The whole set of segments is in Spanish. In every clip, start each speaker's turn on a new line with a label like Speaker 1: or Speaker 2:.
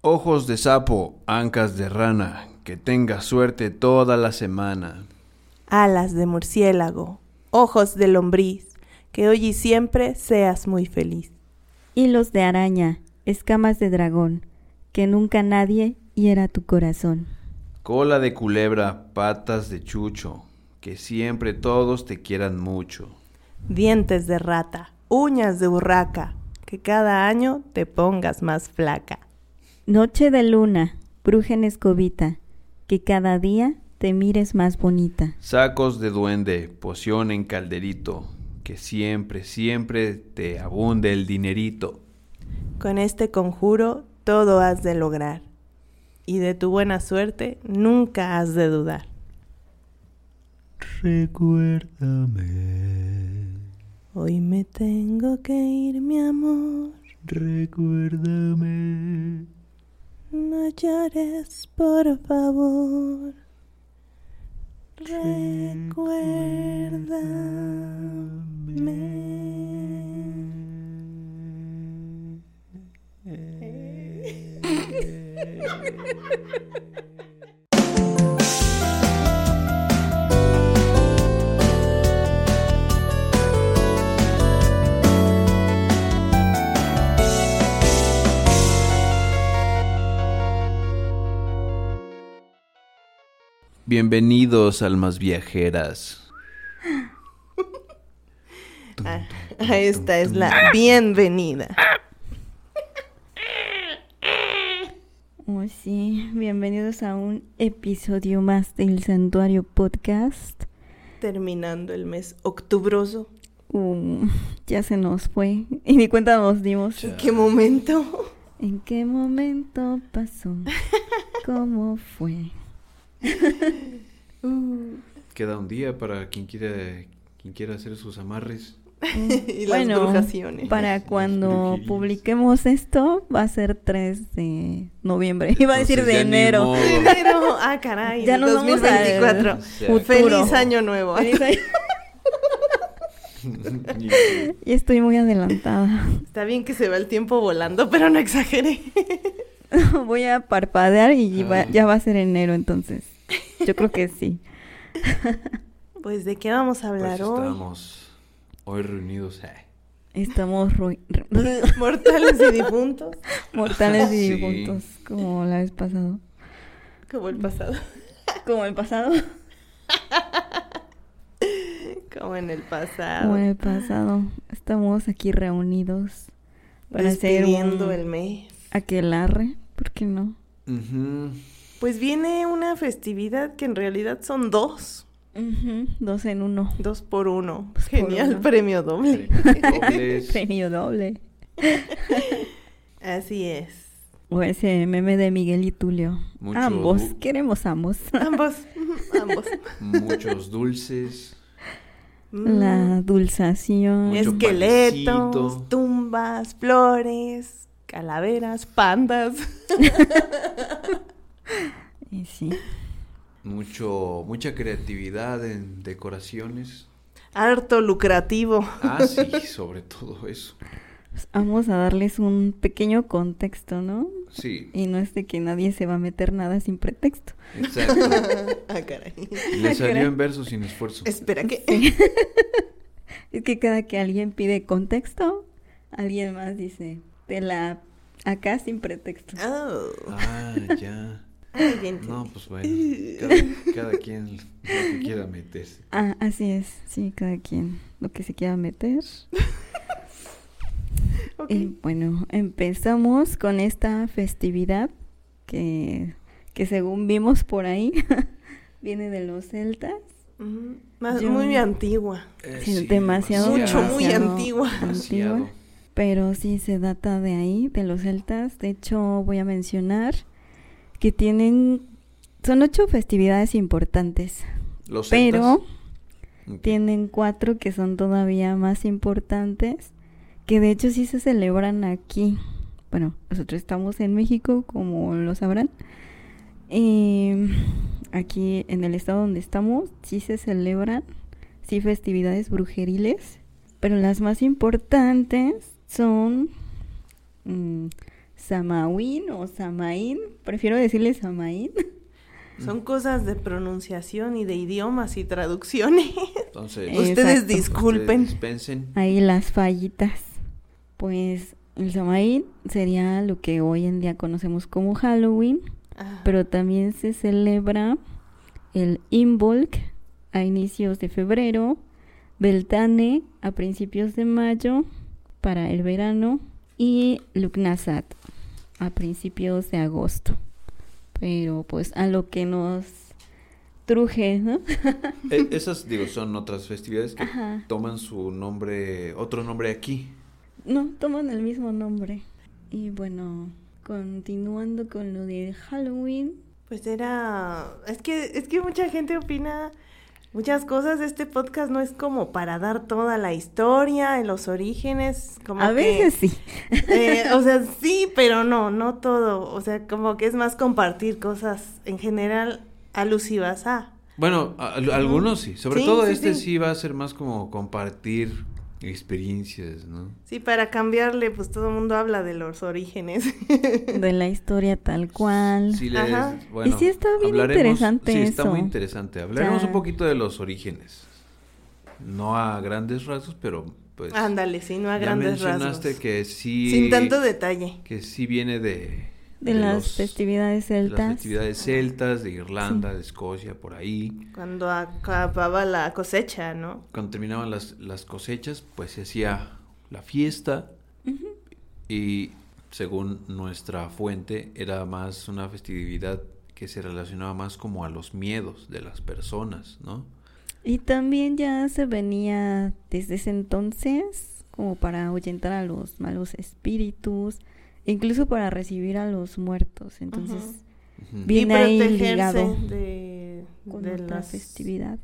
Speaker 1: Ojos de sapo, ancas de rana, que tenga suerte toda la semana.
Speaker 2: Alas de murciélago, ojos de lombriz, que hoy y siempre seas muy feliz.
Speaker 3: Hilos de araña, escamas de dragón, que nunca nadie hiera tu corazón.
Speaker 1: Cola de culebra, patas de chucho, que siempre todos te quieran mucho.
Speaker 2: Dientes de rata, uñas de burraca, que cada año te pongas más flaca.
Speaker 3: Noche de luna, bruja en escobita, que cada día te mires más bonita.
Speaker 1: Sacos de duende, poción en calderito, que siempre, siempre te abunde el dinerito.
Speaker 2: Con este conjuro todo has de lograr. Y de tu buena suerte nunca has de dudar.
Speaker 4: Recuérdame,
Speaker 2: Hoy me tengo que ir, mi amor.
Speaker 4: recuérdame.
Speaker 2: No llores, por favor. Recuérdame.
Speaker 1: Bienvenidos, almas viajeras.
Speaker 2: A Esta es la bienvenida.
Speaker 3: Oh, sí, bienvenidos a un episodio más del Santuario Podcast.
Speaker 2: Terminando el mes octubroso.
Speaker 3: Um, ya se nos fue y ni cuenta nos dimos.
Speaker 2: ¿En qué momento?
Speaker 3: ¿En qué momento pasó? ¿Cómo fue?
Speaker 1: Queda un día para quien quiera, quien quiera hacer sus amarres.
Speaker 2: y las brujaciones.
Speaker 3: para
Speaker 1: Las
Speaker 3: cuando
Speaker 1: brujerías.
Speaker 3: publiquemos esto va a ser 3 de noviembre. Iba a decir
Speaker 1: Entonces,
Speaker 3: de
Speaker 1: ya ni
Speaker 3: enero.
Speaker 1: modo.
Speaker 2: Enero. Ah, caray.
Speaker 3: Ya
Speaker 2: del
Speaker 3: nos vamos al
Speaker 2: 2024.
Speaker 1: futuro.
Speaker 2: Feliz año nuevo.
Speaker 3: Feliz año. Y estoy muy adelantada.
Speaker 2: Está bien que se va el tiempo volando, pero no exagere.
Speaker 3: Voy a parpadear y
Speaker 1: Ah.
Speaker 3: va- ya va a ser enero entonces. Yo creo que sí.
Speaker 2: Pues, ¿de qué vamos a
Speaker 1: Por
Speaker 2: hablar
Speaker 1: eso
Speaker 2: hoy?
Speaker 1: estamos hoy reunidos. eh.
Speaker 3: Estamos ru- ru-
Speaker 2: Mortales y difuntos,
Speaker 3: mortales y
Speaker 1: Sí.
Speaker 3: difuntos, como la vez pasado.
Speaker 2: como el pasado.
Speaker 3: Como el pasado.
Speaker 2: Como en el pasado.
Speaker 3: Como el pasado. Estamos aquí reunidos para hacer
Speaker 2: despidiendo
Speaker 3: un
Speaker 2: el mes.
Speaker 3: aquelarre. ¿Por qué no?
Speaker 1: Ujú.
Speaker 2: Pues viene una festividad que en realidad son dos.
Speaker 3: Ujú, Dos en uno.
Speaker 2: Dos por uno.
Speaker 3: Dos por
Speaker 2: Genial
Speaker 3: uno.
Speaker 2: premio doble.
Speaker 1: Dobles.
Speaker 3: Premio doble.
Speaker 2: Así es.
Speaker 3: O ese meme de Miguel y Tulio.
Speaker 1: Mucho
Speaker 3: ambos,
Speaker 1: du-
Speaker 3: queremos ambos.
Speaker 2: Ambos. Ambos.
Speaker 1: Muchos dulces.
Speaker 3: La
Speaker 2: Mm.
Speaker 3: dulzación.
Speaker 1: Mucho
Speaker 2: Esqueletos,
Speaker 1: panecito.
Speaker 2: tumbas, flores, calaveras, pandas.
Speaker 3: Y sí.
Speaker 1: Mucho, mucha creatividad en decoraciones.
Speaker 2: Harto lucrativo.
Speaker 1: Ah, sí, sobre todo eso.
Speaker 3: Pues vamos a darles un pequeño contexto, ¿no?
Speaker 1: Sí,
Speaker 3: Y no es de que nadie se va a meter nada sin pretexto.
Speaker 1: exacto.
Speaker 2: ah, caray.
Speaker 1: Le salió en verso sin esfuerzo.
Speaker 2: Espera, ¿qué?
Speaker 3: Sí. es que cada que alguien pide contexto, alguien más dice, te la acá sin pretexto.
Speaker 2: Oh.
Speaker 1: Ah, ya.
Speaker 2: Ay, bien.
Speaker 1: No, pues bueno. Cada, cada quien lo que quiera meterse.
Speaker 3: Ah, así es, sí, cada quien lo que se quiera meter.
Speaker 2: Ok.
Speaker 3: Y Eh, bueno, empezamos con esta festividad que, que según vimos por ahí, viene de los celtas.
Speaker 2: Ujú. Mm, Más-
Speaker 3: yo-
Speaker 2: muy antigua.
Speaker 1: Eh,
Speaker 3: Sí, demasiado,
Speaker 2: Mucho, muy
Speaker 3: demasiado
Speaker 2: antigua.
Speaker 3: antigua.
Speaker 1: Demasiado.
Speaker 3: Pero sí se data de ahí, de los celtas. De hecho, voy a mencionar que tienen. Son ocho festividades importantes,
Speaker 1: Los
Speaker 3: pero
Speaker 1: celtas.
Speaker 3: tienen cuatro que son todavía más importantes, que de hecho sí se celebran aquí. Bueno, nosotros estamos en México, como lo sabrán. Y aquí en el estado donde estamos, sí se celebran, sí festividades brujeriles, pero las más importantes son mm, Samaín o Samaín. Prefiero decirle Samaín.
Speaker 2: Son cosas de pronunciación y de idiomas y traducciones.
Speaker 1: Entonces,
Speaker 3: Eh,
Speaker 2: Ustedes
Speaker 3: Exacto.
Speaker 1: ustedes
Speaker 2: disculpen.
Speaker 1: dispensen.
Speaker 3: Ahí las fallitas. Pues el Samaín sería lo que hoy en día conocemos como Halloween,
Speaker 2: Ah,
Speaker 3: pero también se celebra el Imbolc a inicios de febrero, Beltane a principios de mayo para el verano y Lugnasat a principios de agosto. Pero pues a lo que nos truje, ¿no?
Speaker 1: Eh, esas, digo, son otras festividades que
Speaker 3: Ajá.
Speaker 1: toman su nombre, otro nombre aquí.
Speaker 3: No, toman el mismo nombre. Y bueno, continuando con lo de Halloween.
Speaker 2: Pues era... Es que, es que mucha gente opina muchas cosas. Este podcast no es como para dar toda la historia, los orígenes. Como
Speaker 3: a
Speaker 2: que-
Speaker 3: veces sí.
Speaker 2: Eh, o sea, sí, pero no, no todo. O sea, como que es más compartir cosas en general alusivas a.
Speaker 1: Bueno, a- al- algunos sí. Sobre
Speaker 2: Sí,
Speaker 1: todo
Speaker 2: sí,
Speaker 1: este
Speaker 2: sí.
Speaker 1: sí. va a ser más como compartir experiencias, ¿no?
Speaker 2: Sí, para cambiarle, pues todo el mundo habla de los orígenes.
Speaker 3: De la historia tal cual.
Speaker 1: Sí, les-
Speaker 2: Ajá.
Speaker 1: bueno,
Speaker 3: Y sí está bien
Speaker 1: hablaremos-
Speaker 3: interesante
Speaker 1: Sí, está
Speaker 3: eso.
Speaker 1: muy interesante. Hablaremos
Speaker 3: Ya.
Speaker 1: un poquito de los orígenes. No a grandes rasgos, pero pues...
Speaker 2: Ándale, sí, no a
Speaker 1: ya
Speaker 2: grandes
Speaker 1: mencionaste
Speaker 2: rasgos.
Speaker 1: que sí...
Speaker 2: Sin tanto detalle.
Speaker 1: Que sí viene de...
Speaker 3: De, las
Speaker 1: los-
Speaker 3: festividades
Speaker 1: de las
Speaker 3: celtas.
Speaker 1: festividades celtas, de Irlanda, de Escocia, por ahí.
Speaker 2: Cuando acababa la cosecha, ¿no?
Speaker 1: cuando terminaban las, las cosechas, pues se hacía la fiesta y según nuestra fuente era más una festividad que se relacionaba más como a los miedos de las personas, ¿no?
Speaker 3: Y también ya se venía desde ese entonces como para ahuyentar a los malos espíritus, incluso para recibir a los muertos. Entonces,
Speaker 1: Ujú.
Speaker 3: Bien
Speaker 2: y
Speaker 3: ahí
Speaker 2: protegerse
Speaker 3: ligado.
Speaker 2: de,
Speaker 3: con
Speaker 2: de
Speaker 3: otra
Speaker 2: las-
Speaker 3: festividad.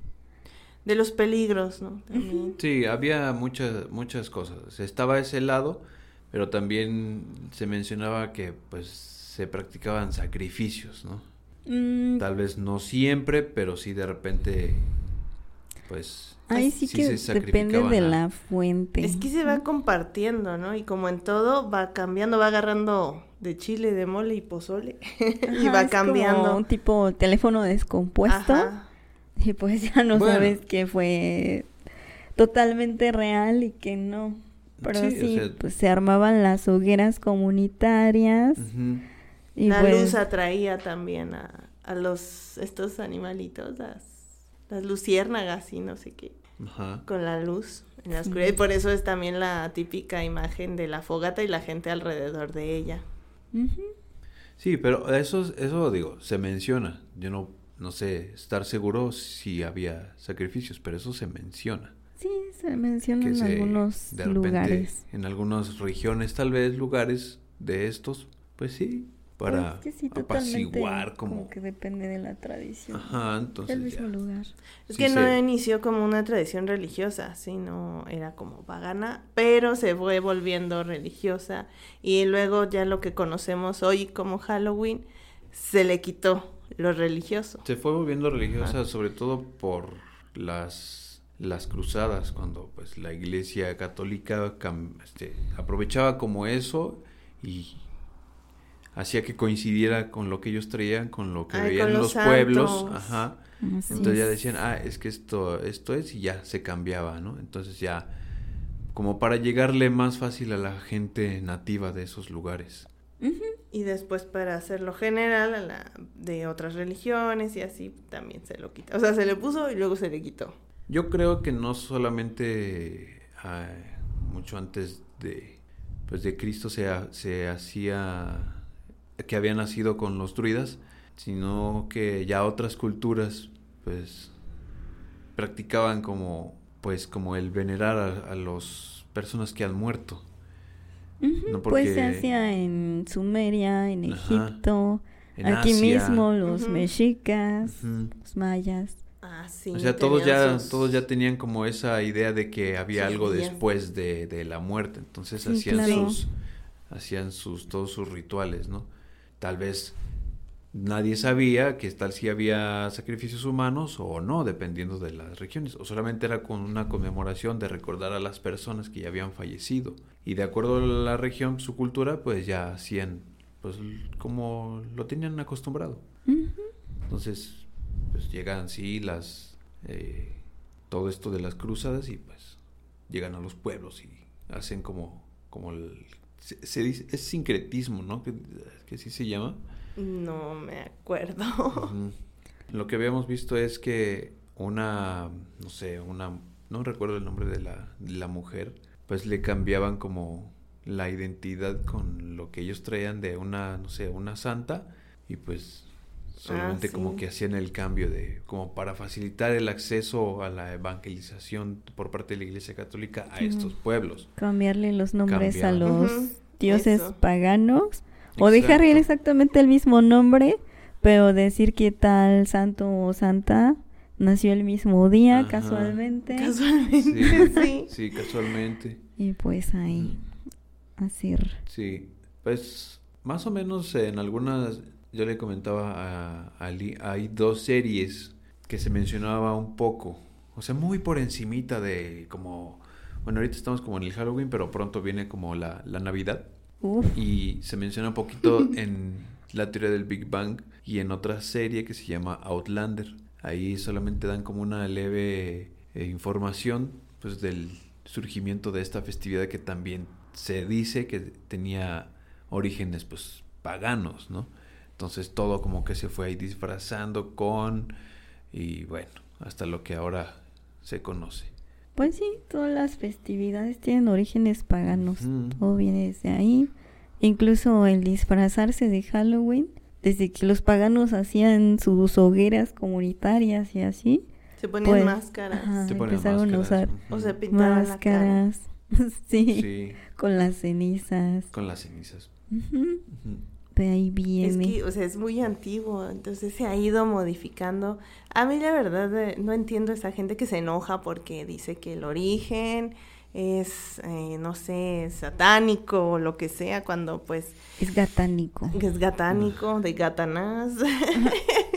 Speaker 2: de los peligros, ¿no? También.
Speaker 1: Sí, había muchas muchas cosas. Estaba ese lado, pero también se mencionaba que pues se practicaban sacrificios, ¿no?
Speaker 3: Mm,
Speaker 1: Tal vez no siempre, pero sí de repente pues
Speaker 3: ahí sí,
Speaker 1: sí
Speaker 3: que
Speaker 1: se
Speaker 3: depende
Speaker 1: sacrificaban
Speaker 3: de
Speaker 1: a-
Speaker 3: la fuente.
Speaker 2: Es que se va compartiendo, ¿no? Y como en todo, va cambiando, va agarrando de chile, de mole y pozole. y
Speaker 3: Ajá,
Speaker 2: va
Speaker 3: es
Speaker 2: cambiando.
Speaker 3: Como un tipo teléfono descompuesto.
Speaker 2: Ajá.
Speaker 3: Y pues ya no
Speaker 1: Bueno.
Speaker 3: sabes que fue totalmente real y que no. Pero
Speaker 1: Sí,
Speaker 3: sí,
Speaker 1: o sea-
Speaker 3: pues se armaban las hogueras comunitarias.
Speaker 1: Ujú.
Speaker 3: Y
Speaker 2: la
Speaker 3: pues,
Speaker 2: luz atraía también a, a los estos animalitos, las, las luciérnagas y no sé qué,
Speaker 1: Ajá.
Speaker 2: con la luz en la oscuridad. Y por eso es también la típica imagen de la fogata y la gente alrededor de ella.
Speaker 3: ujú.
Speaker 1: Sí, pero eso, es- eso digo, se menciona. Yo no, no sé estar seguro si había sacrificios, pero eso se menciona.
Speaker 3: Sí, se menciona
Speaker 1: Que
Speaker 3: en
Speaker 1: se-
Speaker 3: algunos
Speaker 1: de repente,
Speaker 3: lugares.
Speaker 1: En algunas regiones, tal vez, lugares de estos, pues sí, para
Speaker 3: Pues es que sí, totalmente,
Speaker 1: apaciguar como...
Speaker 3: que depende de la tradición.
Speaker 1: Ajá, entonces
Speaker 3: del mismo
Speaker 1: ya.
Speaker 3: lugar.
Speaker 1: Sí
Speaker 2: Es que no
Speaker 1: se-
Speaker 2: inició como una tradición religiosa, sino era como pagana, pero se fue volviendo religiosa y luego ya lo que conocemos hoy como Halloween se le quitó lo religioso.
Speaker 1: Se fue volviendo religiosa, sobre todo por las, las cruzadas, cuando pues la iglesia católica cam- este, aprovechaba como eso y hacía que coincidiera con lo que ellos traían, con lo que
Speaker 2: Ay,
Speaker 1: veían
Speaker 2: con
Speaker 1: los,
Speaker 2: los
Speaker 1: pueblos.
Speaker 2: santos.
Speaker 1: Ajá.
Speaker 3: Así
Speaker 1: Entonces ya
Speaker 3: es.
Speaker 1: decían, ah, es que esto, esto es y ya se cambiaba, ¿no? Entonces ya, como para llegarle más fácil a la gente nativa de esos lugares.
Speaker 3: Ujú.
Speaker 2: Y después para hacerlo general a la de otras religiones y así también se lo quitó. O sea, se le puso y luego se le quitó.
Speaker 1: Yo creo que no solamente eh, mucho antes de, pues de Cristo se, ha- se hacía que había nacido con los druidas, sino que ya otras culturas pues practicaban como pues como el venerar a, a las personas que han muerto.
Speaker 3: Ujú,
Speaker 1: ah, No
Speaker 3: Pues se
Speaker 1: porque-
Speaker 3: hacía en Sumeria, en
Speaker 1: Ajá.
Speaker 3: Egipto,
Speaker 1: En
Speaker 3: aquí
Speaker 1: Asia.
Speaker 3: mismo los
Speaker 2: Ujú.
Speaker 3: mexicas,
Speaker 1: Ujú.
Speaker 3: los mayas.
Speaker 2: Ah, sí.
Speaker 1: O sea, todos ya,
Speaker 2: tenían sus-
Speaker 1: todos ya tenían como esa idea de que había
Speaker 2: Sus
Speaker 1: algo
Speaker 2: días.
Speaker 1: después de, de la muerte. Entonces
Speaker 3: Sí,
Speaker 1: hacían
Speaker 2: claro.
Speaker 1: sus, hacían sus, todos sus rituales, ¿no? Tal vez nadie sabía que tal si había sacrificios humanos o no, dependiendo de las regiones. O solamente era con una conmemoración de recordar a las personas que ya habían fallecido. Y de acuerdo a la región, su cultura, pues ya hacían pues como lo tenían acostumbrado.
Speaker 3: Ujú.
Speaker 1: Entonces, pues llegan sí las eh, todo esto de las cruzadas y pues llegan a los pueblos y hacen como como el- se, se dice es sincretismo, ¿no? Que, que así se llama.
Speaker 2: No me acuerdo.
Speaker 1: Ujú. Lo que habíamos visto es que una no sé, una no recuerdo el nombre de la de la mujer, pues le cambiaban como la identidad con lo que ellos traían de una, no sé, una santa y pues solamente como
Speaker 2: Ah, sí.
Speaker 1: que hacían el cambio de como para facilitar el acceso a la evangelización por parte de la Iglesia Católica a
Speaker 3: Sí.
Speaker 1: estos pueblos.
Speaker 3: Cambiarle los nombres a
Speaker 1: Cambiar.
Speaker 3: los
Speaker 2: Ujú,
Speaker 3: dioses
Speaker 2: eso.
Speaker 3: paganos. O dejarle
Speaker 1: Exacto.
Speaker 3: exactamente el mismo nombre, pero decir que tal santo o santa nació el mismo día
Speaker 1: Ajá.
Speaker 3: casualmente.
Speaker 2: Casualmente, sí.
Speaker 1: Sí, casualmente.
Speaker 3: Y pues ahí,
Speaker 1: Ujú.
Speaker 3: así.
Speaker 1: Sí, pues más o menos en algunas, yo le comentaba a Ali, hay dos series que se mencionaba un poco, o sea, muy por encimita de como, bueno, ahorita estamos como en el Halloween, pero pronto viene como la, la Navidad
Speaker 3: Uf.
Speaker 1: y se menciona un poquito en la teoría del Big Bang y en otra serie que se llama Outlander. Ahí solamente dan como una leve eh, información pues del surgimiento de esta festividad que también se dice que tenía orígenes pues paganos, ¿no? Entonces todo como que se fue ahí disfrazando con y bueno, hasta lo que ahora se conoce.
Speaker 3: Pues sí, todas las festividades tienen orígenes paganos.
Speaker 1: Ujú.
Speaker 3: Todo viene desde ahí. Incluso el disfrazarse de Halloween, desde que los paganos hacían sus hogueras comunitarias y así.
Speaker 2: Se ponían
Speaker 3: Pues,
Speaker 2: máscaras.
Speaker 3: ajá. Ah,
Speaker 1: Se ponen
Speaker 3: empezaron a
Speaker 1: máscaras,
Speaker 3: usar-
Speaker 1: ujú.
Speaker 2: O sea, pintaban la cara.
Speaker 3: Máscaras. sí,
Speaker 1: sí,
Speaker 3: Con las cenizas.
Speaker 1: con las cenizas.
Speaker 3: Ujú,
Speaker 1: Ujú.
Speaker 3: De ahí
Speaker 2: Es
Speaker 3: viene.
Speaker 2: que, o sea, es muy antiguo, entonces se ha ido modificando. A mí la verdad eh, no entiendo esa gente que se enoja porque dice que el origen es, eh, no sé, satánico o lo que sea, cuando pues
Speaker 3: Es gatánico.
Speaker 2: es gatánico, de gatanás.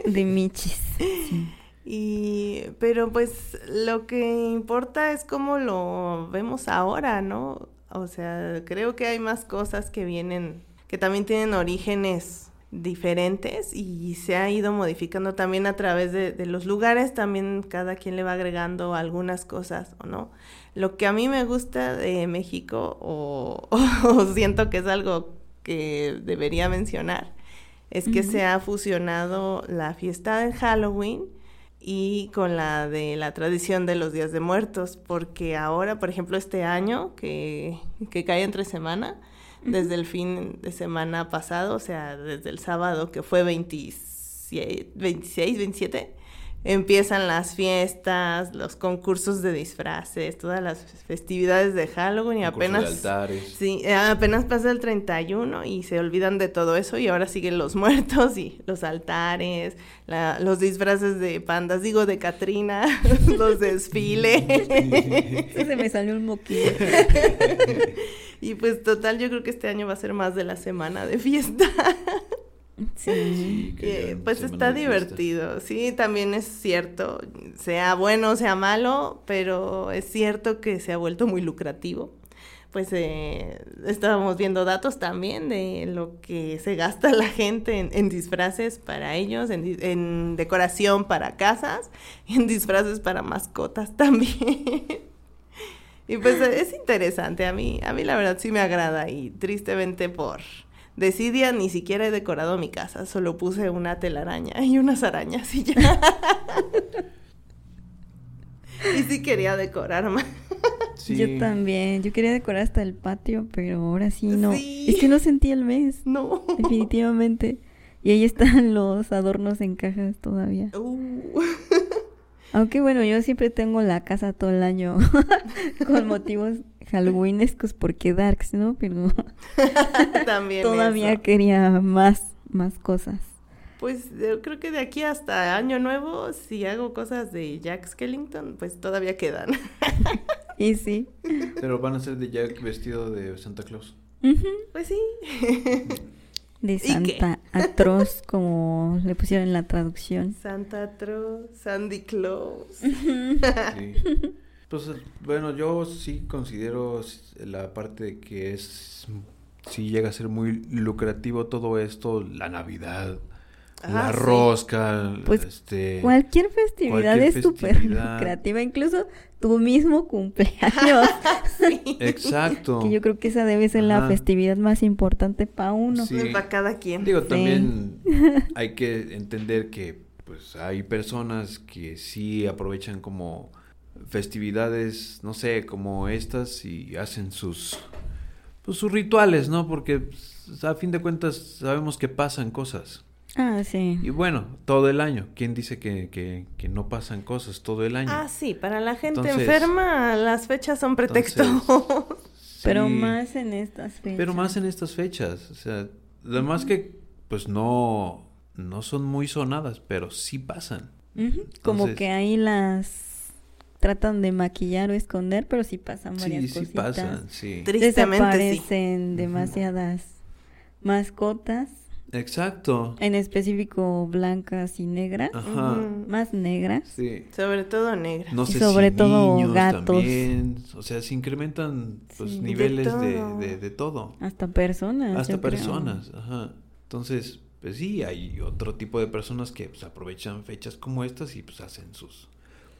Speaker 3: De michis. sí.
Speaker 2: Y, pero pues lo que importa es cómo lo vemos ahora, ¿no? O sea, creo que hay más cosas que vienen, que también tienen orígenes diferentes y se ha ido modificando también a través de, de los lugares, también cada quien le va agregando algunas cosas o no. Lo que a mí me gusta de México o, o siento que es algo que debería mencionar es que
Speaker 3: Ujú.
Speaker 2: se ha fusionado la fiesta de Halloween y con la de la tradición de los días de muertos, porque ahora, por ejemplo, este año que, que cae entre semana, desde el fin de semana pasado, o sea, desde el sábado que fue 27, 26, 27, empiezan las fiestas, los concursos de disfraces, todas las festividades de Halloween y
Speaker 1: Concurso de
Speaker 2: apenas...
Speaker 1: altares.
Speaker 2: Sí, eh, apenas pasa el 31 y se olvidan de todo eso y ahora siguen los muertos y los altares, la- los disfraces de pandas, digo de Catrina, los desfiles.
Speaker 3: Sí, Se me salió un moquillo.
Speaker 2: y pues total, yo creo que este año va a ser más de la semana de fiesta.
Speaker 3: Sí.
Speaker 1: Sí, que
Speaker 2: que,
Speaker 1: llevan
Speaker 2: pues
Speaker 1: semana
Speaker 2: está
Speaker 1: de fiesta.
Speaker 2: divertido, sí, también es cierto, sea bueno, sea malo, pero es cierto que se ha vuelto muy lucrativo. Pues eh, estábamos viendo datos también de lo que se gasta la gente en, en disfraces para ellos, en, di- en decoración para casas, en disfraces para mascotas también. Y pues es interesante, a mí, a mí la verdad sí me agrada y tristemente por desidia ni siquiera he decorado mi casa, solo puse una telaraña y unas arañas y ya. y sí quería decorar más.
Speaker 1: Sí.
Speaker 3: Yo también. Yo quería decorar hasta el patio, pero ahora sí no.
Speaker 2: Sí.
Speaker 3: Es que no sentí el mes.
Speaker 2: No.
Speaker 3: Definitivamente. Y ahí están los adornos en cajas todavía.
Speaker 2: Uh.
Speaker 3: Aunque bueno, yo siempre tengo la casa todo el año con motivos halloweenescos porque darks, ¿no? Pero
Speaker 2: También
Speaker 3: todavía
Speaker 2: eso.
Speaker 3: quería más, más cosas.
Speaker 2: Pues yo creo que de aquí hasta Año Nuevo, si hago cosas de Jack Skellington, pues todavía quedan.
Speaker 3: Y sí.
Speaker 1: Pero van a ser de Jack vestido de Santa Claus.
Speaker 3: Ujú.
Speaker 2: Pues sí.
Speaker 3: De
Speaker 2: qué?
Speaker 3: Santa Atroz, como le pusieron en la traducción.
Speaker 2: Santa Tro, Sandy Claus.
Speaker 1: Sí. Pues bueno, yo sí considero la parte de que es sí llega a ser muy lucrativo todo esto, la Navidad,
Speaker 2: Ah,
Speaker 1: la
Speaker 2: sí.
Speaker 1: rosca,
Speaker 3: Pues,
Speaker 1: este...
Speaker 3: Cualquier festividad
Speaker 1: cualquier
Speaker 3: es súper
Speaker 1: festividad.
Speaker 3: lucrativa, incluso tu mismo cumpleaños.
Speaker 1: Exacto.
Speaker 3: que yo creo que esa debe ser la
Speaker 1: Eh, Ajá.
Speaker 3: festividad más importante para uno.
Speaker 1: Sí.
Speaker 2: Para Pues, cada quien.
Speaker 1: Digo,
Speaker 3: Sí.
Speaker 1: también hay que entender que pues hay personas que sí aprovechan como festividades, no sé, como estas y hacen sus pues, sus rituales, ¿no? Porque pues, a fin de cuentas sabemos que pasan cosas.
Speaker 3: Ah, sí.
Speaker 1: Y bueno, todo el año. ¿Quién dice que, que, que no pasan cosas todo el año?
Speaker 2: Ah, sí, para la gente
Speaker 1: Entonces-
Speaker 2: enferma las fechas son pretexto.
Speaker 1: Entonces-
Speaker 3: Pero
Speaker 1: Sí.
Speaker 3: más en estas fechas.
Speaker 1: Pero más en estas fechas, o sea, además que pues no no son muy sonadas, pero sí pasan.
Speaker 3: Ujú, Como
Speaker 1: Entonces-
Speaker 3: que ahí las tratan de maquillar o esconder, pero sí pasan varias
Speaker 1: Sí, sí
Speaker 3: cositas.
Speaker 1: pasan, sí.
Speaker 2: Tri- Tristemente, sí.
Speaker 3: Desaparecen demasiadas mascotas,
Speaker 1: Exacto.
Speaker 3: en específico blancas y negras,
Speaker 1: Ajá.
Speaker 2: Ujú.
Speaker 3: más negras.
Speaker 1: Sí.
Speaker 2: Sobre todo negra.
Speaker 1: No
Speaker 3: Y
Speaker 1: sé
Speaker 3: sobre
Speaker 1: si
Speaker 3: todo
Speaker 1: niños
Speaker 3: gatos.
Speaker 1: también, o sea, se incrementan pues,
Speaker 3: Sí. De
Speaker 1: niveles de
Speaker 2: todo.
Speaker 1: de- de todo.
Speaker 3: Hasta personas.
Speaker 1: Hasta
Speaker 3: yo creo.
Speaker 1: personas, ajá. Entonces, pues sí, hay otro tipo de personas que pues, aprovechan fechas como estas y pues hacen sus,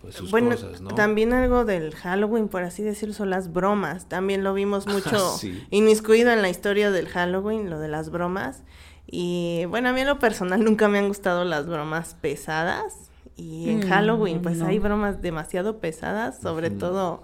Speaker 1: pues, sus
Speaker 2: bueno,
Speaker 1: cosas, ¿no?
Speaker 2: también algo del Halloween, por así decirlo, son las bromas. También lo vimos mucho
Speaker 1: Ah, Sí.
Speaker 2: inmiscuido en la historia del Halloween, lo de las bromas. Y bueno, a mí en lo personal nunca me han gustado las bromas pesadas. Y en
Speaker 3: Mm,
Speaker 2: Halloween, pues
Speaker 3: no.
Speaker 2: hay bromas demasiado pesadas, sobre
Speaker 1: Ujú.
Speaker 2: todo,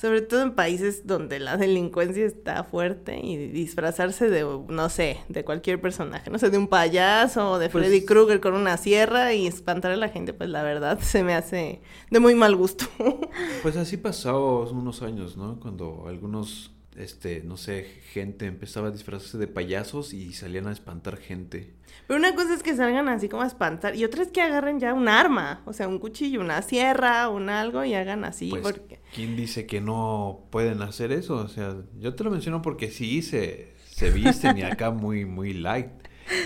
Speaker 2: sobre todo en países donde la delincuencia está fuerte y disfrazarse de, no sé, de cualquier personaje, no sé, de un payaso o de
Speaker 1: Pues-
Speaker 2: Freddy Krueger con una sierra y espantar a la gente, pues la verdad se me hace de muy mal gusto.
Speaker 1: Pues así pasó hace unos años, ¿no? Cuando algunos, este, no sé, gente empezaba a disfrazarse de payasos y salían a espantar gente.
Speaker 2: Pero una cosa es que salgan así como a espantar y otra es que agarren ya un arma, o sea, un cuchillo, una sierra, un algo y hagan así
Speaker 1: pues,
Speaker 2: porque...
Speaker 1: ¿quién dice que no pueden hacer eso? O sea, yo te lo menciono porque sí se, se visten y acá muy, muy light.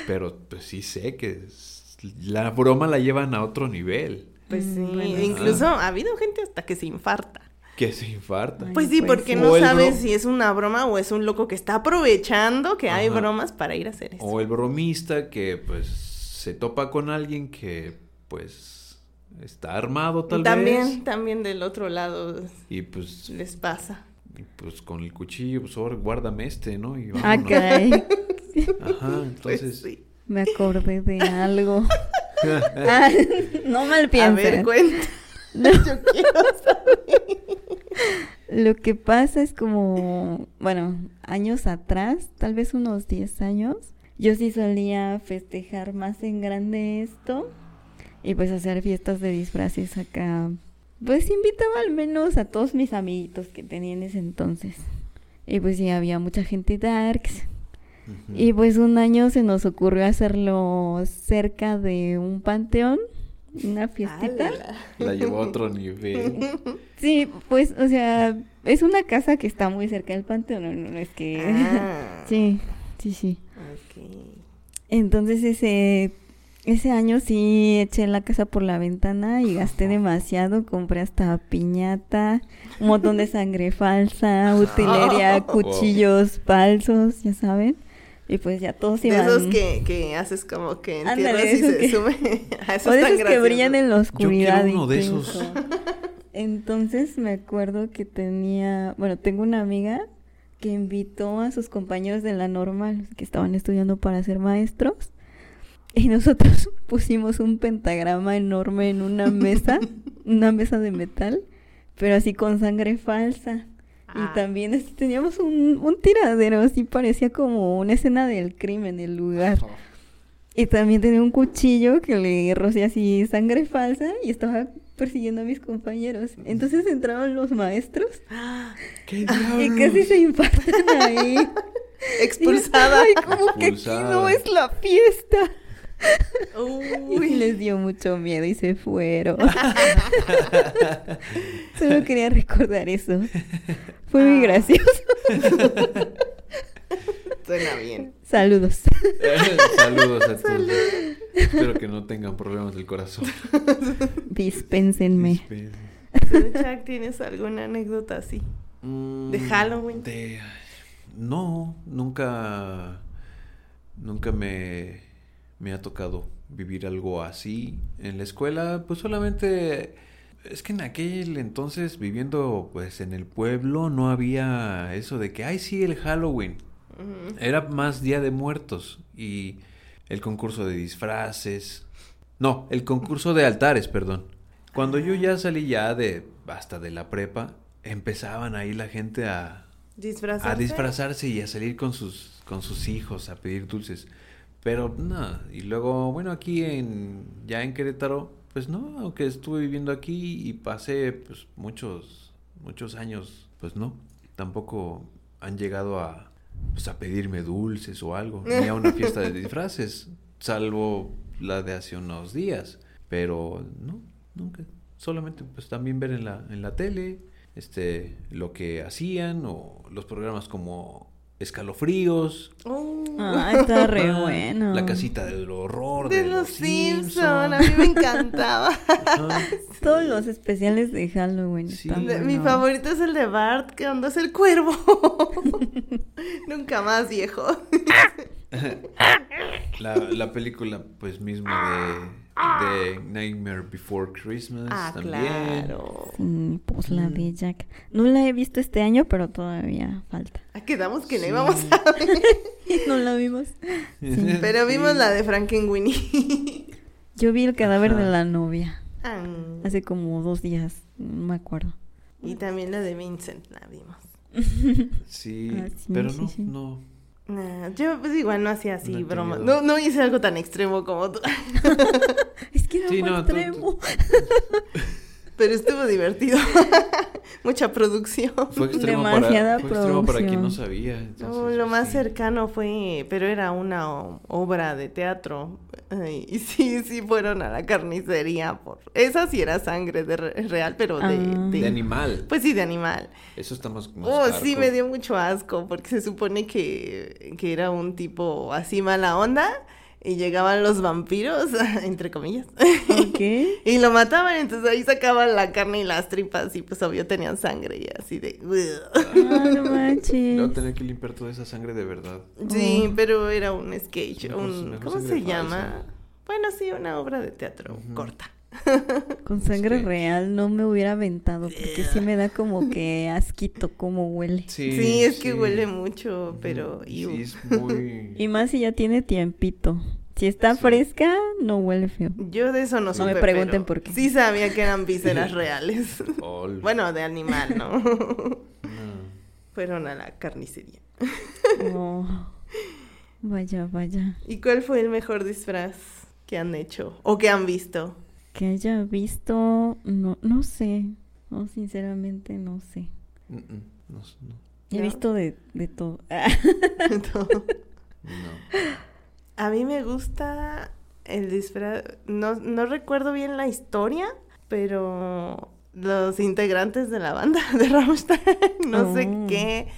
Speaker 1: Pero pues sí sé que es- la broma la llevan a otro nivel.
Speaker 2: Pues
Speaker 3: Mm,
Speaker 2: sí,
Speaker 3: bueno.
Speaker 2: incluso
Speaker 1: Ah.
Speaker 2: ha habido gente hasta que se infarta.
Speaker 1: Que se infarta.
Speaker 3: Ay,
Speaker 2: Pues
Speaker 3: no
Speaker 2: sí,
Speaker 3: puede
Speaker 2: porque
Speaker 3: ser.
Speaker 2: no
Speaker 1: O el
Speaker 2: sabes
Speaker 1: bro-
Speaker 2: si es una broma o es un loco que está aprovechando que hay
Speaker 1: Ajá.
Speaker 2: bromas para ir a hacer eso.
Speaker 1: O el bromista que pues se topa con alguien que pues está armado tal
Speaker 2: también,
Speaker 1: vez.
Speaker 2: también del otro lado
Speaker 1: Y pues
Speaker 2: les pasa.
Speaker 1: Y pues con el cuchillo, pues ahora guárdame este, ¿no? Y
Speaker 3: Ah,
Speaker 1: vámonos.
Speaker 3: caray.
Speaker 1: Ajá,
Speaker 2: Pues
Speaker 1: entonces.
Speaker 2: sí.
Speaker 3: Me acordé de algo. Ah, no mal
Speaker 2: A
Speaker 3: pienses.
Speaker 2: ver, cuenta. Yo quiero
Speaker 3: Lo que pasa es como, bueno, años atrás, tal vez unos 10 años, yo sí solía festejar más en grande esto y pues hacer fiestas de disfraces acá. Pues invitaba al menos a todos mis amiguitos que tenía en ese entonces. Y pues sí, había mucha gente darks.
Speaker 1: Ujú.
Speaker 3: Y pues un año se nos ocurrió hacerlo cerca de un panteón, una fiestita.
Speaker 2: Ala.
Speaker 1: La llevó a otro nivel.
Speaker 3: Sí, pues, o sea, es una casa que está muy cerca del panteón, no, no es que...
Speaker 2: Ah,
Speaker 3: sí, sí, sí.
Speaker 2: ok.
Speaker 3: Entonces ese, ese año sí eché la casa por la ventana y gasté demasiado, compré hasta piñata, un montón de sangre falsa, utilería,
Speaker 2: Wow.
Speaker 3: cuchillos falsos, ya saben. Y pues ya todos
Speaker 2: De
Speaker 3: iban...
Speaker 2: esos que, que haces como que
Speaker 3: Ándale,
Speaker 2: entierras y
Speaker 3: esos
Speaker 2: se
Speaker 3: que-
Speaker 2: sube. Ah,
Speaker 3: O
Speaker 2: esos
Speaker 3: de
Speaker 2: tan
Speaker 3: esos que
Speaker 2: graciosos.
Speaker 3: brillan en la oscuridad.
Speaker 1: quiero uno de
Speaker 3: incluso.
Speaker 1: esos.
Speaker 3: Entonces me acuerdo que tenía, bueno, tengo una amiga que invitó a sus compañeros de la normal que estaban estudiando para ser maestros y nosotros pusimos un pentagrama enorme en una mesa, una mesa de metal, pero así con sangre falsa.
Speaker 2: Ah.
Speaker 3: Y también así teníamos un, un tiradero, así parecía como una escena del crimen el lugar. Y también tenía un cuchillo que le rocía así sangre falsa y estaba persiguiendo a mis compañeros. Entonces entraron los maestros
Speaker 1: ¿Qué diablos?
Speaker 3: y casi se infartan ahí.
Speaker 2: Expulsada.
Speaker 3: Y yo estaba ahí como que aquí
Speaker 1: Expulsada.
Speaker 3: no es la fiesta. Y
Speaker 2: Uy.
Speaker 3: les dio mucho miedo y se fueron. Solo quería recordar eso. Fue muy
Speaker 2: Ah.
Speaker 3: gracioso.
Speaker 2: Suena bien.
Speaker 3: Saludos.
Speaker 1: Eh, Saludos a todos. Espero que no tengan problemas del corazón.
Speaker 3: Dispénsenme.
Speaker 1: Espero.
Speaker 2: ¿Tú, Chuck, tienes alguna anécdota así?
Speaker 1: Mm,
Speaker 2: ¿De Halloween?
Speaker 1: de- No, nunca, nunca me, me ha tocado vivir algo así. En la escuela, pues solamente, es que en aquel entonces viviendo pues en el pueblo no había eso de que, ay sí, el Halloween.
Speaker 2: Ujú.
Speaker 1: Era más Día de Muertos y el concurso de disfraces. No, el concurso de altares, perdón. Cuando yo ya salí ya de hasta de la prepa, empezaban ahí la gente a,
Speaker 2: Disfrazarse.
Speaker 1: a disfrazarse y a salir con sus con sus hijos a pedir dulces. Pero nada, y luego, bueno, aquí en ya en Querétaro, pues no, aunque estuve viviendo aquí y pasé pues muchos muchos años, pues no, tampoco han llegado a pues a pedirme dulces o algo, ni a una fiesta de disfraces, salvo la de hace unos días, pero no, nunca, solamente pues también ver en la en la tele este lo que hacían o los programas como Escalofríos,
Speaker 2: Oh.
Speaker 3: Ah, está re
Speaker 1: Ah,
Speaker 3: bueno.
Speaker 1: La casita del horror.
Speaker 2: de los Simpson, a mí me encantaba.
Speaker 1: Ajá.
Speaker 3: Todos los especiales de Halloween.
Speaker 1: Sí.
Speaker 3: están
Speaker 1: Le-
Speaker 2: Mi
Speaker 3: buenos.
Speaker 2: favorito es el de Bart, que onda es el cuervo. Nunca más viejo.
Speaker 1: Pues La, la película, pues mismo de, de Nightmare Before Christmas.
Speaker 2: Ah,
Speaker 1: también.
Speaker 2: claro.
Speaker 3: Sí, pues la
Speaker 1: Mm.
Speaker 3: de Jack. No la he visto este año, pero todavía falta.
Speaker 2: Ah, Quedamos que
Speaker 1: Sí.
Speaker 2: no íbamos a ver.
Speaker 3: no la vimos. Sí.
Speaker 2: Pero vimos
Speaker 1: Sí.
Speaker 2: la de Frankenweenie.
Speaker 3: Yo vi el cadáver
Speaker 1: Ajá.
Speaker 3: de la novia
Speaker 2: Ah,
Speaker 3: hace como dos días. No me acuerdo.
Speaker 2: y también la de Vincent la vimos.
Speaker 1: Sí,
Speaker 3: Ah, sí,
Speaker 1: pero
Speaker 3: sí,
Speaker 1: no,
Speaker 3: sí.
Speaker 1: no.
Speaker 2: Nah, yo pues igual no hacía así
Speaker 1: No he
Speaker 2: bromas.
Speaker 1: tenido-
Speaker 2: No, no hice algo tan extremo como tú.
Speaker 3: Es que era
Speaker 1: Sí,
Speaker 3: un
Speaker 1: no, tú-
Speaker 3: extremo.
Speaker 2: Pero estuvo divertido. Mucha producción.
Speaker 1: Fue extremo,
Speaker 3: Demasiada
Speaker 1: para, fue extremo para quien no
Speaker 3: producción.
Speaker 1: sabía.
Speaker 2: No,
Speaker 1: entonces, pues,
Speaker 2: lo más
Speaker 1: sí.
Speaker 2: cercano fue, pero era una o- obra de teatro. Ay, y sí, sí fueron a la carnicería por... Esa sí era sangre de re- real, pero de...
Speaker 3: Ah.
Speaker 2: de-
Speaker 1: De animal.
Speaker 2: Pues sí, de animal.
Speaker 1: Eso está más. más
Speaker 2: Oh, sí,
Speaker 1: hardcore.
Speaker 2: me dio mucho asco, porque se supone que, que era un tipo así mala onda, y llegaban los vampiros, entre comillas,
Speaker 3: Ok.
Speaker 2: y lo mataban, entonces ahí sacaban la carne y las tripas, y pues obvio tenían sangre, y así de...
Speaker 3: Ah, no
Speaker 1: Luego
Speaker 3: manches.
Speaker 1: tener que limpiar toda esa sangre de verdad.
Speaker 2: Sí,
Speaker 3: Oh.
Speaker 2: pero era un sketch,
Speaker 1: Mejor-
Speaker 2: un-
Speaker 1: mejor
Speaker 2: um, ¿cómo
Speaker 1: sangre
Speaker 2: se
Speaker 1: falsa.
Speaker 2: llama? Bueno, sí, una obra de teatro
Speaker 1: Ujú.
Speaker 2: corta.
Speaker 3: Con sangre
Speaker 1: Sí.
Speaker 3: real no me hubiera aventado porque sí me da como que asquito como huele.
Speaker 2: Sí,
Speaker 1: Sí,
Speaker 2: es que
Speaker 1: sí.
Speaker 2: huele mucho, pero
Speaker 1: Ujú.
Speaker 2: iu.
Speaker 1: Sí, es muy.
Speaker 3: Y más si ya tiene tiempito. Si está
Speaker 1: Sí.
Speaker 3: fresca, no huele feo.
Speaker 2: yo de eso no
Speaker 1: Sí.
Speaker 2: supe,
Speaker 3: No me pregunten
Speaker 2: pero
Speaker 3: por qué.
Speaker 2: Sí sabía que eran vísceras reales.
Speaker 1: Ol.
Speaker 2: bueno, de animal, ¿no?
Speaker 1: No.
Speaker 2: Fueron a la carnicería.
Speaker 3: Oh, Vaya, vaya.
Speaker 2: ¿Y cuál fue el mejor disfraz que han hecho o que han visto?
Speaker 3: Que haya visto, no, no sé. No, sinceramente no sé.
Speaker 1: Mm, mm. No, no.
Speaker 3: He
Speaker 2: ¿No?
Speaker 3: visto de, de todo. Ah,
Speaker 2: No.
Speaker 1: no.
Speaker 2: A mí me gusta el disfraz. No, no recuerdo bien la historia, pero los integrantes de la banda de Rammstein, no sé
Speaker 3: Oh.
Speaker 2: qué,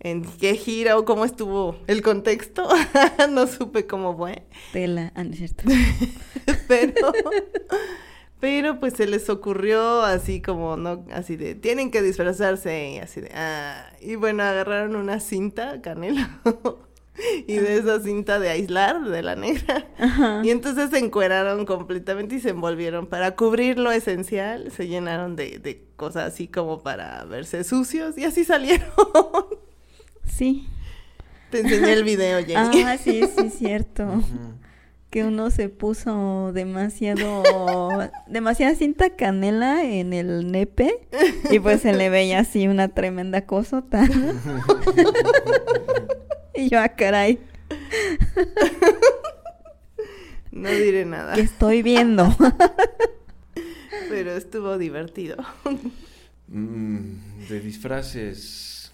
Speaker 2: en qué gira o cómo estuvo el contexto, no supe cómo fue,
Speaker 3: Tela, ah, no es cierto.
Speaker 2: pero. Pero pues se les ocurrió así como, ¿no? Así de, tienen que disfrazarse y así de, ah. Y bueno, agarraron una cinta, canela, y de esa cinta de aislar, de la negra,
Speaker 3: Ajá.
Speaker 2: y entonces se encueraron completamente y se envolvieron para cubrir lo esencial, se llenaron de, de cosas así como para verse sucios y así salieron.
Speaker 3: Sí.
Speaker 2: Te enseñé el video, Jenny.
Speaker 3: Ah, sí, sí, es cierto.
Speaker 1: Ujú.
Speaker 3: Que uno se puso demasiado, demasiada cinta canela en el nepe y pues se le veía así una tremenda cosota. y yo, ah, caray,
Speaker 2: No diré nada,
Speaker 3: ¿qué estoy viendo?
Speaker 2: pero estuvo divertido.
Speaker 1: Mm, de disfraces.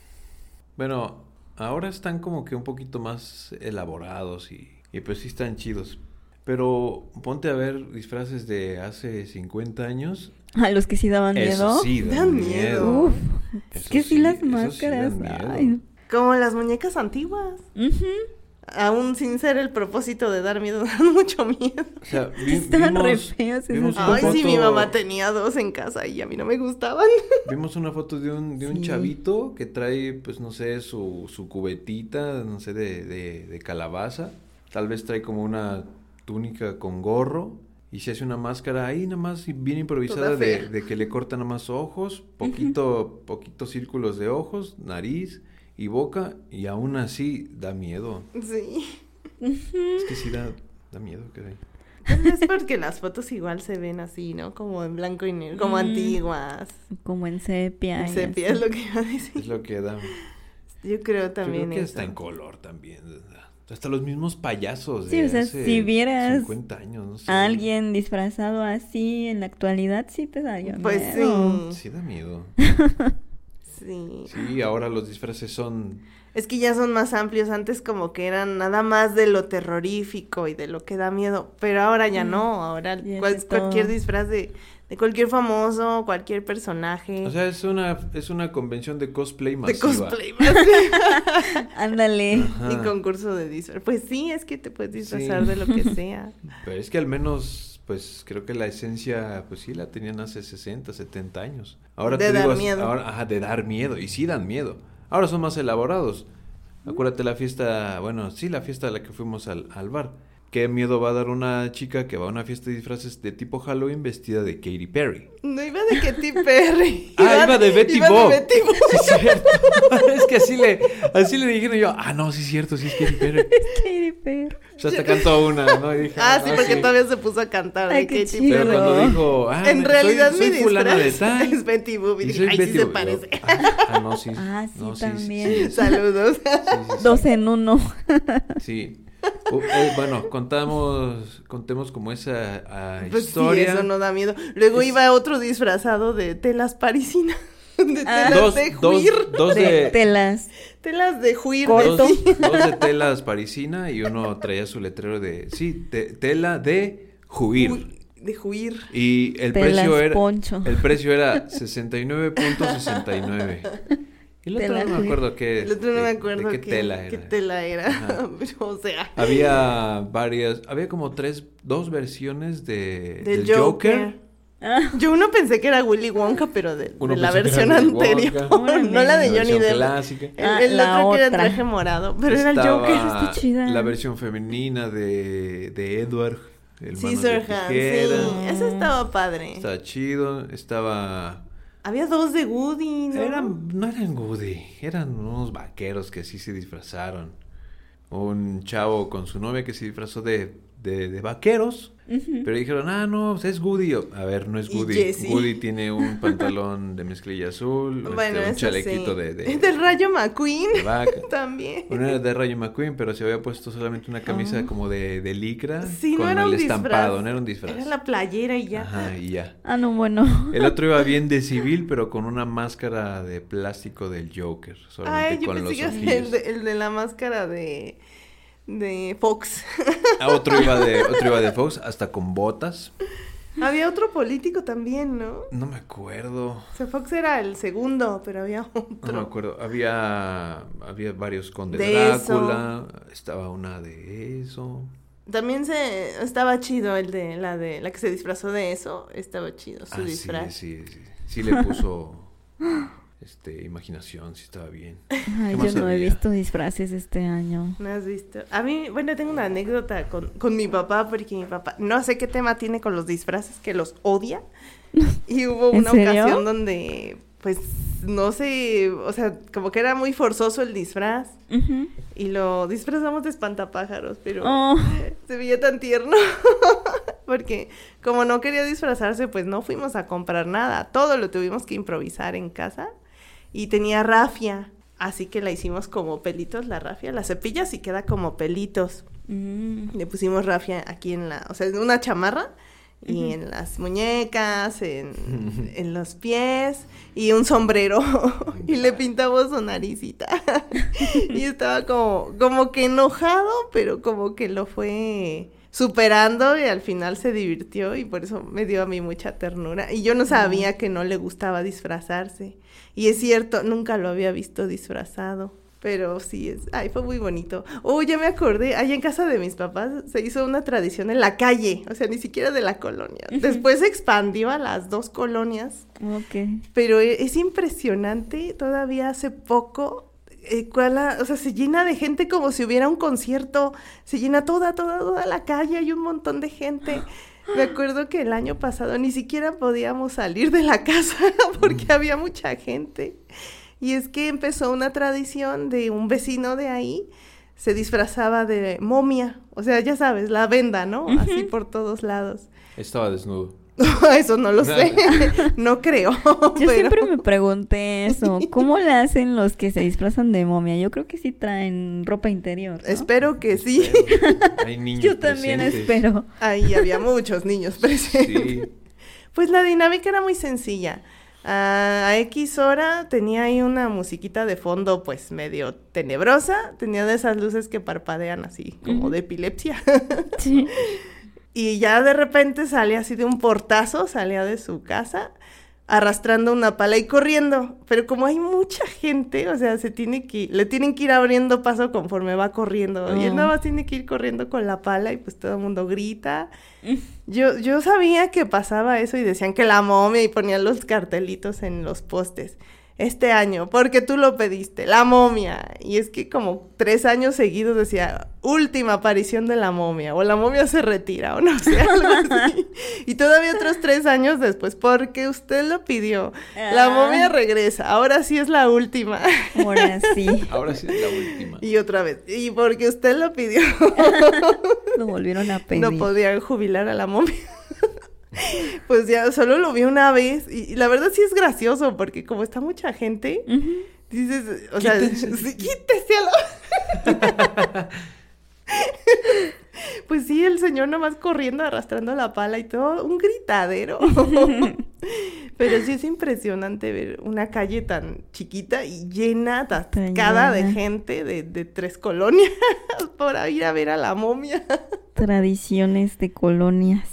Speaker 1: Bueno, ahora están como que un poquito más elaborados y, y pues sí están chidos. Pero ponte a ver disfraces de hace 50 años.
Speaker 3: A los que sí daban miedo.
Speaker 1: Eso sí, dan,
Speaker 2: Dan
Speaker 1: miedo.
Speaker 2: miedo.
Speaker 3: Uf,
Speaker 1: Eso
Speaker 3: es que sí, las
Speaker 1: eso sí
Speaker 3: máscaras.
Speaker 1: dan miedo.
Speaker 3: ay.
Speaker 2: Como las muñecas antiguas.
Speaker 3: Ujú.
Speaker 2: aún sin ser el propósito de dar miedo, dan mucho miedo.
Speaker 1: O sea, vi-
Speaker 3: Están re
Speaker 1: vimos,
Speaker 3: feas
Speaker 1: vimos
Speaker 3: esas
Speaker 1: una
Speaker 2: Ay,
Speaker 3: fotos.
Speaker 2: sí, mi
Speaker 1: foto-
Speaker 2: mamá tenía dos en casa y a mí no me gustaban.
Speaker 1: vimos una foto de un, de un
Speaker 3: Sí.
Speaker 1: chavito que trae, pues no sé, su, su cubetita, no sé, de, de, de calabaza. Tal vez trae como una túnica con gorro y se hace una máscara ahí, nada más y bien improvisada
Speaker 2: Toda
Speaker 1: de,
Speaker 2: fea.
Speaker 1: de que le cortan nada más ojos, poquito, poquitos círculos de ojos, nariz y boca y aún así da miedo.
Speaker 2: Sí.
Speaker 1: Es que sí da, da miedo, caray.
Speaker 2: Tal vez Pues porque las fotos igual se ven así, ¿no? Como en blanco y negro, como
Speaker 3: Mm.
Speaker 2: antiguas.
Speaker 3: Como en sepia. y
Speaker 2: Sepia
Speaker 3: así.
Speaker 2: es lo que iba a decir.
Speaker 1: Es lo que da.
Speaker 2: Yo creo
Speaker 1: Yo
Speaker 2: también
Speaker 1: creo que
Speaker 2: eso.
Speaker 1: hasta en color también. ¿verdad? Hasta los mismos payasos.
Speaker 3: Sí,
Speaker 1: de
Speaker 3: o sea,
Speaker 1: hace
Speaker 3: si vieras
Speaker 1: 50 años, no sé.
Speaker 3: Alguien disfrazado así en la actualidad sí te daría
Speaker 2: Pues
Speaker 3: miedo.
Speaker 2: sí.
Speaker 1: Sí, da miedo.
Speaker 2: Sí.
Speaker 1: Sí, ahora los disfraces son.
Speaker 2: Es que ya son más amplios. Antes como que eran nada más de lo terrorífico y de lo que da miedo. Pero ahora ya
Speaker 3: Mm.
Speaker 2: no. Ahora
Speaker 3: Ya es
Speaker 2: cual-
Speaker 3: de todo.
Speaker 2: cualquier disfraz de, de cualquier famoso, cualquier personaje.
Speaker 1: O sea, es una, es una convención de cosplay masiva.
Speaker 2: de cosplay. más-
Speaker 3: Ándale.
Speaker 1: Ajá.
Speaker 2: y concurso de disfraz. Pues sí, es que te puedes disfrazar
Speaker 1: Sí.
Speaker 2: de lo que sea.
Speaker 1: Pero es que al menos, pues creo que la esencia, pues sí, la tenían hace 60, 70 años. Ahora
Speaker 2: De
Speaker 1: te
Speaker 2: dar
Speaker 1: digo,
Speaker 2: miedo.
Speaker 1: Ahora, ajá, de dar miedo. Y sí dan miedo. Ahora son más elaborados. Acuérdate la fiesta, bueno, sí, la fiesta a la que fuimos al, al bar. ¿Qué miedo va a dar una chica que va a una fiesta de disfraces de tipo Halloween vestida de Katy Perry?
Speaker 2: No iba de Katy Perry.
Speaker 1: Ah, iba de Betty
Speaker 2: iba
Speaker 1: Bob.
Speaker 2: de Betty Boop.
Speaker 1: Sí, es cierto. es que así le, así le dijeron yo, ah, no, sí es cierto, sí es Katy Perry.
Speaker 3: Katy Perry.
Speaker 1: O sea, hasta cantó una, ¿no? Y dije,
Speaker 2: Ah, sí, porque
Speaker 1: sí.
Speaker 2: todavía se puso a cantar de
Speaker 3: Ay, qué
Speaker 2: Katy
Speaker 3: chido.
Speaker 2: Perry.
Speaker 1: Pero cuando dijo, ah,
Speaker 2: en
Speaker 1: soy-
Speaker 2: realidad
Speaker 1: soy,
Speaker 2: mi
Speaker 1: fulana de
Speaker 2: disfraz
Speaker 1: tal.
Speaker 2: es Betty Boop y
Speaker 1: Y
Speaker 2: dije,
Speaker 1: soy
Speaker 2: ay,
Speaker 1: Betty
Speaker 2: sí se
Speaker 1: Boop".
Speaker 2: parece.
Speaker 1: Ah, ah, no, sí.
Speaker 3: Ah, sí,
Speaker 1: no,
Speaker 3: también.
Speaker 1: Sí, sí, sí,
Speaker 2: Saludos.
Speaker 1: sí, sí.
Speaker 3: Dos en uno.
Speaker 1: Sí. Uh, eh, bueno, contamos, contemos como esa ah,
Speaker 2: Pues sí,
Speaker 1: historia.
Speaker 2: eso no da miedo. Luego
Speaker 1: Es-
Speaker 2: iba otro disfrazado de telas parisinas. De
Speaker 3: Ah.
Speaker 2: telas
Speaker 1: dos,
Speaker 2: de
Speaker 1: dos,
Speaker 2: juir.
Speaker 1: dos
Speaker 3: de
Speaker 1: de,
Speaker 3: telas.
Speaker 2: Telas de juir. de-
Speaker 1: dos, dos de telas parisina y uno traía su letrero de, sí, te- tela de juir.
Speaker 2: De juir.
Speaker 1: Y el
Speaker 3: Telas
Speaker 1: precio era
Speaker 3: poncho.
Speaker 1: el precio era 69.69. Y el otro
Speaker 3: Tela
Speaker 1: no me
Speaker 3: juir.
Speaker 1: acuerdo qué
Speaker 2: El otro no
Speaker 1: Eh, de-
Speaker 2: me
Speaker 1: de
Speaker 2: acuerdo
Speaker 1: qué tela era.
Speaker 2: qué tela era.
Speaker 1: Ajá.
Speaker 2: Pero, O sea.
Speaker 1: Había varias, había como tres, dos versiones de, Eh,
Speaker 2: Del
Speaker 1: del
Speaker 2: Joker.
Speaker 3: Ah,
Speaker 2: Yo uno pensé que era Willy Wonka, pero de,
Speaker 1: Uno
Speaker 2: de la
Speaker 1: pensó que
Speaker 2: versión
Speaker 1: era Willy
Speaker 2: anterior.
Speaker 1: Wonka.
Speaker 3: Órale.
Speaker 2: no la Ah,
Speaker 1: la
Speaker 2: de Johnny
Speaker 1: versión
Speaker 2: Depp.
Speaker 1: clásica.
Speaker 2: El,
Speaker 3: Ah,
Speaker 2: el
Speaker 3: la
Speaker 2: otro que era el
Speaker 3: otra.
Speaker 2: traje morado, pero era el
Speaker 1: Estaba
Speaker 2: Joker.
Speaker 3: está chida.
Speaker 1: La versión femenina de, de Edward, el
Speaker 2: Sí,
Speaker 1: sí,
Speaker 2: Sirhan, sí. Eso estaba padre.
Speaker 1: Estaba chido, estaba...
Speaker 2: Había dos de Woody, ¿no?
Speaker 1: Eran, no eran Goody, eran unos vaqueros que sí se disfrazaron. Un chavo con su novia que se disfrazó de, de, de vaqueros.
Speaker 3: ujú.
Speaker 1: Pero dijeron, ah, no, es Goody. Yo, A ver, no es
Speaker 2: Y
Speaker 1: Goody.
Speaker 2: Jessie.
Speaker 1: Goody tiene un pantalón de mezclilla azul, este,
Speaker 2: Bueno,
Speaker 1: un
Speaker 2: eso
Speaker 1: chalequito
Speaker 2: sí.
Speaker 1: de, de,
Speaker 2: Es del Rayo McQueen
Speaker 1: de vaca.
Speaker 2: también.
Speaker 1: Uno era de Rayo McQueen, pero se había puesto solamente una camisa
Speaker 3: Ah.
Speaker 1: como de, de licra
Speaker 2: Sí,
Speaker 1: con
Speaker 2: no era
Speaker 1: el
Speaker 2: un
Speaker 1: estampado,
Speaker 2: disfraz.
Speaker 1: no era un disfraz.
Speaker 2: Era la playera y ya.
Speaker 1: Ajá, y ya.
Speaker 3: Ah, no, bueno.
Speaker 1: El otro iba bien de civil, pero con una máscara de plástico del Joker. Solamente
Speaker 2: Ay, yo
Speaker 1: con
Speaker 2: pensé
Speaker 1: los
Speaker 2: que era el
Speaker 1: ojillos.
Speaker 2: de, el de la máscara de, de Fox.
Speaker 1: Ah, otro, iba de, otro iba de Fox, hasta con botas.
Speaker 2: había otro político también, ¿no?
Speaker 1: No me acuerdo.
Speaker 2: O sea, Fox era el segundo, pero había otro.
Speaker 1: No me acuerdo. Había, había varios con de
Speaker 2: De
Speaker 1: Drácula. Estaba una de eso.
Speaker 2: También se estaba chido el de la de la que se disfrazó de eso, estaba chido su
Speaker 1: Ah, sí,
Speaker 2: disfraz.
Speaker 1: sí, sí. Sí le puso este, imaginación, sí estaba bien.
Speaker 3: Ay,
Speaker 1: más
Speaker 3: yo no he
Speaker 1: había?
Speaker 3: visto disfraces este año.
Speaker 2: ¿No has visto? A mí, bueno, tengo una anécdota con, con mi papá, porque mi papá, no sé qué tema tiene con los disfraces, que los odia. Y hubo
Speaker 3: ¿En
Speaker 2: una
Speaker 3: serio?
Speaker 2: ocasión donde, pues, no sé, o sea, como que era muy forzoso el disfraz.
Speaker 3: Ujú.
Speaker 2: Y lo disfrazamos de espantapájaros, pero
Speaker 3: Oh.
Speaker 2: se veía tan tierno. Porque como no quería disfrazarse, pues no fuimos a comprar nada. Todo lo tuvimos que improvisar en casa. Y tenía rafia. Así que la hicimos como pelitos, la rafia. La cepillas y queda como pelitos.
Speaker 3: Mm.
Speaker 2: Le pusimos rafia aquí en la... O sea, en una chamarra. Y
Speaker 3: Ujú.
Speaker 2: en las muñecas, en, en los pies y un sombrero. y le pintamos su naricita. y estaba como, como que enojado, pero como que lo fue superando y al final se divirtió y por eso me dio a mí mucha ternura. Y yo no sabía que no le gustaba disfrazarse. Y es cierto, nunca lo había visto disfrazado. Pero sí, es, ay, fue muy bonito. Oh, ya me acordé, allá en casa de mis papás se hizo una tradición en la calle, o sea, ni siquiera de la colonia. Después se expandió a las dos colonias,
Speaker 3: Ok.
Speaker 2: pero e- es impresionante, todavía hace poco, eh, cuál ha- o sea, se llena de gente como si hubiera un concierto, se llena toda, toda, toda la calle, hay un montón de gente. Me acuerdo que el año pasado ni siquiera podíamos salir de la casa
Speaker 3: Mm.
Speaker 2: porque había mucha gente. Y es que empezó una tradición de un vecino de ahí, se disfrazaba de momia, o sea, ya sabes, la venda, ¿no? Así por todos lados.
Speaker 1: Estaba desnudo.
Speaker 2: Eso no lo sé, no creo.
Speaker 3: Yo
Speaker 2: pero-
Speaker 3: siempre me pregunté eso, ¿cómo le hacen los que se disfrazan de momia? Yo creo que sí traen ropa interior. ¿no?
Speaker 2: Espero que sí.
Speaker 1: Pero Hay niños
Speaker 3: Yo también
Speaker 1: presentes.
Speaker 3: espero.
Speaker 2: Ahí había muchos niños presentes.
Speaker 1: Sí.
Speaker 2: Pues la dinámica era muy sencilla. A a X hora tenía ahí una musiquita de fondo, pues medio tenebrosa. Tenía de esas luces que parpadean así, como de epilepsia.
Speaker 3: Sí.
Speaker 2: Y ya de repente sale así de un portazo, salía de su casa arrastrando una pala y corriendo. Pero como hay mucha gente, o sea, se tiene que, le tienen que ir abriendo paso conforme va corriendo. Y él
Speaker 3: Oh.
Speaker 2: nada más tiene que ir corriendo con la pala y pues todo el mundo grita. Yo, yo sabía que pasaba eso y decían que la momia y ponían los cartelitos en los postes. Este año, porque tú lo pediste, la momia. Y es que como tres años seguidos decía, última aparición de la momia, o la momia se retira, o no sé, algo así. Y todavía otros tres años después, porque usted lo pidió, la
Speaker 3: Ah.
Speaker 2: momia regresa, ahora sí es la última.
Speaker 3: Ahora sí,
Speaker 1: Ahora sí es la última.
Speaker 2: Y otra vez, y porque usted lo pidió,
Speaker 3: lo volvieron a pedir.
Speaker 2: no podían jubilar a la momia. Pues ya solo lo vi una vez y, y la verdad sí es gracioso porque como está mucha gente,
Speaker 3: Ujú.
Speaker 2: dices, o sea,
Speaker 1: Quítense.
Speaker 2: sí, quítese a la- Pues sí, el señor nomás corriendo, arrastrando la pala y todo, un gritadero. Pero sí es impresionante ver una calle tan chiquita y llena, atascada de
Speaker 3: llena.
Speaker 2: gente de, de tres colonias para ir a ver a la momia.
Speaker 3: Tradiciones de colonias.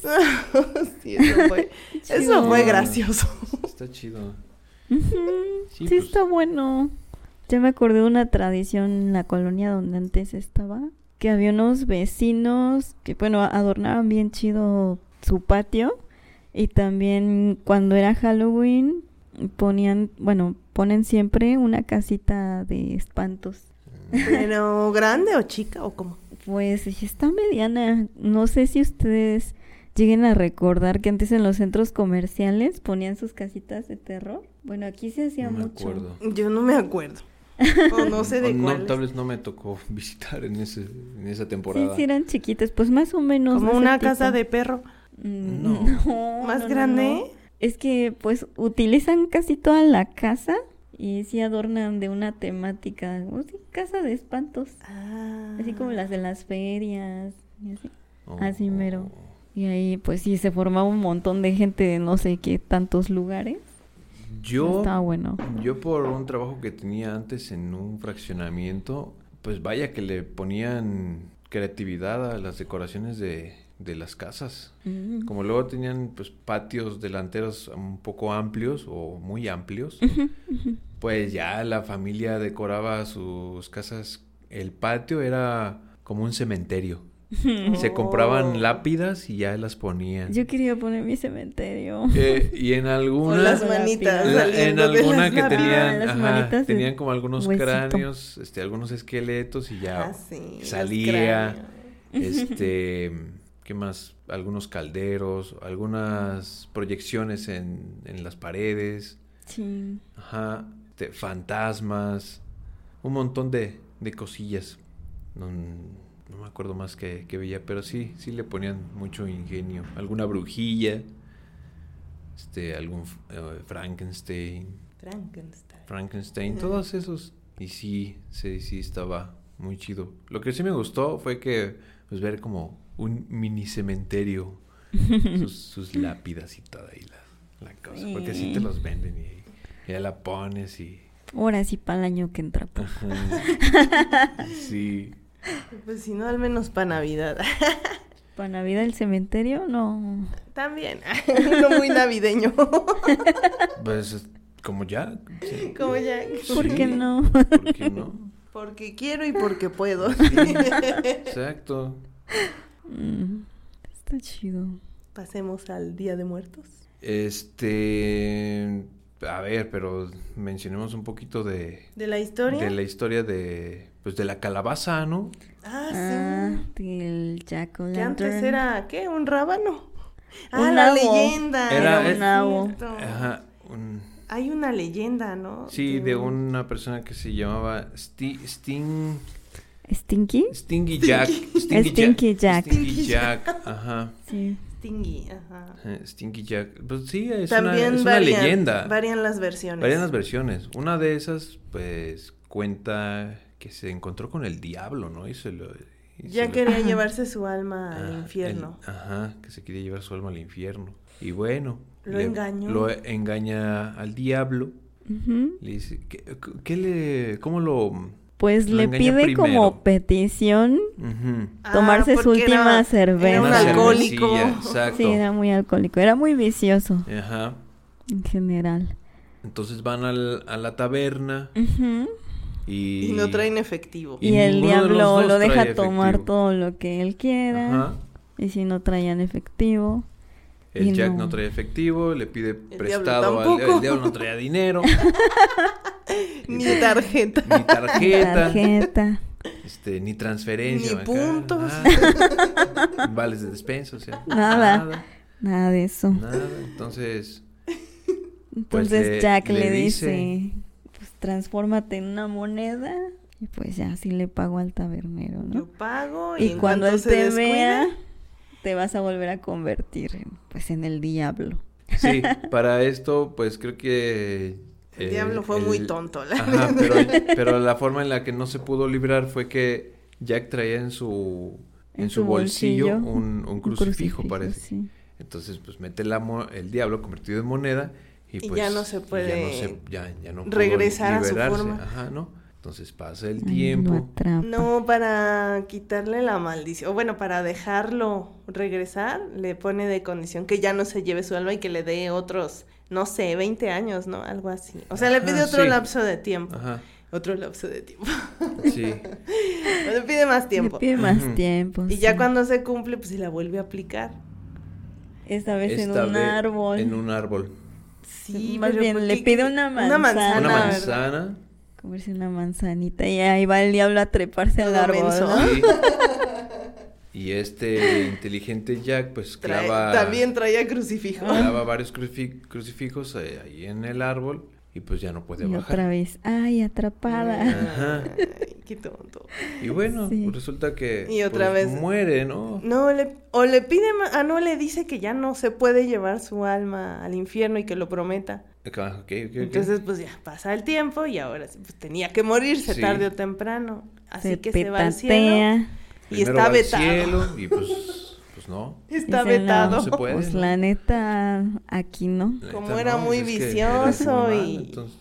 Speaker 2: Sí, eso fue, eso
Speaker 3: Chido.
Speaker 2: fue gracioso.
Speaker 1: Está chido.
Speaker 3: Ujú,
Speaker 1: Sí,
Speaker 3: Sí,
Speaker 1: pues.
Speaker 3: está bueno. Ya me acordé de una tradición en la colonia donde antes estaba, que había unos vecinos que, bueno, adornaban bien chido su patio y también cuando era Halloween ponían, bueno, ponen siempre una casita de espantos.
Speaker 1: eh,
Speaker 2: Pero grande o chica o como.
Speaker 3: Pues sí, está mediana. No sé si ustedes lleguen a recordar que antes en los centros comerciales ponían sus casitas de terror. Bueno, aquí se hacía
Speaker 1: No me
Speaker 3: mucho.
Speaker 1: acuerdo.
Speaker 2: Yo no me acuerdo. O no sé
Speaker 1: O
Speaker 2: de
Speaker 1: no,
Speaker 2: cuál.
Speaker 1: tal vez no me tocó visitar en, ese, en esa
Speaker 3: Sí,
Speaker 1: temporada.
Speaker 3: sí eran chiquitas, pues más o menos.
Speaker 2: Como
Speaker 3: de ese
Speaker 2: una casa
Speaker 3: tipo.
Speaker 2: de perro.
Speaker 3: Mm,
Speaker 1: No.
Speaker 3: no,
Speaker 2: Más
Speaker 3: no, no,
Speaker 2: grande.
Speaker 3: no. Es que pues utilizan casi toda la casa y sí adornan de una temática, o sí, casa de espantos,
Speaker 2: Ah.
Speaker 3: así como las de las ferias y así.
Speaker 1: Oh.
Speaker 3: Así mero. Y ahí pues sí se formaba un montón de gente de no sé qué tantos lugares.
Speaker 1: Yo,
Speaker 3: Estaba bueno.
Speaker 1: yo por un trabajo que tenía antes en un fraccionamiento, pues vaya que le ponían creatividad a las decoraciones de, de las casas.
Speaker 3: Mm.
Speaker 1: Como luego tenían pues patios delanteros un poco amplios o muy amplios, pues ya la familia decoraba sus casas. El patio era como un cementerio. Se
Speaker 2: Oh.
Speaker 1: compraban lápidas y ya las ponían.
Speaker 3: Yo quería poner mi cementerio.
Speaker 1: Eh, y en
Speaker 2: Con
Speaker 1: alguna
Speaker 2: las
Speaker 3: Una-
Speaker 2: manitas.
Speaker 1: la- en
Speaker 2: saliendo de
Speaker 1: alguna
Speaker 2: las
Speaker 1: que
Speaker 2: manos.
Speaker 1: tenían,
Speaker 3: Ah, las
Speaker 1: ajá,
Speaker 3: manitas de
Speaker 1: tenían como algunos
Speaker 3: huesito.
Speaker 1: cráneos, este, algunos esqueletos y ya
Speaker 2: Ah, sí, los
Speaker 1: salía,
Speaker 2: cráneos.
Speaker 1: este, ¿qué más? Algunos calderos, algunas proyecciones en, en las paredes,
Speaker 3: Sí.
Speaker 1: ajá, este, fantasmas, un montón de, de cosillas. No, no me acuerdo más que, que veía, pero sí, sí le ponían mucho ingenio. Alguna brujilla, este, algún eh, Frankenstein.
Speaker 2: Frankenstein.
Speaker 1: Frankenstein,
Speaker 2: Ujú.
Speaker 1: todos esos. Y sí, sí, sí, estaba muy chido. Lo que sí me gustó fue que, pues, ver como un mini cementerio, sus, sus lápidas y toda ahí la, la cosa. Porque sí te
Speaker 3: Sí.
Speaker 1: los venden y, y ya la pones y...
Speaker 3: Ahora sí para el año que
Speaker 1: Ah.
Speaker 3: entra. pues.
Speaker 1: Ajá. sí.
Speaker 2: Pues si no, al menos para Navidad.
Speaker 3: Para Navidad el cementerio, no.
Speaker 2: También. No muy navideño.
Speaker 1: Pues, como ya. sí.
Speaker 2: como ya.
Speaker 1: Sí,
Speaker 3: ¿Por qué no?
Speaker 1: ¿Por qué no?
Speaker 2: Porque quiero y porque puedo.
Speaker 1: Exacto.
Speaker 3: Mm, está chido.
Speaker 2: Pasemos al Día de Muertos.
Speaker 1: Este, a ver, pero mencionemos un poquito de,
Speaker 2: ¿De la historia?
Speaker 1: de la historia de, pues de la calabaza, ¿no?
Speaker 2: Ah,
Speaker 3: Ah,
Speaker 2: sí.
Speaker 3: del Jack
Speaker 2: Que antes
Speaker 3: O'Lantern.
Speaker 2: era, ¿qué? ¿Un rábano? Ah,
Speaker 3: Un
Speaker 2: la
Speaker 3: nabo.
Speaker 2: leyenda.
Speaker 1: Era-
Speaker 2: es
Speaker 1: es-
Speaker 3: nabo.
Speaker 2: cierto.
Speaker 1: Ajá. un-
Speaker 2: Hay una leyenda, ¿no?
Speaker 1: sí, de una persona que se llamaba Sti- Sting,
Speaker 3: Stinky.
Speaker 1: Stingy Jack.
Speaker 3: Stinky Jack.
Speaker 1: Stingy Jack, ajá.
Speaker 3: Sí.
Speaker 2: Stingy, ajá.
Speaker 1: ajá, Stinky Jack. Pues sí, es
Speaker 2: También
Speaker 1: una, es una
Speaker 2: varían,
Speaker 1: leyenda.
Speaker 2: Varían las versiones.
Speaker 1: Varían las versiones. Una de esas, pues, cuenta que se encontró con el diablo, ¿no? Y se lo... y se
Speaker 2: ya
Speaker 1: lo-
Speaker 2: quería
Speaker 3: Ajá.
Speaker 2: llevarse su alma
Speaker 1: Ah,
Speaker 2: al infierno.
Speaker 1: el- ajá, que se quería llevar su alma al infierno. Y bueno.
Speaker 2: Lo engañó.
Speaker 1: Lo engaña al diablo.
Speaker 3: Ujú.
Speaker 1: Le dice, ¿qué, qué le...? ¿Cómo lo...?
Speaker 3: Pues
Speaker 1: Lo
Speaker 3: le
Speaker 1: engañó
Speaker 3: pide
Speaker 1: primero.
Speaker 3: como petición.
Speaker 1: Ujú.
Speaker 2: Ah,
Speaker 3: Tomarse su
Speaker 2: porque
Speaker 3: última
Speaker 2: era-
Speaker 3: cerveza.
Speaker 2: Era un
Speaker 1: Una
Speaker 2: alcohólico.
Speaker 1: cervecilla, Exacto.
Speaker 3: Sí, era muy alcohólico. Era muy vicioso
Speaker 1: Ajá.
Speaker 3: en general.
Speaker 1: Entonces van al- a la taberna
Speaker 3: Ujú.
Speaker 1: y...
Speaker 2: Y no traen efectivo.
Speaker 1: Y
Speaker 3: Y, el
Speaker 1: ninguno de los
Speaker 3: diablo
Speaker 1: dos
Speaker 3: lo deja
Speaker 1: trae
Speaker 3: tomar
Speaker 1: efectivo.
Speaker 3: todo lo que él quiera.
Speaker 1: Ajá.
Speaker 3: Y si no traían efectivo.
Speaker 1: El
Speaker 3: Y
Speaker 1: Jack
Speaker 3: no.
Speaker 1: no. trae efectivo, le pide
Speaker 2: diablo
Speaker 1: prestado al
Speaker 2: tampoco.
Speaker 1: el diablo no traía dinero,
Speaker 2: Ni tarjeta.
Speaker 1: ni tarjeta,
Speaker 3: Tarjeta.
Speaker 1: este, ni transferencia,
Speaker 2: Ni
Speaker 1: acá,
Speaker 2: puntos.
Speaker 1: nada. vales de despensa, o sea,
Speaker 3: Nada.
Speaker 1: nada,
Speaker 3: Nada de eso.
Speaker 1: nada. Entonces,
Speaker 3: Entonces
Speaker 1: pues le-
Speaker 3: Jack
Speaker 1: le
Speaker 3: le,
Speaker 1: dice-
Speaker 3: dice, pues transfórmate en una moneda y pues ya así le pago al tabernero,
Speaker 2: Yo
Speaker 3: ¿no?
Speaker 2: pago y,
Speaker 3: Y
Speaker 2: en
Speaker 3: cuando
Speaker 2: cuanto
Speaker 3: él
Speaker 2: se
Speaker 3: te
Speaker 2: descuida,
Speaker 3: vea, te vas a volver a convertir en, pues en el diablo.
Speaker 1: sí, para esto, pues creo que
Speaker 2: El
Speaker 1: eh,
Speaker 2: diablo fue
Speaker 1: el-
Speaker 2: muy tonto, la
Speaker 1: Ajá, pero,
Speaker 2: verdad.
Speaker 1: pero la forma en la que no se pudo librar fue que Jack traía en su en, su bolsillo, un, un crucifijo, parece.
Speaker 3: sí.
Speaker 1: Entonces, pues mete la mo- el diablo convertido en moneda y
Speaker 2: Y
Speaker 1: pues...
Speaker 2: ya no se
Speaker 1: y Ya no,
Speaker 2: puede
Speaker 1: se, ya, ya no pudo
Speaker 2: regresar a su
Speaker 1: liberarse.
Speaker 2: forma.
Speaker 1: Ajá, ¿no? Entonces pasa el
Speaker 3: Ahí
Speaker 1: tiempo.
Speaker 3: Lo atrapa.
Speaker 2: No, para quitarle la maldición, o bueno, para dejarlo regresar, le pone de condición que ya no se lleve su alma y que le dé otros, no sé, 20 años, ¿no? Algo así. O sea, le
Speaker 1: Ajá,
Speaker 2: pide otro
Speaker 1: Ah, sí. Ah.
Speaker 2: lapso de tiempo.
Speaker 1: Ajá,
Speaker 2: Otro lapso de tiempo.
Speaker 1: sí.
Speaker 2: le pide más tiempo.
Speaker 3: Le pide más
Speaker 1: Ujú.
Speaker 3: tiempo.
Speaker 2: Y
Speaker 3: sí.
Speaker 2: ya cuando se cumple, pues se la vuelve a aplicar.
Speaker 3: Esta vez
Speaker 1: Esta
Speaker 3: en un
Speaker 1: vez
Speaker 3: árbol.
Speaker 1: En un árbol.
Speaker 2: Sí,
Speaker 3: Más
Speaker 2: pero
Speaker 3: bien,
Speaker 2: ¿por
Speaker 3: le
Speaker 2: qué?
Speaker 3: pide una
Speaker 2: Una
Speaker 3: manzana,
Speaker 2: manzana.
Speaker 1: una
Speaker 3: Ah, ¿verdad?
Speaker 1: manzana.
Speaker 3: Comerse una manzanita y ahí va el diablo a treparse al
Speaker 2: Todo
Speaker 3: árbol,
Speaker 2: menso.
Speaker 3: ¿no?
Speaker 1: sí. Y este inteligente Jack, pues
Speaker 2: Trae-
Speaker 1: clava...
Speaker 2: También traía crucifijo.
Speaker 1: Clava varios cruci- crucifijos eh, ahí en el árbol y pues ya no puede
Speaker 3: Y
Speaker 1: bajar.
Speaker 3: otra vez, ay, atrapada.
Speaker 1: Ajá.
Speaker 2: Ay, qué tonto.
Speaker 1: Y bueno, pues,
Speaker 3: Sí.
Speaker 1: resulta que
Speaker 2: Y otra
Speaker 1: pues,
Speaker 2: vez.
Speaker 1: muere, ¿no?
Speaker 2: No, le, o le pide, ma- ah, no, le dice que ya no se puede llevar su alma al infierno y que lo prometa.
Speaker 1: Acá, ah, ok, ok, ok.
Speaker 2: Entonces, pues ya pasa el tiempo y ahora sí, pues, tenía que morirse
Speaker 1: Sí.
Speaker 2: tarde o temprano. Ah, Así
Speaker 3: se
Speaker 2: que se va
Speaker 3: petatea.
Speaker 2: al cielo y
Speaker 1: Primero
Speaker 2: está
Speaker 1: va al
Speaker 2: vetado.
Speaker 1: cielo y pues, pues no.
Speaker 2: Está
Speaker 3: Dice,
Speaker 2: vetado.
Speaker 1: No se puede.
Speaker 3: Pues
Speaker 1: ¿no?
Speaker 3: la neta, aquí no.
Speaker 1: La
Speaker 2: Como
Speaker 1: neta,
Speaker 2: era muy
Speaker 1: pues, es que
Speaker 2: vicioso
Speaker 1: eres muy
Speaker 2: y-
Speaker 1: malo, entonces,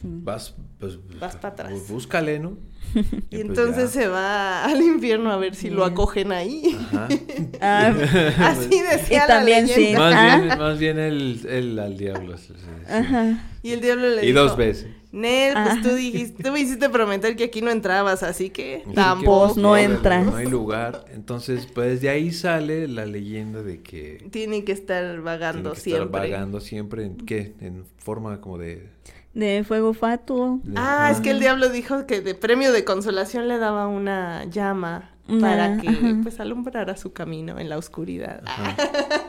Speaker 3: Sí.
Speaker 1: vas, pues,
Speaker 2: Vas pa' atrás.
Speaker 1: pues, búscale, ¿no?
Speaker 2: Y,
Speaker 1: pues,
Speaker 2: entonces
Speaker 1: ya.
Speaker 2: se va al infierno a ver si lo
Speaker 3: Bien.
Speaker 2: acogen ahí.
Speaker 1: Ajá.
Speaker 3: Ah,
Speaker 1: Pues
Speaker 2: Así decía
Speaker 3: Y
Speaker 2: la
Speaker 3: también sí.
Speaker 2: leyenda.
Speaker 1: Más
Speaker 3: Ah.
Speaker 1: bien, más bien el, el al diablo. sí, sí, sí.
Speaker 3: Ajá.
Speaker 2: Y el diablo le
Speaker 1: Y
Speaker 2: dijo,
Speaker 1: dos veces.
Speaker 2: Nel, pues
Speaker 3: Ah.
Speaker 2: tú dijiste, tú me hiciste prometer que aquí no entrabas, así que
Speaker 1: Así que,
Speaker 2: tampoco.
Speaker 3: Pues no
Speaker 1: órale,
Speaker 3: entras.
Speaker 1: No hay lugar. Entonces, pues de ahí sale la leyenda de que
Speaker 2: Tiene que estar vagando
Speaker 1: tiene que estar
Speaker 2: siempre.
Speaker 1: vagando siempre en qué? En forma como de.
Speaker 3: De fuego fatuo.
Speaker 1: de-
Speaker 2: Ah,
Speaker 1: ajá.
Speaker 2: es que el diablo dijo que de premio de consolación le daba una llama
Speaker 3: Una-
Speaker 2: para que
Speaker 3: ajá.
Speaker 2: pues alumbrara su camino en la oscuridad.
Speaker 1: Ajá.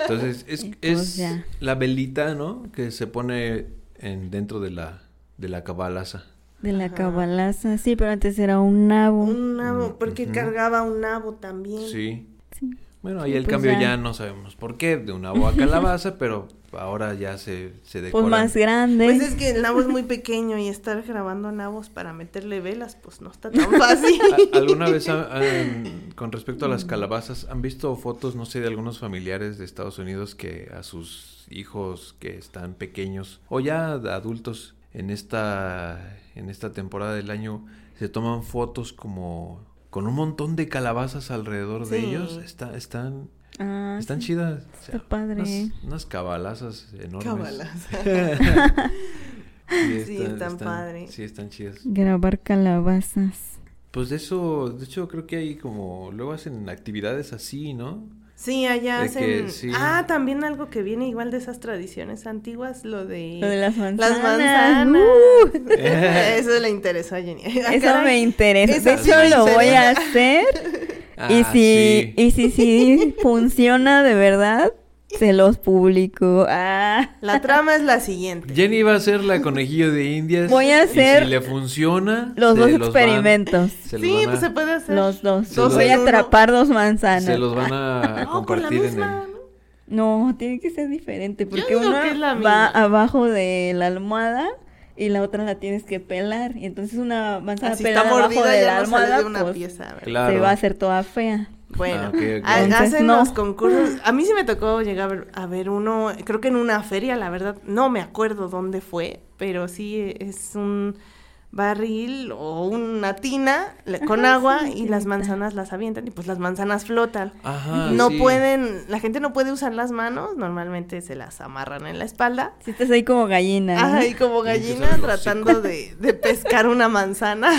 Speaker 1: Entonces, es,
Speaker 3: Y pues
Speaker 1: es
Speaker 3: ya.
Speaker 1: la velita, ¿no? Que se pone en, dentro de la, de la cabalaza.
Speaker 3: De la
Speaker 2: Ajá.
Speaker 3: cabalaza. Sí, pero antes era un nabo.
Speaker 2: Un nabo, porque
Speaker 1: Mm, Ujú.
Speaker 2: cargaba un nabo también.
Speaker 1: Sí.
Speaker 3: Sí.
Speaker 1: Bueno, ahí
Speaker 3: Sí,
Speaker 1: el
Speaker 3: pues
Speaker 1: cambio ya.
Speaker 3: ya.
Speaker 1: no sabemos por qué, de una boa a calabaza, pero ahora ya se, se
Speaker 3: Pues
Speaker 1: decora.
Speaker 3: más grande.
Speaker 2: Pues es que el nabo es muy pequeño y estar grabando nabos para meterle velas, pues no está tan fácil.
Speaker 1: ¿Alguna vez, ha- han- con respecto a las calabazas, han visto fotos, no sé, de algunos familiares de Estados Unidos que a sus hijos que están pequeños o ya adultos en esta, en esta temporada del año se toman fotos como con un montón de calabazas alrededor de
Speaker 2: Sí.
Speaker 1: ellos? Está- están,
Speaker 3: Ah,
Speaker 1: están
Speaker 3: sí.
Speaker 1: chidas.
Speaker 3: está padre.
Speaker 1: Unas, unas cabalazas enormes.
Speaker 2: Cábalas. Sí, tan padre.
Speaker 1: Sí, están chidas.
Speaker 3: Grabar calabazas.
Speaker 1: Pues de eso, de hecho creo que hay como, luego hacen actividades así, ¿no?
Speaker 2: Sí, allá
Speaker 1: De
Speaker 2: hacen...
Speaker 1: que sí.
Speaker 2: Ah, también algo que viene igual de esas tradiciones antiguas, lo de...
Speaker 3: Lo de las manzanas.
Speaker 2: Las manzanas.
Speaker 3: ¡uh!
Speaker 2: Eso le interesó a Jenny. Ah,
Speaker 3: Eso
Speaker 2: caray.
Speaker 3: me interesa.
Speaker 2: Eso
Speaker 3: de
Speaker 2: sí
Speaker 3: hecho,
Speaker 2: me
Speaker 3: lo
Speaker 2: interesa.
Speaker 3: voy a hacer. y
Speaker 1: Ah,
Speaker 3: si,
Speaker 1: sí.
Speaker 3: y si sí funciona de verdad, se los publico. Ah.
Speaker 2: La trama es la siguiente.
Speaker 1: Jenny va a ser la conejillo de indias.
Speaker 3: Voy a
Speaker 1: y
Speaker 3: hacer
Speaker 1: si le funciona.
Speaker 3: Los
Speaker 1: se
Speaker 3: dos
Speaker 1: van-
Speaker 3: experimentos.
Speaker 1: se los
Speaker 2: sí,
Speaker 1: van a-
Speaker 2: pues se puede hacer.
Speaker 3: Los dos.
Speaker 1: Se los-
Speaker 3: voy a atrapar dos manzanas.
Speaker 1: se los van a
Speaker 2: No, con Ah, la
Speaker 1: compartir en
Speaker 2: misma,
Speaker 1: el...
Speaker 2: ¿no?
Speaker 3: No, tiene que ser diferente. Porque
Speaker 2: digo
Speaker 3: una
Speaker 2: que es la
Speaker 3: va
Speaker 2: misma.
Speaker 3: abajo de la almohada y la otra la tienes que pelar. Y entonces una manzana
Speaker 2: Así está
Speaker 3: pelada abajo
Speaker 2: mordida
Speaker 3: de
Speaker 2: ya
Speaker 3: Ah, la
Speaker 2: no sale
Speaker 3: almohada
Speaker 2: de una
Speaker 3: pues,
Speaker 2: pieza. ¿verdad?
Speaker 1: Claro.
Speaker 3: se va a hacer toda fea.
Speaker 2: Bueno,
Speaker 1: Ah, ok, ok.
Speaker 2: ha-
Speaker 3: Entonces,
Speaker 2: hacen
Speaker 3: no.
Speaker 2: los concursos. A mí sí me tocó llegar a ver, a ver uno, creo que en una feria, la verdad, no me acuerdo dónde fue, pero sí es un barril o una tina le- con
Speaker 3: Ajá,
Speaker 2: agua
Speaker 3: sí,
Speaker 2: y
Speaker 3: tinita.
Speaker 2: las manzanas las avientan y pues las manzanas flotan.
Speaker 1: Ajá,
Speaker 2: no
Speaker 1: Ah, sí.
Speaker 2: pueden, la gente no puede usar las manos, normalmente se las amarran en la espalda.
Speaker 3: Si estás ahí como gallina. ¿no?
Speaker 2: Ajá, y como
Speaker 1: Tienen que
Speaker 2: gallina
Speaker 1: usar el
Speaker 2: tratando de, de pescar una manzana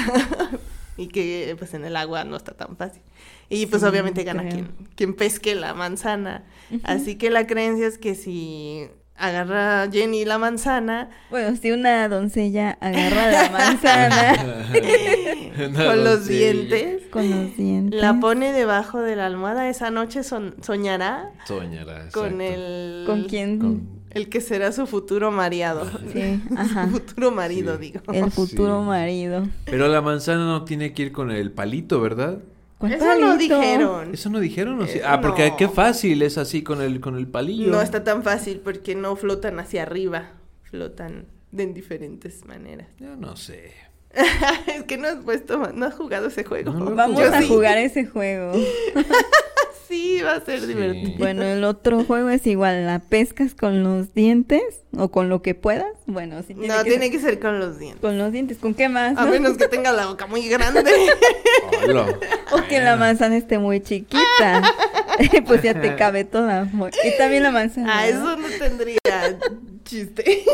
Speaker 2: y que pues en el agua no está tan fácil. Y pues
Speaker 3: Sí,
Speaker 2: obviamente gana
Speaker 3: creo.
Speaker 2: quien, quien pesque la manzana. Así que la creencia es que si agarra Jenny la manzana
Speaker 3: Bueno, si una doncella agarra la manzana
Speaker 1: Una
Speaker 2: eh, con los
Speaker 1: doncella.
Speaker 2: dientes,
Speaker 3: con los dientes.
Speaker 2: la pone debajo de la almohada, esa noche son- soñará
Speaker 1: Soñará.
Speaker 2: con
Speaker 1: exacto.
Speaker 2: el...
Speaker 3: ¿Con quién?
Speaker 1: Con-
Speaker 2: El que será su futuro mareado.
Speaker 3: Sí, ajá.
Speaker 2: Su futuro marido,
Speaker 1: Sí.
Speaker 2: digo.
Speaker 3: El
Speaker 1: Sí.
Speaker 3: futuro marido.
Speaker 1: Pero la manzana no tiene que ir con el palito, ¿verdad?
Speaker 3: ¿Cuál
Speaker 2: Eso no
Speaker 3: palito?
Speaker 2: dijeron.
Speaker 1: Eso no dijeron, ¿o sí?
Speaker 2: Eso
Speaker 1: Ah, porque
Speaker 2: no.
Speaker 1: qué fácil es así con el con el palillo.
Speaker 2: No está tan fácil porque no flotan hacia arriba, flotan de en diferentes maneras.
Speaker 1: Yo no sé.
Speaker 2: es que no has puesto, no has jugado ese juego.
Speaker 1: No lo he
Speaker 3: Vamos
Speaker 2: Yo
Speaker 1: jugado.
Speaker 3: a
Speaker 2: sí.
Speaker 3: jugar ese juego.
Speaker 2: Sí, va a ser
Speaker 1: Sí.
Speaker 2: divertido.
Speaker 3: Bueno, el otro juego es igual, la pescas con los dientes o con lo que puedas. Bueno, si tiene
Speaker 2: no,
Speaker 3: que
Speaker 2: tiene
Speaker 3: ser
Speaker 2: que ser con los dientes.
Speaker 3: con los dientes, ¿con qué más?
Speaker 2: A
Speaker 3: no?
Speaker 2: menos que tenga la boca muy grande. Ah,
Speaker 1: Hola.
Speaker 3: O que la
Speaker 1: Bueno.
Speaker 3: manzana esté muy chiquita. pues ya te cabe toda. mu- Y también la manzana.
Speaker 2: ah,
Speaker 3: ¿no?
Speaker 2: eso no tendría chiste.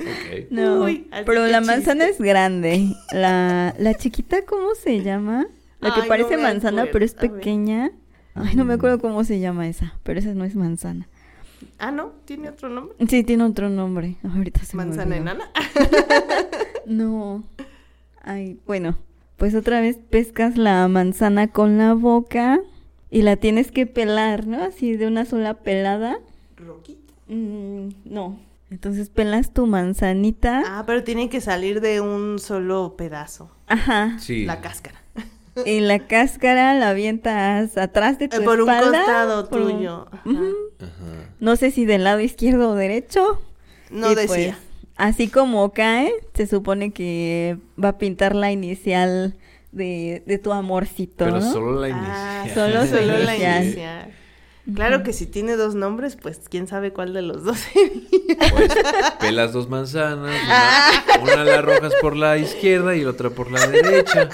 Speaker 1: Ok.
Speaker 3: No,
Speaker 2: Uy, así
Speaker 3: pero
Speaker 2: que
Speaker 3: la manzana es
Speaker 2: chiste.
Speaker 3: grande. La, la chiquita, ¿cómo se llama? La que
Speaker 2: Ay, no
Speaker 3: parece
Speaker 2: me
Speaker 3: manzana, pero es
Speaker 2: acuerdo. A ver. Mm.
Speaker 3: pequeña. Ay, no me acuerdo cómo se llama esa, pero esa no es manzana.
Speaker 2: Ah, no, tiene otro nombre.
Speaker 3: Sí, tiene otro nombre. Ahorita se me
Speaker 2: Manzana
Speaker 3: olvidó.
Speaker 2: enana.
Speaker 3: No. Ay, bueno, pues otra vez pescas la manzana con la boca y la tienes que pelar, ¿no? Así de una sola pelada.
Speaker 2: Roquita.
Speaker 3: Mm, no. Entonces pelas tu manzanita.
Speaker 2: Ah, pero tiene que salir de un solo pedazo,
Speaker 3: Ajá.
Speaker 1: Sí.
Speaker 2: la cáscara.
Speaker 3: Y la cáscara la avientas atrás de tu
Speaker 2: Eh, por un
Speaker 3: espalda,
Speaker 2: costado
Speaker 3: por un-
Speaker 2: tuyo. Ajá.
Speaker 3: Ujú.
Speaker 1: Ajá.
Speaker 3: No sé si del lado izquierdo o derecho.
Speaker 2: No
Speaker 3: Y, pues,
Speaker 2: decía.
Speaker 3: así como cae, se supone que va a pintar la inicial de, de tu amorcito,
Speaker 1: Pero
Speaker 3: ¿no?
Speaker 1: solo la
Speaker 2: Ah,
Speaker 1: inicia.
Speaker 3: Solo-
Speaker 2: solo
Speaker 3: solo
Speaker 2: la
Speaker 3: inicial.
Speaker 2: inicial. Claro que si tiene dos nombres, pues quién sabe cuál de los dos.
Speaker 1: Pues, pelas dos manzanas, una, una la arrojas por la izquierda y la otra por la derecha.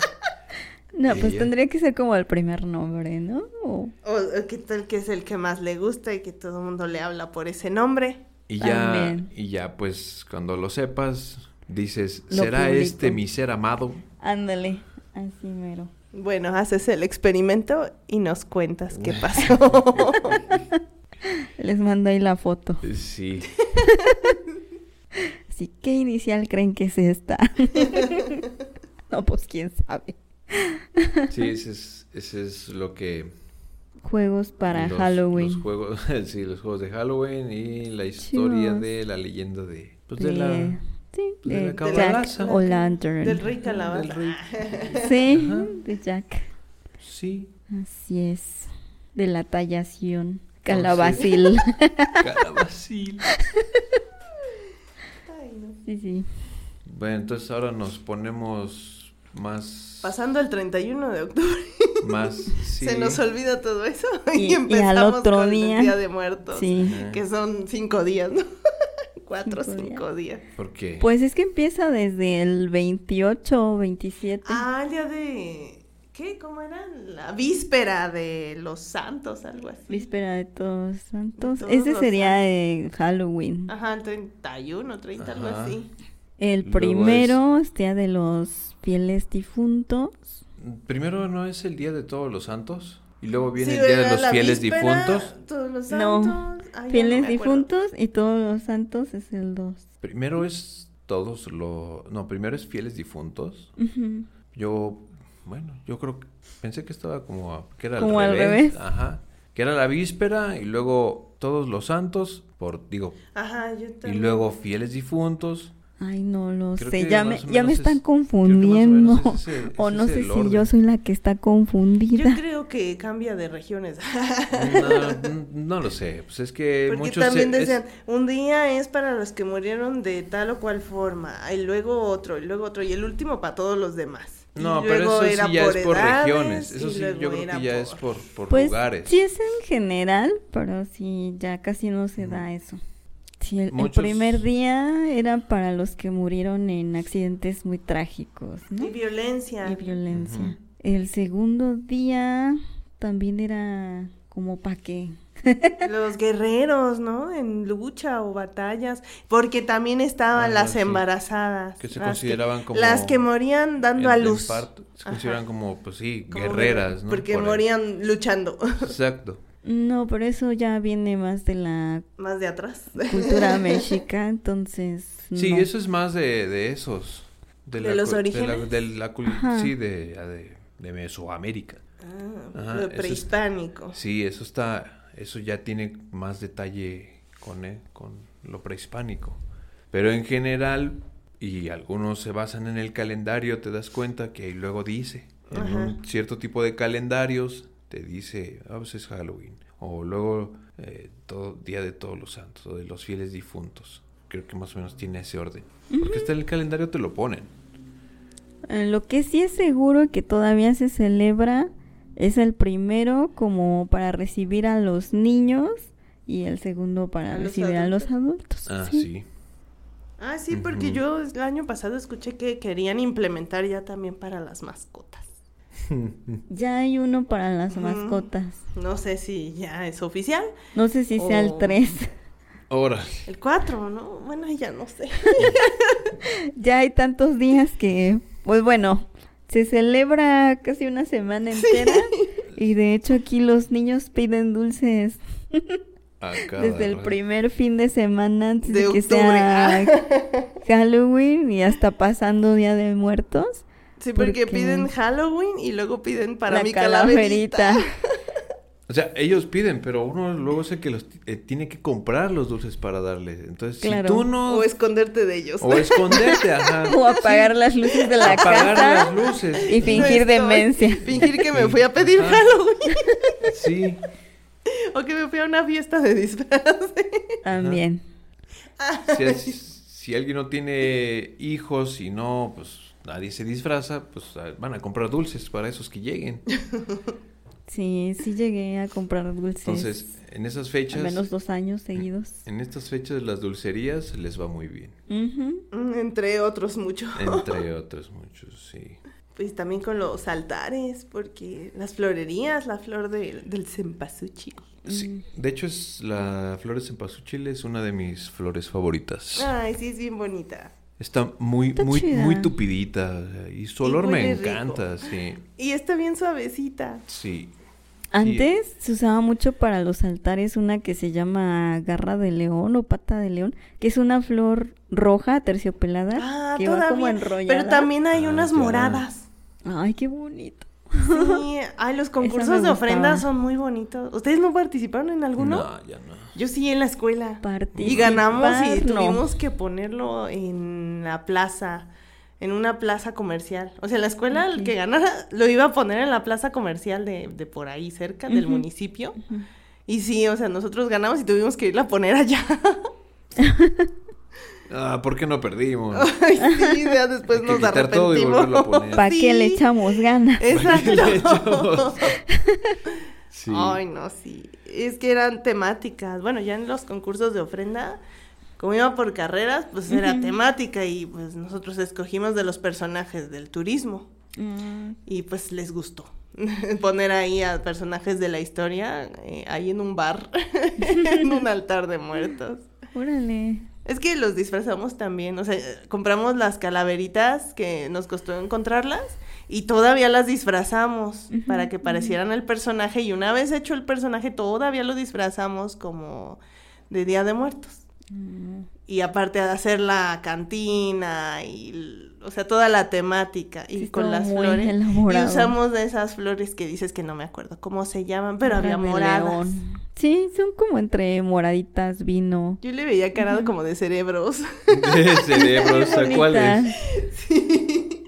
Speaker 3: No,
Speaker 1: Y
Speaker 3: pues
Speaker 1: ya.
Speaker 3: tendría que ser como el primer nombre, ¿no? O-
Speaker 2: o, o qué tal que es el que más le gusta y que todo el mundo le habla por ese nombre.
Speaker 1: Y ya,
Speaker 3: También.
Speaker 1: y ya, pues, cuando lo sepas, dices,
Speaker 3: Lo
Speaker 1: ¿será
Speaker 3: publico.
Speaker 1: este mi ser amado?
Speaker 3: Ándale, así mero.
Speaker 2: Bueno, haces el experimento y nos cuentas qué pasó.
Speaker 3: Les mando ahí la foto.
Speaker 1: Sí.
Speaker 3: Así, ¿qué inicial creen que es esta? no, pues quién sabe.
Speaker 1: Sí, ese es, ese es lo que...
Speaker 3: Juegos para
Speaker 1: los-
Speaker 3: Halloween.
Speaker 1: Los juegos, sí, los juegos de Halloween y la historia
Speaker 3: Chidos.
Speaker 1: de la leyenda de... Pues de
Speaker 3: de,
Speaker 1: la...
Speaker 3: sí, eh,
Speaker 1: pues de
Speaker 3: de
Speaker 1: la
Speaker 3: Jack
Speaker 1: cabalaza.
Speaker 3: o Lantern.
Speaker 2: Del rey calabaza.
Speaker 1: del rey.
Speaker 3: Sí,
Speaker 1: Ajá.
Speaker 3: de Jack.
Speaker 1: Sí.
Speaker 3: Así es. De la tallación.
Speaker 1: Oh,
Speaker 3: Calabacil.
Speaker 1: Calabacil.
Speaker 3: Sí, sí.
Speaker 1: Bueno, entonces ahora nos ponemos más...
Speaker 2: Pasando el 31 de octubre,
Speaker 1: Más... Sí.
Speaker 2: se nos olvida todo eso
Speaker 3: Y-
Speaker 2: y,
Speaker 3: y al
Speaker 2: empezamos
Speaker 3: otro
Speaker 2: con
Speaker 3: día.
Speaker 2: el Día de Muertos,
Speaker 3: Sí.
Speaker 1: Ajá.
Speaker 2: que son cinco días, ¿no? Cuatro,
Speaker 3: Cinco
Speaker 2: cinco, días.
Speaker 1: ¿Por qué?
Speaker 3: Pues es que empieza desde el 28 o 27.
Speaker 2: Ah, el día Ah, de... ¿Qué? ¿Cómo era? La víspera de los santos, algo así.
Speaker 3: Víspera de todos santos.
Speaker 2: Todos
Speaker 3: Ese
Speaker 2: los Ah.
Speaker 3: sería de Halloween.
Speaker 2: Ajá, 31, 30, algo
Speaker 1: Ajá.
Speaker 2: así.
Speaker 3: El
Speaker 1: Luego
Speaker 3: primero es... día de los fieles difuntos.
Speaker 1: Primero no es el Día de Todos los Santos y luego viene
Speaker 2: Sí,
Speaker 1: el Día de
Speaker 2: ¿verdad?
Speaker 1: los
Speaker 2: La
Speaker 1: Fieles
Speaker 2: víspera,
Speaker 1: Difuntos.
Speaker 2: Todos los
Speaker 3: No,
Speaker 2: santos. Ay, ya
Speaker 3: fieles
Speaker 2: no me acuerdo.
Speaker 3: difuntos y todos los santos es el 2.
Speaker 1: Primero es todos los... No, primero es Fieles Difuntos.
Speaker 3: Ujú.
Speaker 1: Yo, bueno, yo creo que pensé que estaba como... a- que era
Speaker 3: Como al
Speaker 1: al
Speaker 3: revés.
Speaker 1: revés. Ajá. Que era la víspera y luego todos los santos, por digo,
Speaker 2: Ajá, yo
Speaker 1: y
Speaker 2: también.
Speaker 1: luego fieles difuntos.
Speaker 3: Ay, no lo
Speaker 1: Creo
Speaker 3: sé.
Speaker 1: que
Speaker 3: Ya me,
Speaker 1: más o
Speaker 3: ya me
Speaker 1: menos
Speaker 3: están
Speaker 1: es- creo que más o
Speaker 3: confundiendo.
Speaker 1: menos es ese-
Speaker 3: o
Speaker 1: es
Speaker 3: no
Speaker 1: ese
Speaker 3: sé
Speaker 1: el
Speaker 3: si
Speaker 1: orden.
Speaker 3: yo soy la que está confundida.
Speaker 2: Yo creo que cambia de regiones.
Speaker 1: No, no lo sé, pues es que
Speaker 2: Porque
Speaker 1: muchos... se-
Speaker 2: también
Speaker 1: es-
Speaker 2: decían, un día es para los que murieron de tal o cual forma, y luego otro, y luego otro, y el último para todos los demás. Y
Speaker 1: No, pero
Speaker 2: luego
Speaker 1: eso
Speaker 2: era
Speaker 1: sí ya es por
Speaker 2: edades,
Speaker 1: regiones.
Speaker 2: y
Speaker 1: Eso sí,
Speaker 2: luego
Speaker 1: yo creo
Speaker 2: era
Speaker 1: que ya es
Speaker 2: por-
Speaker 1: por, por
Speaker 3: Pues
Speaker 1: lugares.
Speaker 3: sí es en general, pero sí, ya casi no se da eso. Sí, el, el
Speaker 1: Muchos-
Speaker 3: primer día era para los que murieron en accidentes muy trágicos, ¿no?
Speaker 2: Y violencia.
Speaker 3: Y violencia.
Speaker 1: Ujú.
Speaker 3: El segundo día también era como pa' qué.
Speaker 2: Los guerreros, ¿no? En lucha o batallas, porque también estaban
Speaker 1: Ah,
Speaker 2: las
Speaker 1: sí.
Speaker 2: embarazadas.
Speaker 1: Que se
Speaker 2: las
Speaker 1: consideraban como-
Speaker 2: Las que morían dando
Speaker 1: En-
Speaker 2: a
Speaker 1: en
Speaker 2: luz.
Speaker 1: parto, se
Speaker 2: Ajá.
Speaker 1: consideran como, pues sí,
Speaker 2: Como
Speaker 1: guerreras, ¿no?
Speaker 2: Porque
Speaker 1: Por el-
Speaker 2: morían luchando.
Speaker 1: Exacto.
Speaker 3: No, pero eso ya viene más de la
Speaker 2: Más de atrás.
Speaker 3: cultura mexica, entonces.
Speaker 1: Sí,
Speaker 3: no.
Speaker 1: eso es más de, de esos.
Speaker 2: ¿De
Speaker 1: la
Speaker 2: los
Speaker 1: cu- De la,
Speaker 2: orígenes?
Speaker 1: de la cul-
Speaker 3: Ajá.
Speaker 1: sí, de, de, de Mesoamérica.
Speaker 2: Ah,
Speaker 1: Ajá,
Speaker 2: lo
Speaker 1: eso es-
Speaker 2: prehispánico.
Speaker 1: Sí, eso está, eso ya tiene más detalle con, eh, con lo prehispánico. Pero en general, y algunos se basan en el calendario, te das cuenta que ahí luego dice, en
Speaker 2: Ajá.
Speaker 1: un cierto tipo de calendarios, te dice, ah, pues es Halloween, o luego eh, todo, Día de Todos los Santos, o de los fieles difuntos. Creo que más o menos tiene ese orden. Porque está en el calendario, te lo ponen.
Speaker 3: Eh, Lo que sí es seguro que todavía se celebra es el primero como para recibir a los niños y el segundo para
Speaker 2: A los
Speaker 3: recibir a los adultos.
Speaker 1: Ah,
Speaker 3: sí.
Speaker 1: sí.
Speaker 2: Ah, sí, porque
Speaker 1: Ujú.
Speaker 2: yo el año pasado escuché que querían implementar ya también para las mascotas.
Speaker 3: Ya hay uno para las
Speaker 2: Ujú.
Speaker 3: mascotas.
Speaker 2: No sé si ya es oficial.
Speaker 3: No sé si sea el
Speaker 2: Oh.
Speaker 3: 3.
Speaker 1: Ahora,
Speaker 2: El 4, ¿no? Bueno, ya no sé.
Speaker 3: ya hay tantos días que, pues bueno, se celebra casi una semana entera. Y de hecho aquí los niños piden dulces desde el primer fin de semana antes de,
Speaker 2: De
Speaker 3: que
Speaker 2: octubre.
Speaker 3: sea Halloween y hasta pasando Día de Muertos.
Speaker 2: Sí,
Speaker 3: ¿Por
Speaker 2: porque
Speaker 3: qué?
Speaker 2: piden Halloween y luego piden para
Speaker 3: la
Speaker 2: mi
Speaker 3: calaverita.
Speaker 2: calaverita.
Speaker 1: O sea, ellos piden, pero uno luego es el que los ti- eh, tiene que comprar los dulces para darles. Entonces,
Speaker 3: Claro.
Speaker 1: si tú no
Speaker 2: O esconderte de ellos.
Speaker 1: o esconderte, ajá.
Speaker 3: O apagar las luces de la
Speaker 1: apagar
Speaker 3: casa
Speaker 1: las luces.
Speaker 3: y fingir
Speaker 2: estoy.
Speaker 3: demencia.
Speaker 2: Fingir que me fui a pedir
Speaker 1: Ajá.
Speaker 2: Halloween
Speaker 1: Sí.
Speaker 2: o que me fui a una fiesta de disfraces.
Speaker 3: También.
Speaker 1: Si, es- si alguien no tiene hijos y no, pues nadie se disfraza, pues a- van a comprar dulces para esos que lleguen.
Speaker 3: Sí, sí llegué a comprar dulces.
Speaker 1: Entonces, en esas
Speaker 3: al
Speaker 1: fechas,
Speaker 3: menos dos años seguidos.
Speaker 1: en estas fechas las dulcerías les va muy bien.
Speaker 3: Ujú.
Speaker 2: Mm, Entre otros muchos.
Speaker 1: Entre otros muchos, sí.
Speaker 2: Pues también con los altares, porque las florerías, la flor del, del cempasúchil.
Speaker 1: Sí,
Speaker 2: Mm.
Speaker 1: de hecho es la flores en Chile es una de mis flores favoritas.
Speaker 2: Ay, sí, es bien bonita.
Speaker 1: Está muy,
Speaker 3: Está
Speaker 1: muy,
Speaker 3: chida.
Speaker 1: muy tupidita. o sea, Y su
Speaker 2: Y
Speaker 1: olor me
Speaker 2: huele rico.
Speaker 1: encanta, sí.
Speaker 2: Y está bien suavecita.
Speaker 1: Sí.
Speaker 3: Antes se usaba mucho para los altares una que se llama garra de león o pata de león, que es una flor roja terciopelada
Speaker 2: Ah,
Speaker 3: ¿Eh? que va
Speaker 2: todavía.
Speaker 3: como enrollada.
Speaker 2: Pero también hay
Speaker 1: Ah,
Speaker 2: unas
Speaker 1: ya.
Speaker 2: moradas.
Speaker 3: Ay, qué bonito.
Speaker 2: Sí, ay, los
Speaker 3: me
Speaker 2: concursos de
Speaker 3: gustaba.
Speaker 2: ofrendas son muy bonitos. ¿Ustedes no participaron en alguno?
Speaker 1: No, ya no.
Speaker 2: Yo sí en la escuela.
Speaker 3: Participar,
Speaker 2: Y ganamos y
Speaker 3: no.
Speaker 2: tuvimos que ponerlo en la plaza, en una plaza comercial. O sea, la escuela el
Speaker 3: Ok.
Speaker 2: que ganara lo iba a poner en la plaza comercial de, de por ahí cerca del
Speaker 3: Ujú.
Speaker 2: municipio. Y sí, o sea, nosotros ganamos y tuvimos que irla a poner allá.
Speaker 1: Ah, ¿por qué no perdimos?
Speaker 2: Ay, sí, ya después
Speaker 1: Hay que
Speaker 2: nos
Speaker 1: quitar
Speaker 2: arrepentimos.
Speaker 1: todo y volverlo a poner.
Speaker 3: ¿Para qué le
Speaker 2: Sí. Eh,
Speaker 3: echamos ganas?
Speaker 1: qué le
Speaker 2: Exacto.
Speaker 1: echamos? Sí.
Speaker 2: Ay, no, sí. Es que eran temáticas. Bueno, ya en los concursos de ofrenda, como iba por carreras, pues era
Speaker 3: Ujú.
Speaker 2: temática y pues nosotros escogimos de los personajes del turismo.
Speaker 3: Mm,
Speaker 2: y pues les gustó poner ahí a personajes de la historia eh, ahí en un bar, en un altar de muertos.
Speaker 3: órale.
Speaker 2: Es que los disfrazamos también, o sea, eh, compramos las calaveritas que nos costó encontrarlas y todavía las disfrazamos
Speaker 3: Ujú,
Speaker 2: para que
Speaker 3: ujú.
Speaker 2: parecieran el personaje y una vez hecho el personaje todavía lo disfrazamos como de Día de Muertos.
Speaker 3: Mm,
Speaker 2: Y aparte de hacer la cantina y, l- o sea, toda la temática y
Speaker 3: sí
Speaker 2: con
Speaker 3: estuvo
Speaker 2: las
Speaker 3: muy
Speaker 2: flores.
Speaker 3: elaborado.
Speaker 2: Y usamos de esas flores que dices que no me acuerdo cómo se llaman, pero había
Speaker 3: Hojas de
Speaker 2: moradas.
Speaker 3: león. Sí, son como entre moraditas, vino.
Speaker 2: Yo le veía cara como de cerebros.
Speaker 1: De cerebros, ¿a
Speaker 3: Bonitas.
Speaker 1: cuáles?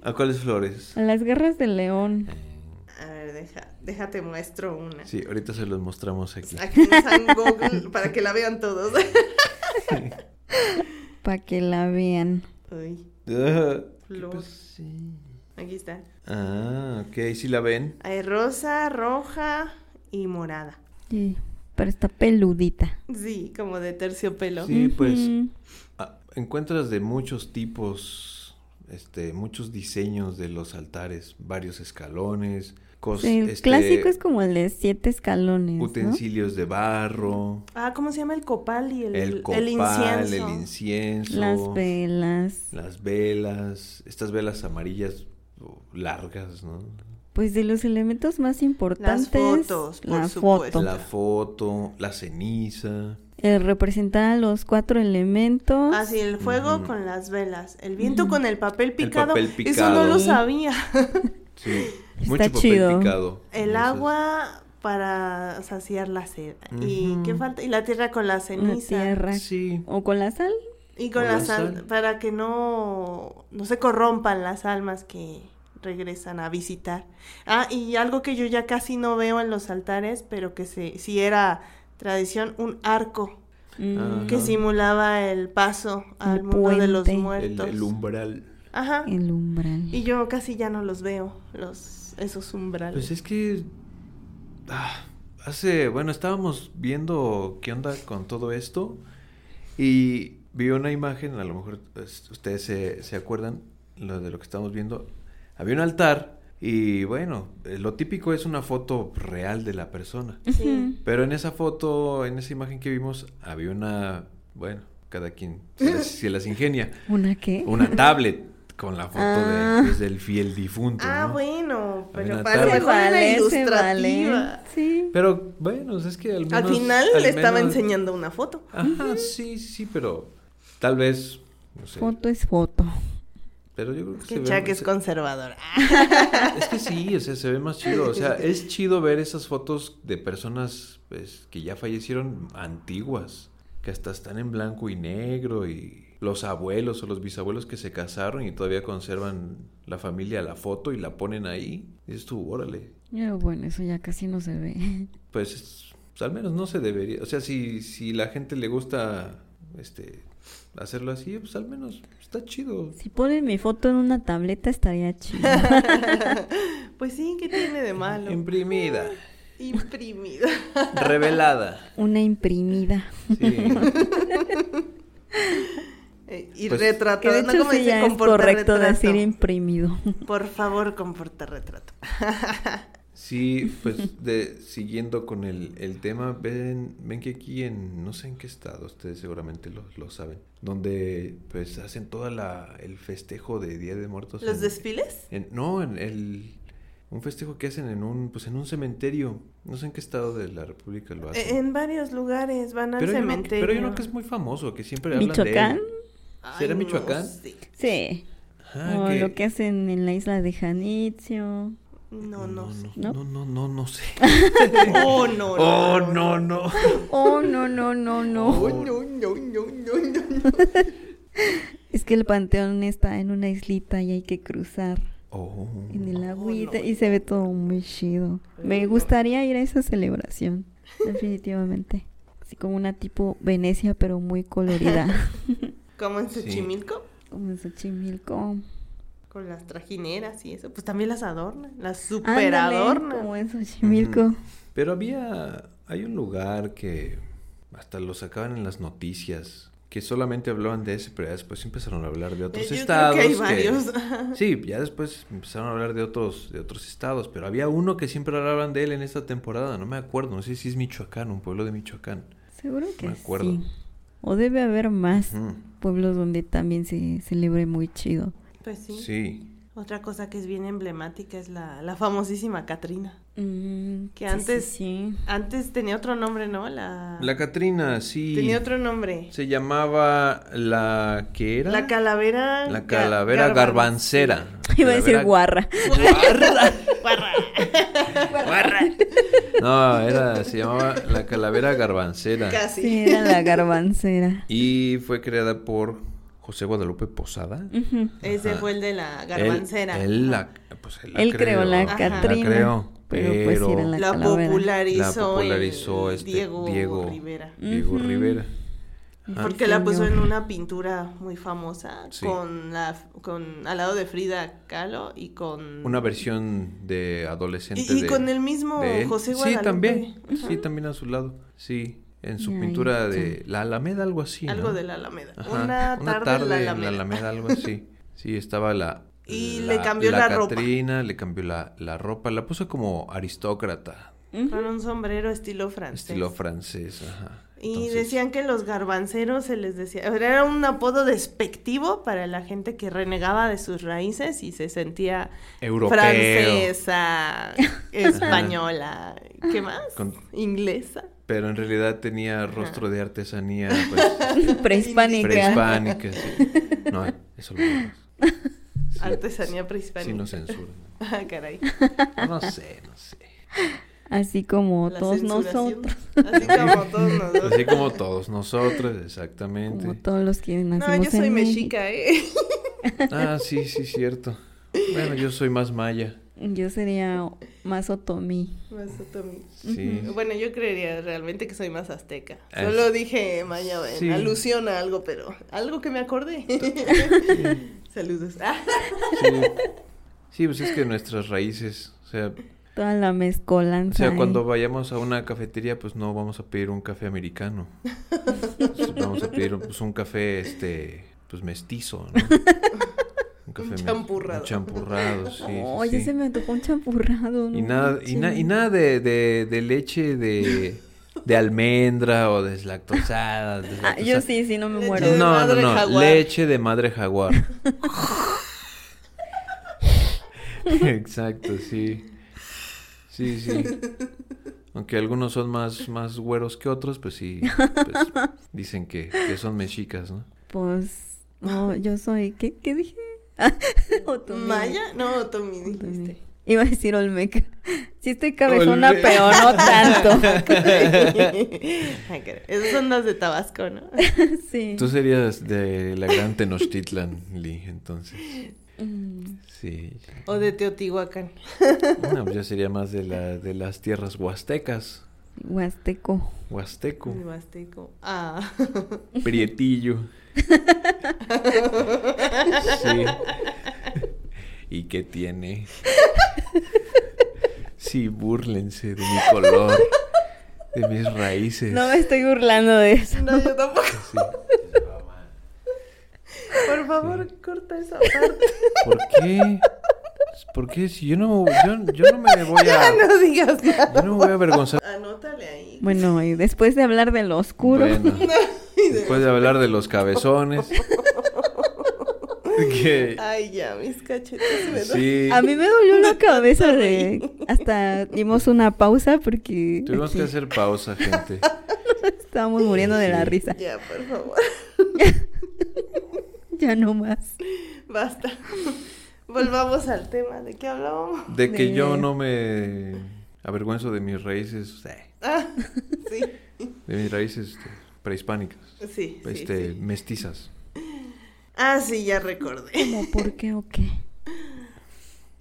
Speaker 1: ¿A cuáles flores?
Speaker 3: A Las garras de león.
Speaker 2: A ver, deja, déjate muestro una.
Speaker 1: Sí, ahorita se los mostramos aquí.
Speaker 2: Aquí nos dan Google para que la vean todos.
Speaker 3: Para que la vean.
Speaker 2: Uy,
Speaker 1: Ah, ¿qué
Speaker 2: Flor.
Speaker 1: pasó? Sí.
Speaker 2: aquí está.
Speaker 1: Ah, ok, ¿sí la ven?
Speaker 2: Hay rosa, roja y morada.
Speaker 3: Sí, pero está peludita.
Speaker 2: Sí, como de terciopelo.
Speaker 1: Sí, pues.
Speaker 3: Ujú.
Speaker 1: Ah, encuentras de muchos tipos, este, muchos diseños de los altares, varios escalones, cosas,
Speaker 3: El clásico es como el de siete escalones. ¿no?
Speaker 1: este, utensilios de barro,
Speaker 2: Ah, ¿cómo se llama el copal y el,
Speaker 1: el, copal, el incienso,
Speaker 2: incienso?
Speaker 3: Las velas.
Speaker 1: las velas, estas velas amarillas o largas, ¿no?
Speaker 3: Pues de los elementos más importantes.
Speaker 2: fotos, por
Speaker 3: la
Speaker 2: supuesto.
Speaker 3: foto.
Speaker 1: La foto, la ceniza,
Speaker 3: El representar eh, los cuatro elementos.
Speaker 2: Así, Ah, el fuego
Speaker 1: Ujú.
Speaker 2: con las velas, el viento
Speaker 3: Ujú.
Speaker 2: con el papel picado.
Speaker 1: papel
Speaker 2: Eso no
Speaker 1: picado.
Speaker 2: lo sabía.
Speaker 1: sí,
Speaker 3: Está
Speaker 1: mucho papel
Speaker 3: chido.
Speaker 1: picado.
Speaker 2: El
Speaker 1: Esas-
Speaker 2: agua para saciar la sed. ¿Y
Speaker 1: Ujú.
Speaker 2: qué falta? Y la tierra con la
Speaker 3: La
Speaker 2: ceniza.
Speaker 3: tierra.
Speaker 1: Sí,
Speaker 3: O con la sal.
Speaker 2: Y con
Speaker 1: Con
Speaker 2: la
Speaker 1: la
Speaker 2: sal,
Speaker 1: sal.
Speaker 2: para que no, no se corrompan las almas que regresan a visitar. Ah, y algo que yo ya casi no veo en los altares, pero que se, sí era tradición, un arco
Speaker 1: Ah,
Speaker 3: Mm,
Speaker 2: que
Speaker 1: Ajá.
Speaker 2: simulaba el paso al
Speaker 3: El
Speaker 2: mundo de los
Speaker 3: puente.
Speaker 1: el,
Speaker 2: muertos.
Speaker 1: el umbral.
Speaker 2: Ajá.
Speaker 3: El umbral.
Speaker 2: Y yo casi ya no los veo, los esos umbrales.
Speaker 1: Pues es que. ah, hace. Bueno, estábamos viendo qué onda con todo esto. Y vi una imagen, a lo mejor pues, ustedes se, se acuerdan lo de lo que estamos viendo. Había un altar. Y bueno, eh, lo típico es una foto real de la persona.
Speaker 2: Sí.
Speaker 1: Pero en esa foto, en esa imagen que vimos, había una. Bueno, cada quien se las, se las ingenia.
Speaker 3: ¿Una qué?
Speaker 1: Una tablet con la foto
Speaker 3: Ah.
Speaker 1: de, pues, del fiel difunto.
Speaker 2: Ah,
Speaker 1: ¿no?
Speaker 2: bueno, pero
Speaker 1: una
Speaker 2: para lo
Speaker 1: tabla.
Speaker 2: mejor era
Speaker 3: se vale.
Speaker 2: ilustrativa.
Speaker 3: Sí.
Speaker 1: Pero bueno, es que al menos...
Speaker 2: Al final
Speaker 1: al
Speaker 2: le estaba
Speaker 1: menos-
Speaker 2: enseñando una foto.
Speaker 1: Ajá, sí, sí, pero tal vez... No sé.
Speaker 3: Foto es foto.
Speaker 1: Pero yo creo que se
Speaker 2: Que
Speaker 1: ve
Speaker 2: Chuck es
Speaker 1: se-
Speaker 2: conservadora.
Speaker 1: es que sí, o sea, se ve más chido. O sea, es chido ver esas fotos de personas pues, que ya fallecieron antiguas, que hasta están en blanco y negro y los abuelos o los bisabuelos que se casaron y todavía conservan la familia la foto y la ponen ahí. Dices tú, órale,
Speaker 3: Pero bueno, eso ya casi no se ve.
Speaker 1: pues, es- pues, al menos no se debería. O sea, si, si la gente le gusta este hacerlo así, pues al menos está chido.
Speaker 3: Si ponen mi foto en una tableta estaría chido.
Speaker 2: Pues sí, ¿qué tiene de malo?
Speaker 1: Imprimida,
Speaker 2: Imprimida.
Speaker 1: revelada.
Speaker 3: Una imprimida.
Speaker 1: Sí.
Speaker 2: Eh, Y
Speaker 1: Pues-
Speaker 3: Que de
Speaker 2: retratada. No
Speaker 3: hecho
Speaker 2: como
Speaker 3: sí
Speaker 2: dice
Speaker 3: ya es
Speaker 2: comporta
Speaker 3: correcto
Speaker 2: retrato.
Speaker 3: decir imprimido.
Speaker 2: Por favor, comporta retrato.
Speaker 1: Sí, pues de, siguiendo con el, el tema, ven, ven que aquí en, no sé en qué estado, ustedes seguramente lo, lo saben, donde pues hacen toda la, el festejo de Día de Muertos.
Speaker 2: ¿Los
Speaker 1: en-
Speaker 2: desfiles?
Speaker 1: en- no, en el, un festejo que hacen en un, pues en un cementerio, no sé en qué estado de la República lo hacen.
Speaker 2: Eh, En varios lugares van al
Speaker 1: Ah, pero, hay uno que-
Speaker 2: cementerio.
Speaker 1: pero hay uno que es muy famoso, que siempre hablan
Speaker 3: ¿Michoacán?
Speaker 1: de él.
Speaker 2: Ay,
Speaker 1: ¿Será
Speaker 2: no
Speaker 1: Michoacán? Ah,
Speaker 2: sé.
Speaker 3: Sí.
Speaker 1: Ajá,
Speaker 3: o lo que hacen en la isla de Janitzio.
Speaker 2: No, no, sé.
Speaker 1: No, no,
Speaker 3: ¿No?
Speaker 1: no, no, no sé.
Speaker 2: Oh, no,
Speaker 1: Oh, no, no.
Speaker 3: Oh, no, no, no, no.
Speaker 2: Oh, no, no, no, no, no.
Speaker 3: Es que el panteón está en una islita y hay que cruzar
Speaker 1: Oh.
Speaker 3: en el agüita
Speaker 2: no.
Speaker 3: y se ve todo muy chido. Me gustaría ir a esa celebración, definitivamente. Así como una tipo Venecia, pero muy colorida.
Speaker 2: Como en
Speaker 1: Sí.
Speaker 2: Xochimilco,
Speaker 3: como en Xochimilco.
Speaker 2: con las trajineras y eso. Pues también las adornan, las super
Speaker 3: Ándale,
Speaker 2: adornan.
Speaker 3: Como en Xochimilco.
Speaker 1: Ujú. Pero había, hay un lugar que hasta lo sacaban en las noticias, que solamente hablaban de ese, pero ya después empezaron a hablar de otros
Speaker 2: Eh, Yo
Speaker 1: estados.
Speaker 2: creo que hay
Speaker 1: Pues que-
Speaker 2: varios.
Speaker 1: Sí, ya después empezaron a hablar de otros, de otros estados, pero había uno que siempre hablaban de él en esta temporada, no me acuerdo, no sé si es Michoacán, un pueblo de Michoacán.
Speaker 3: Seguro que
Speaker 1: Me acuerdo.
Speaker 3: sí. O debe haber más
Speaker 1: Ujú,
Speaker 3: pueblos donde también se celebre muy chido.
Speaker 2: Pues sí.
Speaker 1: Sí.
Speaker 2: Otra cosa que es bien emblemática es la, la famosísima Catrina.
Speaker 3: Mm,
Speaker 2: Que
Speaker 3: sí, sí,
Speaker 2: antes-
Speaker 3: sí.
Speaker 2: Antes tenía otro nombre, ¿no? La,
Speaker 1: La Catrina, sí.
Speaker 2: tenía otro nombre.
Speaker 1: Se llamaba la que era
Speaker 2: La calavera.
Speaker 1: La
Speaker 2: ga-
Speaker 1: calavera
Speaker 2: garban-
Speaker 1: garbancera.
Speaker 3: Iba a decir
Speaker 1: Calavera-
Speaker 3: guarra.
Speaker 2: Guarra.
Speaker 1: No, era, se llamaba la calavera garbancera.
Speaker 2: Casi.
Speaker 3: Sí, era la garbancera.
Speaker 1: Y fue creada por José Guadalupe Posada.
Speaker 3: Ujú.
Speaker 2: Ese
Speaker 1: Ajá.
Speaker 2: fue el de la garbancera.
Speaker 1: Él, él la, pues él la
Speaker 3: Él creó la
Speaker 1: Ajá.
Speaker 3: Catrina,
Speaker 1: creó,
Speaker 3: pero
Speaker 1: pero,
Speaker 3: pues era la
Speaker 2: la
Speaker 3: calavera.
Speaker 2: popularizó,
Speaker 1: La popularizó
Speaker 2: el
Speaker 1: este
Speaker 2: Diego,
Speaker 1: Diego.
Speaker 2: Rivera.
Speaker 1: Diego
Speaker 3: Ujú.
Speaker 1: Rivera. Ajá.
Speaker 2: Porque la puso en
Speaker 3: señor.
Speaker 2: una pintura muy famosa
Speaker 1: Sí.
Speaker 2: con la con al lado de Frida Kahlo y con
Speaker 1: Una versión de adolescente.
Speaker 2: y, y
Speaker 1: de-
Speaker 2: con el mismo
Speaker 1: de él.
Speaker 2: José Guadalupe.
Speaker 1: Sí, también.
Speaker 2: Ujú.
Speaker 1: Sí, también a su lado. Sí, en su
Speaker 3: Ay,
Speaker 1: pintura
Speaker 3: ya.
Speaker 1: de la Alameda, algo así.
Speaker 2: Algo
Speaker 1: ¿no?
Speaker 2: de la Alameda.
Speaker 1: Ajá,
Speaker 2: Una, tarde, en la Alameda.
Speaker 1: algo así. Sí, estaba la...
Speaker 2: Y le cambió la ropa.
Speaker 1: Catrina, le cambió la, la ropa, la puso como aristócrata,
Speaker 3: Ujú.
Speaker 2: Con un sombrero estilo francés.
Speaker 1: estilo francés, ajá.
Speaker 2: Y
Speaker 1: Entonces,
Speaker 2: decían que los garbanceros se les decía, era un apodo despectivo para la gente que renegaba de sus raíces y se sentía
Speaker 1: Europeo.
Speaker 2: francesa, española, ¿qué más?
Speaker 1: Con-
Speaker 2: Inglesa.
Speaker 1: Pero en realidad tenía rostro de artesanía pues,
Speaker 3: Prehispánica.
Speaker 1: prehispánica. sí. No, eso lo vemos. Sí,
Speaker 2: Artesanía
Speaker 1: Sí,
Speaker 2: prehispánica.
Speaker 1: no censuran.
Speaker 2: Ah, caray.
Speaker 1: No sé, no sé.
Speaker 3: Así como
Speaker 2: La
Speaker 3: todos
Speaker 2: censuración.
Speaker 3: nosotros.
Speaker 2: Así como todos nosotros.
Speaker 1: Así como todos nosotros, exactamente.
Speaker 3: Como todos los que
Speaker 2: No,
Speaker 3: nacimos
Speaker 2: yo soy
Speaker 3: en
Speaker 2: mexica, ¿eh?
Speaker 1: Ah, sí, sí, cierto. Bueno, yo soy más maya.
Speaker 3: México. Yo sería más otomí.
Speaker 2: ¿eh? Mazotomí.
Speaker 1: Sí.
Speaker 2: Eh, Bueno, yo creería realmente que soy más azteca.
Speaker 1: Es-
Speaker 2: Solo dije maya en
Speaker 1: Sí.
Speaker 2: alusión a algo, pero algo que me acordé. Saludos. Ah,
Speaker 1: Sí. Sí, pues es que nuestras raíces, o sea,
Speaker 3: Toda la
Speaker 1: o
Speaker 3: mezcolanza.
Speaker 1: sea,
Speaker 3: ¿eh?
Speaker 1: cuando vayamos a una cafetería, pues no vamos a pedir un café americano. Pues, vamos a pedir pues, un café este pues mestizo, ¿no? Un
Speaker 2: Un
Speaker 1: mes-
Speaker 2: champurrado.
Speaker 1: un champurrado, sí. sí,
Speaker 3: Oh, ya
Speaker 1: sí.
Speaker 3: se me antojó un champurrado.
Speaker 1: Y
Speaker 3: no
Speaker 1: nada y, na- y
Speaker 3: manches.
Speaker 1: nada de, de, de leche de, de almendra o deslactosada,
Speaker 3: Ah, yo sí, sí, no me
Speaker 2: Leche
Speaker 3: muero.
Speaker 2: de
Speaker 1: No, no,
Speaker 2: madre
Speaker 1: no,
Speaker 2: jaguar.
Speaker 1: leche de madre jaguar. Exacto, sí. Sí, sí. Aunque algunos son más, más güeros que otros, pues sí. pues, dicen que, que son mexicas, ¿no?
Speaker 3: Pues, no, yo soy, ¿qué, qué dije? Otomí.
Speaker 2: ¿Maya? No, Tommy dijiste.
Speaker 3: Iba a decir Olmeca. Si estoy cabezona,
Speaker 1: Olmeca.
Speaker 3: pero no
Speaker 2: Ah,
Speaker 3: tanto.
Speaker 2: Ay, caray. Esas Ah, son las de Tabasco, ¿no?
Speaker 3: sí.
Speaker 1: Tú serías de la gran Tenochtitlan, Lee, entonces.
Speaker 3: Mm,
Speaker 1: Sí.
Speaker 2: O de Teotihuacán.
Speaker 1: No, pues yo sería más de, la, de las tierras huastecas.
Speaker 3: Huasteco.
Speaker 1: Huasteco,
Speaker 3: Mm.
Speaker 2: El Huasteco. Ah.
Speaker 1: prietillo. Sí. ¿Y qué tiene? Sí, búrlense de mi color, de mis raíces.
Speaker 3: No me estoy burlando de eso.
Speaker 2: No, yo tampoco.
Speaker 1: Sí.
Speaker 2: Por favor, corta esa parte.
Speaker 1: ¿Por qué? ¿Por qué? Si yo no, yo, yo no me voy a...
Speaker 2: No digas nada.
Speaker 1: Yo no me voy a avergonzar.
Speaker 2: Anótale ahí.
Speaker 3: Bueno, y después de hablar de lo oscuro,
Speaker 1: Bueno, después de hablar de los cabezones. Que...
Speaker 2: Ay, ya, mis cachetes me duelen.
Speaker 1: Sí.
Speaker 3: Ah, a mí me dolió la cabeza de... Hasta dimos una pausa porque
Speaker 1: Tuvimos
Speaker 3: aquí
Speaker 1: que hacer pausa, gente.
Speaker 3: estábamos muriendo de la
Speaker 1: Sí.
Speaker 3: risa.
Speaker 2: Ya, por favor.
Speaker 3: Ya no más.
Speaker 2: Basta. Volvamos al tema. ¿De qué hablábamos?
Speaker 1: De que
Speaker 3: De-
Speaker 1: yo no me avergüenzo de mis raíces, eh,
Speaker 2: Ah, sí.
Speaker 1: de mis raíces este, prehispánicas,
Speaker 2: Sí, sí,
Speaker 1: este,
Speaker 2: sí.
Speaker 1: mestizas.
Speaker 2: Ah, sí, ya recordé.
Speaker 3: ¿Cómo, por qué o qué?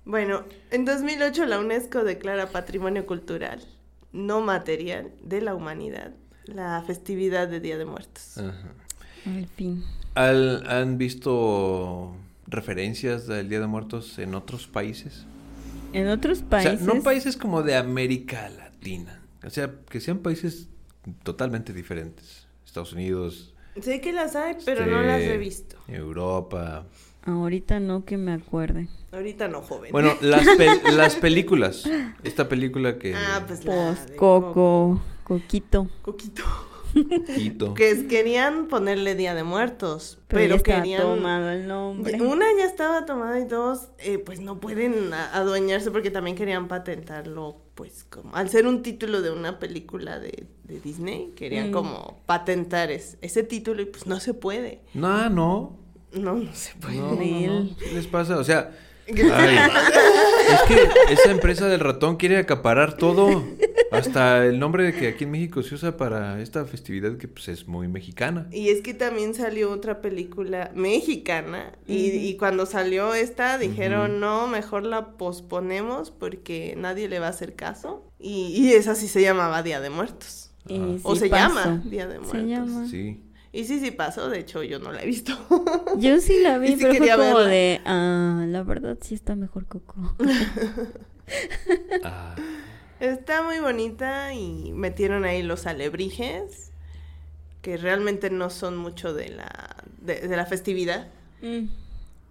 Speaker 2: Bueno, en 2008 la UNESCO declara Patrimonio Cultural No Material de la Humanidad la festividad de Día de Muertos.
Speaker 1: Ajá.
Speaker 3: Al fin.
Speaker 1: ¿Al- ¿Han visto referencias del Día de Muertos en otros países?
Speaker 3: En
Speaker 1: O
Speaker 3: otros
Speaker 1: sea,
Speaker 3: países...
Speaker 1: no países como de América Latina. O sea, que sean países totalmente diferentes. Estados Unidos,
Speaker 2: Sé que las hay, pero
Speaker 1: Este,
Speaker 2: no las he visto.
Speaker 1: Europa.
Speaker 3: Ahorita no que me acuerde.
Speaker 2: Ahorita no, joven.
Speaker 1: Bueno, las, pel- las películas. Esta película que...
Speaker 2: ah, pues la
Speaker 3: Pues
Speaker 2: de
Speaker 3: Coco, Coquito.
Speaker 2: Coquito.
Speaker 1: Quito.
Speaker 2: pues, Que querían ponerle Día de Muertos,
Speaker 3: Pero,
Speaker 2: pero,
Speaker 3: ya está
Speaker 2: querían...
Speaker 3: tomado el nombre.
Speaker 2: Una ya estaba tomada y dos, eh, pues no pueden a- adueñarse porque también querían patentarlo, pues como... Al ser un título de una película de, de Disney, querían
Speaker 3: Mm.
Speaker 2: como patentar es- ese título y pues no se puede.
Speaker 1: No, no.
Speaker 2: No, no se
Speaker 1: No,
Speaker 2: puede.
Speaker 1: no, no.
Speaker 3: Nel.
Speaker 1: ¿Qué les pasa? O sea... ay, es que esa empresa del ratón quiere acaparar todo. Hasta el nombre de que aquí en México se usa para esta festividad que pues es muy mexicana.
Speaker 2: Y es que también salió otra película mexicana y,
Speaker 3: Ujú.
Speaker 2: y cuando salió esta dijeron,
Speaker 1: Ujú.
Speaker 2: no, mejor la posponemos porque nadie le va a hacer caso. Y, y esa sí se llamaba Día de Muertos.
Speaker 3: Y
Speaker 2: o
Speaker 3: sí
Speaker 2: se
Speaker 3: pasó.
Speaker 2: llama Día de Muertos.
Speaker 3: Se llama.
Speaker 1: Ah. Sí.
Speaker 2: Y sí, sí pasó, de hecho yo no la he visto.
Speaker 3: Yo sí la
Speaker 2: Y
Speaker 3: vi,
Speaker 2: sí
Speaker 3: pero fue
Speaker 2: quería
Speaker 3: como
Speaker 2: verla.
Speaker 3: de, ah, la verdad sí está mejor Coco.
Speaker 1: Ah,
Speaker 2: Está muy bonita y metieron ahí los alebrijes, que realmente no son mucho de la, de, de la festividad.
Speaker 3: Mm,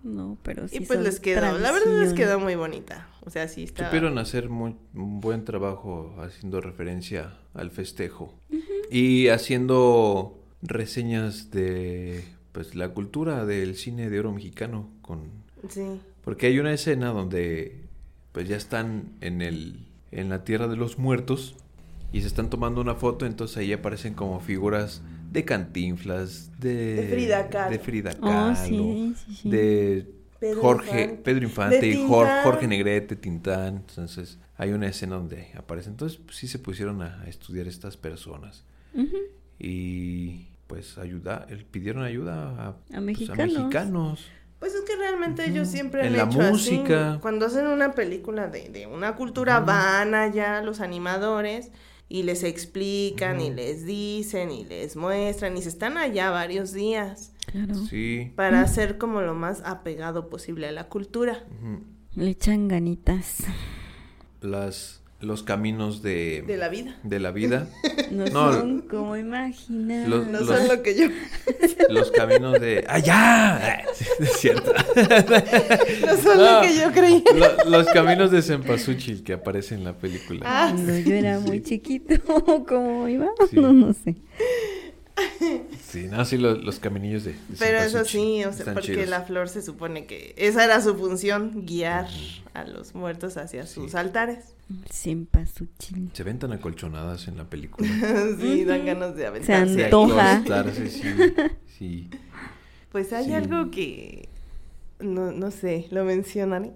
Speaker 3: No, pero sí
Speaker 2: y pues
Speaker 3: son
Speaker 2: les quedó, la verdad les
Speaker 3: tradición.
Speaker 2: quedó muy bonita. O sea, sí está...
Speaker 1: supieron hacer muy, un buen trabajo haciendo referencia al festejo y haciendo reseñas de pues la cultura del cine de oro mexicano con
Speaker 2: Sí.
Speaker 1: porque hay una escena donde pues ya están en el en la tierra de los muertos y se están tomando una foto entonces ahí aparecen como figuras de Cantinflas de,
Speaker 2: De Frida Kahlo.
Speaker 1: de Frida
Speaker 3: Oh,
Speaker 1: Kahlo,
Speaker 3: sí, sí, sí.
Speaker 1: de
Speaker 2: Pedro
Speaker 1: Jorge,
Speaker 2: Infante.
Speaker 1: Pedro Infante,
Speaker 2: De
Speaker 1: y Jor-
Speaker 2: Tintán.
Speaker 1: Jorge Negrete, Tintán. Entonces, hay una escena donde aparece. Entonces, pues, sí se pusieron a, a estudiar estas personas.
Speaker 3: Ujú.
Speaker 1: Y pues ayuda, el- pidieron ayuda a, pues,
Speaker 3: mexicanos.
Speaker 1: mexicanos.
Speaker 2: Pues es que realmente ellos
Speaker 1: Ujú.
Speaker 2: siempre
Speaker 1: En
Speaker 2: han
Speaker 1: la
Speaker 2: hecho así.
Speaker 1: música.
Speaker 2: Cuando hacen una película de, de una cultura,
Speaker 1: Ujú.
Speaker 2: van allá los animadores y les explican y
Speaker 1: Ujú.
Speaker 2: les dicen y les muestran y se están allá varios días
Speaker 3: Claro.
Speaker 1: Sí.
Speaker 2: para hacer como lo más apegado posible a la cultura.
Speaker 1: Ujú.
Speaker 3: Le echan ganitas.
Speaker 1: Las, los caminos de,
Speaker 2: De la vida.
Speaker 1: de la vida.
Speaker 3: No,
Speaker 1: No,
Speaker 3: son como imaginas.
Speaker 1: los-
Speaker 2: No
Speaker 1: los-
Speaker 2: son lo que yo.
Speaker 1: los caminos de... ¡Allá! Sí, es cierto.
Speaker 2: No son
Speaker 1: No.
Speaker 2: lo que yo creía.
Speaker 1: Lo- los caminos de Cempasúchil que aparece en la película.
Speaker 2: Ah,
Speaker 3: Cuando yo era muy
Speaker 1: Sí.
Speaker 3: chiquito, ¿cómo iba?
Speaker 1: Sí.
Speaker 3: No, no sé.
Speaker 1: Sí, no, sí, lo- los caminillos de. de
Speaker 2: Pero
Speaker 1: Santa
Speaker 2: eso
Speaker 1: Suchi
Speaker 2: sí, o sea,
Speaker 1: están
Speaker 2: porque
Speaker 1: chidos.
Speaker 2: la flor se supone que esa era su función, guiar a los muertos hacia
Speaker 1: Sí.
Speaker 2: sus altares.
Speaker 3: Sin pasuchil.
Speaker 1: Se ven tan acolchonadas en la película.
Speaker 2: sí, dan ganas de aventarse.
Speaker 1: Se
Speaker 2: ahí.
Speaker 3: Antoja.
Speaker 1: acostarse, sí, sí.
Speaker 2: Pues hay
Speaker 1: Sí.
Speaker 2: algo que no, no sé, lo mencionan.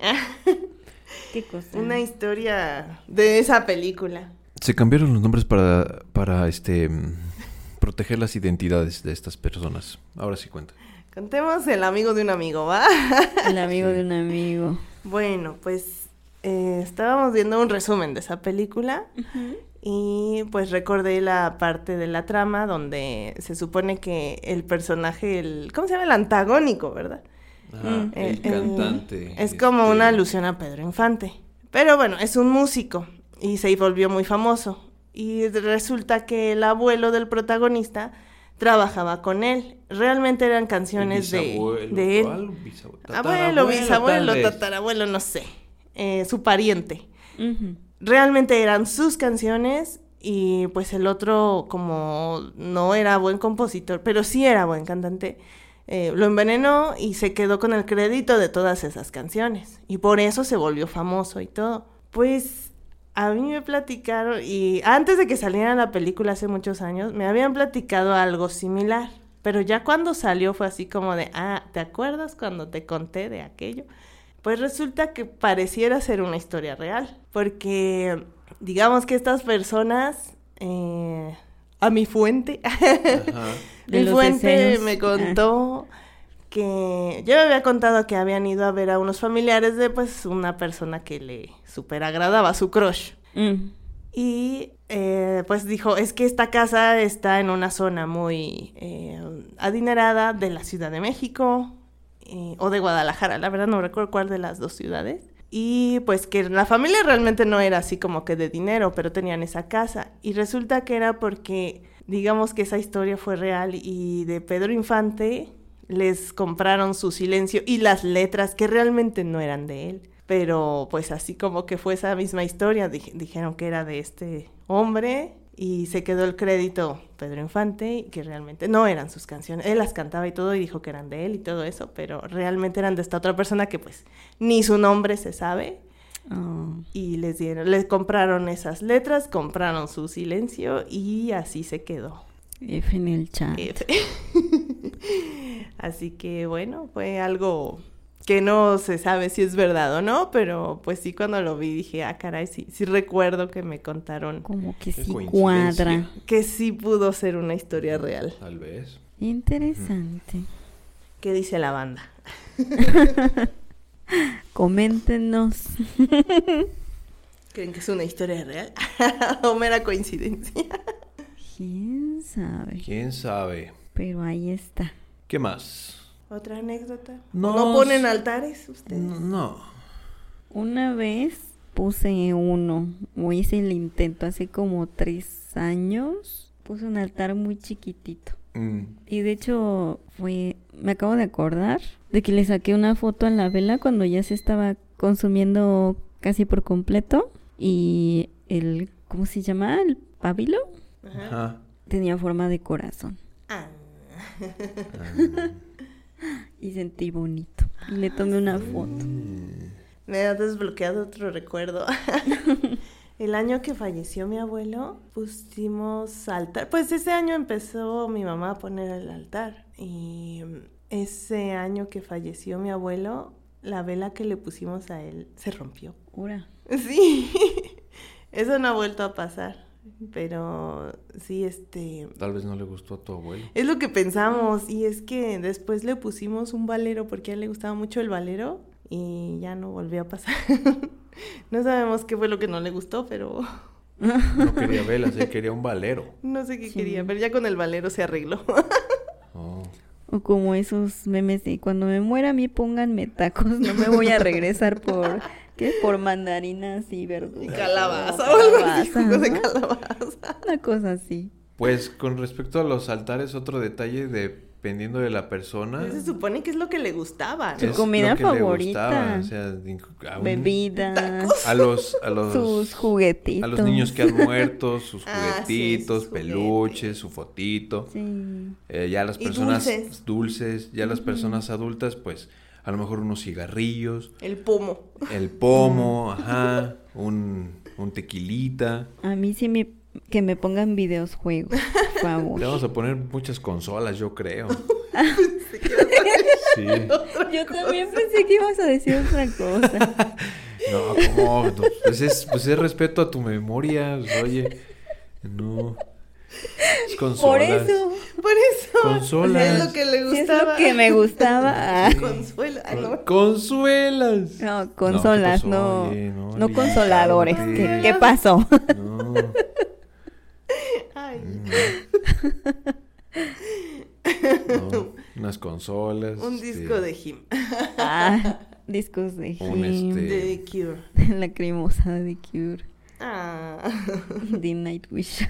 Speaker 3: ¿Qué cosa?
Speaker 2: Una historia de esa película.
Speaker 1: Se cambiaron los nombres para, para este mm, proteger las identidades de estas personas. Ahora sí cuenta.
Speaker 2: Contemos el amigo de un amigo, ¿va?
Speaker 3: El amigo de un amigo.
Speaker 2: bueno, pues eh, estábamos viendo un resumen de esa película y pues recordé la parte de la trama donde se supone que el personaje, el, ¿cómo se llama? El antagónico, ¿verdad?
Speaker 1: Ah,
Speaker 3: Mm.
Speaker 1: el
Speaker 2: Eh, eh,
Speaker 1: cantante.
Speaker 2: Es como
Speaker 1: este,
Speaker 2: una alusión a Pedro Infante. Pero bueno, es un músico y se volvió muy famoso. Y resulta que el abuelo del protagonista trabajaba con él. Realmente eran
Speaker 1: el
Speaker 2: canciones de,
Speaker 1: bisabuelo,
Speaker 2: de él.
Speaker 1: ¿cuál? Bisabue-
Speaker 2: Abuelo,
Speaker 1: tatarabuelo,
Speaker 2: bisabuelo,
Speaker 1: tal vez.
Speaker 2: tatarabuelo, no sé. Eh, su pariente.
Speaker 3: Ujú.
Speaker 2: Realmente eran sus canciones y pues el otro como no era buen compositor, pero sí era buen cantante, eh, lo envenenó y se quedó con el crédito de todas esas canciones. Y por eso se volvió famoso y todo. Pues a mí me platicaron, y antes de que saliera la película hace muchos años, me habían platicado algo similar. Pero ya cuando salió fue así como de, ah, ¿te acuerdas cuando te conté de aquello? Pues resulta que pareciera ser una historia real, porque digamos que estas personas, eh, a mi fuente,
Speaker 1: Ajá.
Speaker 3: De
Speaker 2: mi
Speaker 3: los
Speaker 2: fuente
Speaker 3: deseos.
Speaker 2: me contó que yo me había contado que habían ido a ver a unos familiares de pues una persona que le super agradaba, su crush.
Speaker 3: Mm.
Speaker 2: Y eh, pues dijo, es que esta casa está en una zona muy eh, adinerada de la Ciudad de México eh, o de Guadalajara, la verdad no recuerdo cuál de las dos ciudades. Y pues que la familia realmente no era así como que de dinero, pero tenían esa casa. Y resulta que era porque digamos que esa historia fue real y de Pedro Infante les compraron su silencio y las letras que realmente no eran de él. Pero pues así como que fue esa misma historia, di- dijeron que era de este hombre y se quedó el crédito Pedro Infante y que realmente no eran sus canciones. Él las cantaba y todo y dijo que eran de él y todo eso, pero realmente eran de esta otra persona que pues ni su nombre se sabe
Speaker 3: Oh.
Speaker 2: y les dieron, les compraron esas letras, compraron su silencio y así se quedó.
Speaker 3: F en el chat.
Speaker 2: F. Así que bueno, fue algo que no se sabe si es verdad o no, pero pues sí cuando lo vi dije, ah, caray, sí, sí recuerdo que me contaron
Speaker 3: Como que
Speaker 1: Qué
Speaker 3: sí
Speaker 1: coincidencia.
Speaker 3: cuadra.
Speaker 2: que sí pudo ser una historia real.
Speaker 1: Tal vez.
Speaker 3: Interesante.
Speaker 2: ¿Qué dice la banda?
Speaker 3: Coméntenos.
Speaker 2: ¿Creen que es una historia real o mera coincidencia?
Speaker 3: ¿Quién sabe?
Speaker 1: ¿Quién sabe?
Speaker 3: Pero ahí está.
Speaker 1: ¿Qué más?
Speaker 2: ¿Otra anécdota?
Speaker 1: No,
Speaker 2: ¿No, ponen
Speaker 1: sí.
Speaker 2: altares ustedes?
Speaker 1: No. no.
Speaker 3: Una vez puse uno, o hice el intento hace como tres años. Puse un altar muy chiquitito.
Speaker 1: Mm,
Speaker 3: Y de hecho fue, me acabo de acordar de que le saqué una foto a la vela cuando ya se estaba consumiendo casi por completo y el, ¿cómo se llama? El pábilo
Speaker 2: Ajá.
Speaker 1: Ajá.
Speaker 3: tenía forma de corazón
Speaker 2: Ah.
Speaker 3: y sentí bonito. Y le tomé
Speaker 2: Ah,
Speaker 3: una foto.
Speaker 1: Mm.
Speaker 2: Me ha desbloqueado otro recuerdo. El año que falleció mi abuelo, pusimos altar. Pues ese año empezó mi mamá a poner el altar. Y mm, ese año que falleció mi abuelo, la vela que le pusimos a él se rompió.
Speaker 3: Ora.
Speaker 2: Sí, eso no ha vuelto a pasar. Pero sí, este,
Speaker 1: Tal vez no le gustó a tu abuelo.
Speaker 2: es lo que pensamos y es que después le pusimos un valero porque a él le gustaba mucho el valero y ya no volvió a pasar. no sabemos qué fue lo que no le gustó, pero
Speaker 1: No quería velas, él quería un valero.
Speaker 2: no sé qué
Speaker 3: Sí.
Speaker 2: quería, pero ya con el valero se arregló.
Speaker 1: Oh.
Speaker 3: O como esos memes de cuando me muera a mí pónganme tacos, no me voy a regresar por, ¿qué? Por mandarinas y
Speaker 2: Y
Speaker 3: verduras.
Speaker 2: calabaza o algo así,
Speaker 3: Calabaza,
Speaker 2: jugo de
Speaker 3: ¿no?
Speaker 2: calabaza.
Speaker 3: Una cosa así.
Speaker 1: Pues con respecto a los altares, otro detalle dependiendo de la persona.
Speaker 2: Se supone que es lo que le gustaba, ¿no?
Speaker 3: Su
Speaker 1: es
Speaker 3: comida
Speaker 1: lo que le
Speaker 3: favorita.
Speaker 1: gustaba, o sea, inc- a un-
Speaker 3: Bebidas.
Speaker 1: A los, a los,
Speaker 3: Sus juguetitos.
Speaker 1: a los niños que han muerto, sus
Speaker 2: Ah, sí,
Speaker 1: juguetitos,
Speaker 2: sus
Speaker 1: peluches, su fotito.
Speaker 3: Sí.
Speaker 1: Eh, ya las
Speaker 2: Y
Speaker 1: personas
Speaker 2: dulces.
Speaker 1: dulces. ya las personas adultas, pues a lo mejor unos cigarrillos,
Speaker 2: El pomo.
Speaker 1: el pomo, ajá, un, un tequilita.
Speaker 3: A mí sí me, que me pongan videos juegos, por favor.
Speaker 1: Le vamos a poner muchas consolas, yo creo.
Speaker 2: Se quedó-
Speaker 1: Sí.
Speaker 3: Yo también pensé que ibas a decir otra cosa.
Speaker 1: No, ¿cómo? No, Pues es, pues es respeto a tu memoria, pues, oye. No. Es
Speaker 3: Por
Speaker 1: consolas.
Speaker 3: eso,
Speaker 2: Por eso.
Speaker 1: Consolas.
Speaker 2: Es lo que le
Speaker 3: si es lo
Speaker 2: gustaba.
Speaker 3: que me gustaba. ah.
Speaker 2: Consuela. Ah, no.
Speaker 1: Con- Consuelas.
Speaker 3: No, consolas,
Speaker 1: ¿qué pasó?
Speaker 3: no.
Speaker 1: Oye,
Speaker 3: no,
Speaker 1: no, Liz,
Speaker 3: consoladores.
Speaker 1: cálmate.
Speaker 3: ¿Qué, qué pasó?
Speaker 1: No.
Speaker 2: Ay,
Speaker 1: No, Unas consolas.
Speaker 2: un
Speaker 1: este,
Speaker 2: disco de Jim.
Speaker 3: Ah, discos de
Speaker 1: Un
Speaker 3: Him,
Speaker 1: este-
Speaker 2: De The Cure.
Speaker 3: Lacrimosa de Cure,
Speaker 2: Ah.
Speaker 3: The Nightwish,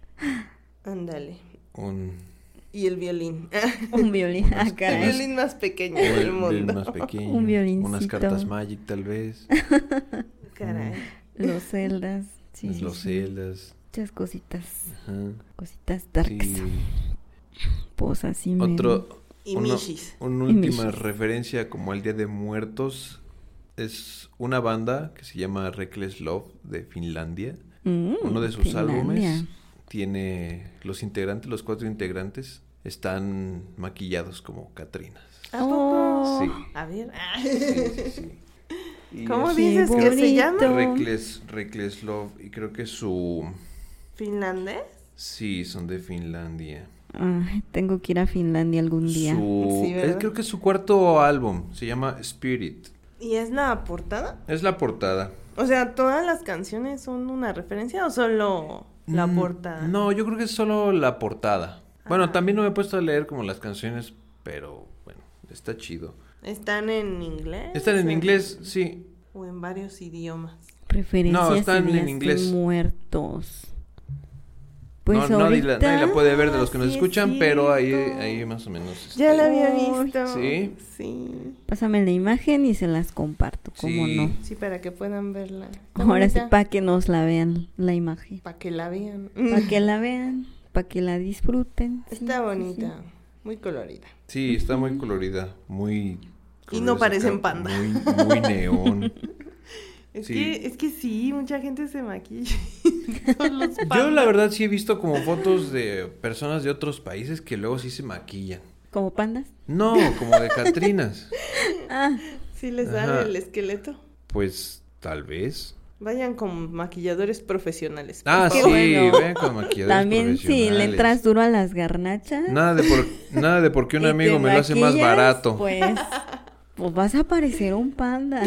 Speaker 2: Ándale.
Speaker 1: Un
Speaker 2: Y el violín.
Speaker 3: un violín, ah,
Speaker 1: Unas-
Speaker 2: el
Speaker 3: caray.
Speaker 1: unas-
Speaker 2: violín más pequeño
Speaker 1: un
Speaker 2: del
Speaker 1: violín
Speaker 2: mundo.
Speaker 1: más pequeño.
Speaker 3: Un
Speaker 1: Unas
Speaker 3: violincito.
Speaker 1: cartas Magic, tal vez.
Speaker 2: Caray.
Speaker 3: los celdas, sí, sí,
Speaker 1: los
Speaker 3: sí.
Speaker 1: celdas.
Speaker 3: muchas cositas,
Speaker 1: Ajá.
Speaker 3: cositas darks,
Speaker 1: Sí.
Speaker 3: pues así mero.
Speaker 1: Otro,
Speaker 2: Y
Speaker 1: Una,
Speaker 2: Michis.
Speaker 1: una
Speaker 3: Y
Speaker 1: última
Speaker 3: Michis.
Speaker 1: referencia como al Día de Muertos es una banda que se llama Reckless Love de Finlandia.
Speaker 3: Mm,
Speaker 1: Uno de sus álbumes
Speaker 3: Finlandia.
Speaker 1: tiene los integrantes, los cuatro integrantes están maquillados como Catrinas.
Speaker 2: ¿A
Speaker 3: Oh.
Speaker 2: poco?
Speaker 1: Sí.
Speaker 2: A ver.
Speaker 1: Oh. Sí, sí, sí. Y
Speaker 2: ¿Cómo
Speaker 1: es
Speaker 3: Qué
Speaker 2: dices que se
Speaker 3: bonito.
Speaker 2: llama?
Speaker 1: Reckless, Reckless Love y creo que su
Speaker 2: ¿Finlandés?
Speaker 1: sí son de Finlandia.
Speaker 3: Ay, tengo que ir a Finlandia algún día.
Speaker 1: Su,
Speaker 2: Sí,
Speaker 1: es-
Speaker 2: ¿verdad?
Speaker 1: creo que es su cuarto álbum se llama Spirit.
Speaker 2: ¿Y es la portada?
Speaker 1: Es la portada.
Speaker 2: O sea, ¿todas las canciones son una referencia o solo la
Speaker 1: Mm,
Speaker 2: portada?
Speaker 1: No, yo creo que es solo la portada. Bueno,
Speaker 2: Ah.
Speaker 1: también no me he puesto a leer como las canciones, pero bueno, está chido.
Speaker 2: ¿Están en inglés?
Speaker 1: Están en inglés, sí.
Speaker 2: O en varios idiomas.
Speaker 3: Referencias
Speaker 1: No,
Speaker 3: y
Speaker 1: están en
Speaker 3: días
Speaker 1: inglés.
Speaker 3: muertos. Pues
Speaker 1: no, nadie, la,
Speaker 3: ahorita-
Speaker 1: nadie la puede ver de los que nos
Speaker 2: sí es
Speaker 1: escuchan, pero ahí,
Speaker 2: cierto.
Speaker 1: ahí más o menos. este,
Speaker 2: Ya la había
Speaker 3: Uy.
Speaker 2: visto.
Speaker 1: ¿Sí?
Speaker 2: Sí.
Speaker 3: Pásame la imagen y se las comparto, cómo
Speaker 1: Sí.
Speaker 3: no.
Speaker 2: Sí, para que puedan verla.
Speaker 3: Ahora sí,
Speaker 2: para
Speaker 3: para que nos la vean la imagen.
Speaker 2: que la vean.
Speaker 3: Para que la vean, para que la disfruten. sí,
Speaker 2: Está
Speaker 3: sí,
Speaker 2: bonita, muy colorida.
Speaker 1: Sí, está muy colorida, muy...
Speaker 2: Y no
Speaker 1: colores acá,
Speaker 2: parecen panda.
Speaker 1: Muy, muy neón.
Speaker 2: Es,
Speaker 1: Sí.
Speaker 2: que, es que sí, mucha gente se maquilla. Son los
Speaker 1: Yo
Speaker 2: pandas.
Speaker 1: la verdad sí he visto como fotos de personas de otros países que luego sí se maquillan.
Speaker 3: sí. Como pandas.
Speaker 1: No, como de Catrinas.
Speaker 3: Ah,
Speaker 2: Sí les
Speaker 1: Ajá.
Speaker 2: sale el esqueleto.
Speaker 1: Pues tal vez.
Speaker 2: Vayan con maquilladores profesionales. por
Speaker 1: Ah,
Speaker 2: favor.
Speaker 1: sí,
Speaker 3: Qué bueno.
Speaker 1: vean con maquilladores
Speaker 3: también si le
Speaker 1: profesionales.
Speaker 3: entras duro a las garnachas.
Speaker 1: Nada de, por- nada de porque un
Speaker 3: y te
Speaker 1: amigo me lo hace más
Speaker 3: maquillas,
Speaker 1: barato.
Speaker 3: Pues, pues vas a parecer un panda.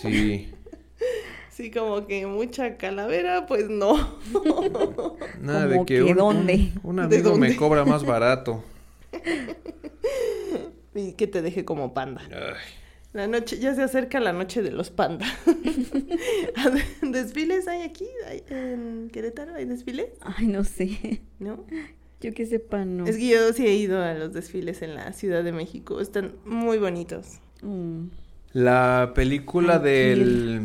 Speaker 1: Sí.
Speaker 2: Sí, como que mucha calavera, pues no.
Speaker 1: Nada
Speaker 3: ¿Cómo
Speaker 1: de que,
Speaker 3: que
Speaker 1: un,
Speaker 3: dónde?
Speaker 1: un- un
Speaker 2: ¿De
Speaker 1: amigo me
Speaker 2: dónde?
Speaker 1: cobra más barato.
Speaker 2: Y que te deje como panda.
Speaker 1: Ay,
Speaker 2: La noche, ya se acerca la noche de los pandas. ¿Desfiles hay aquí? ¿Hay ¿En Querétaro hay desfiles?
Speaker 3: Ay, no sé.
Speaker 2: ¿No?
Speaker 3: Yo que sepa, no.
Speaker 2: Es que yo sí he ido a los desfiles en la Ciudad de México. Están muy bonitos.
Speaker 3: Mm.
Speaker 1: La película
Speaker 3: Ay,
Speaker 1: del...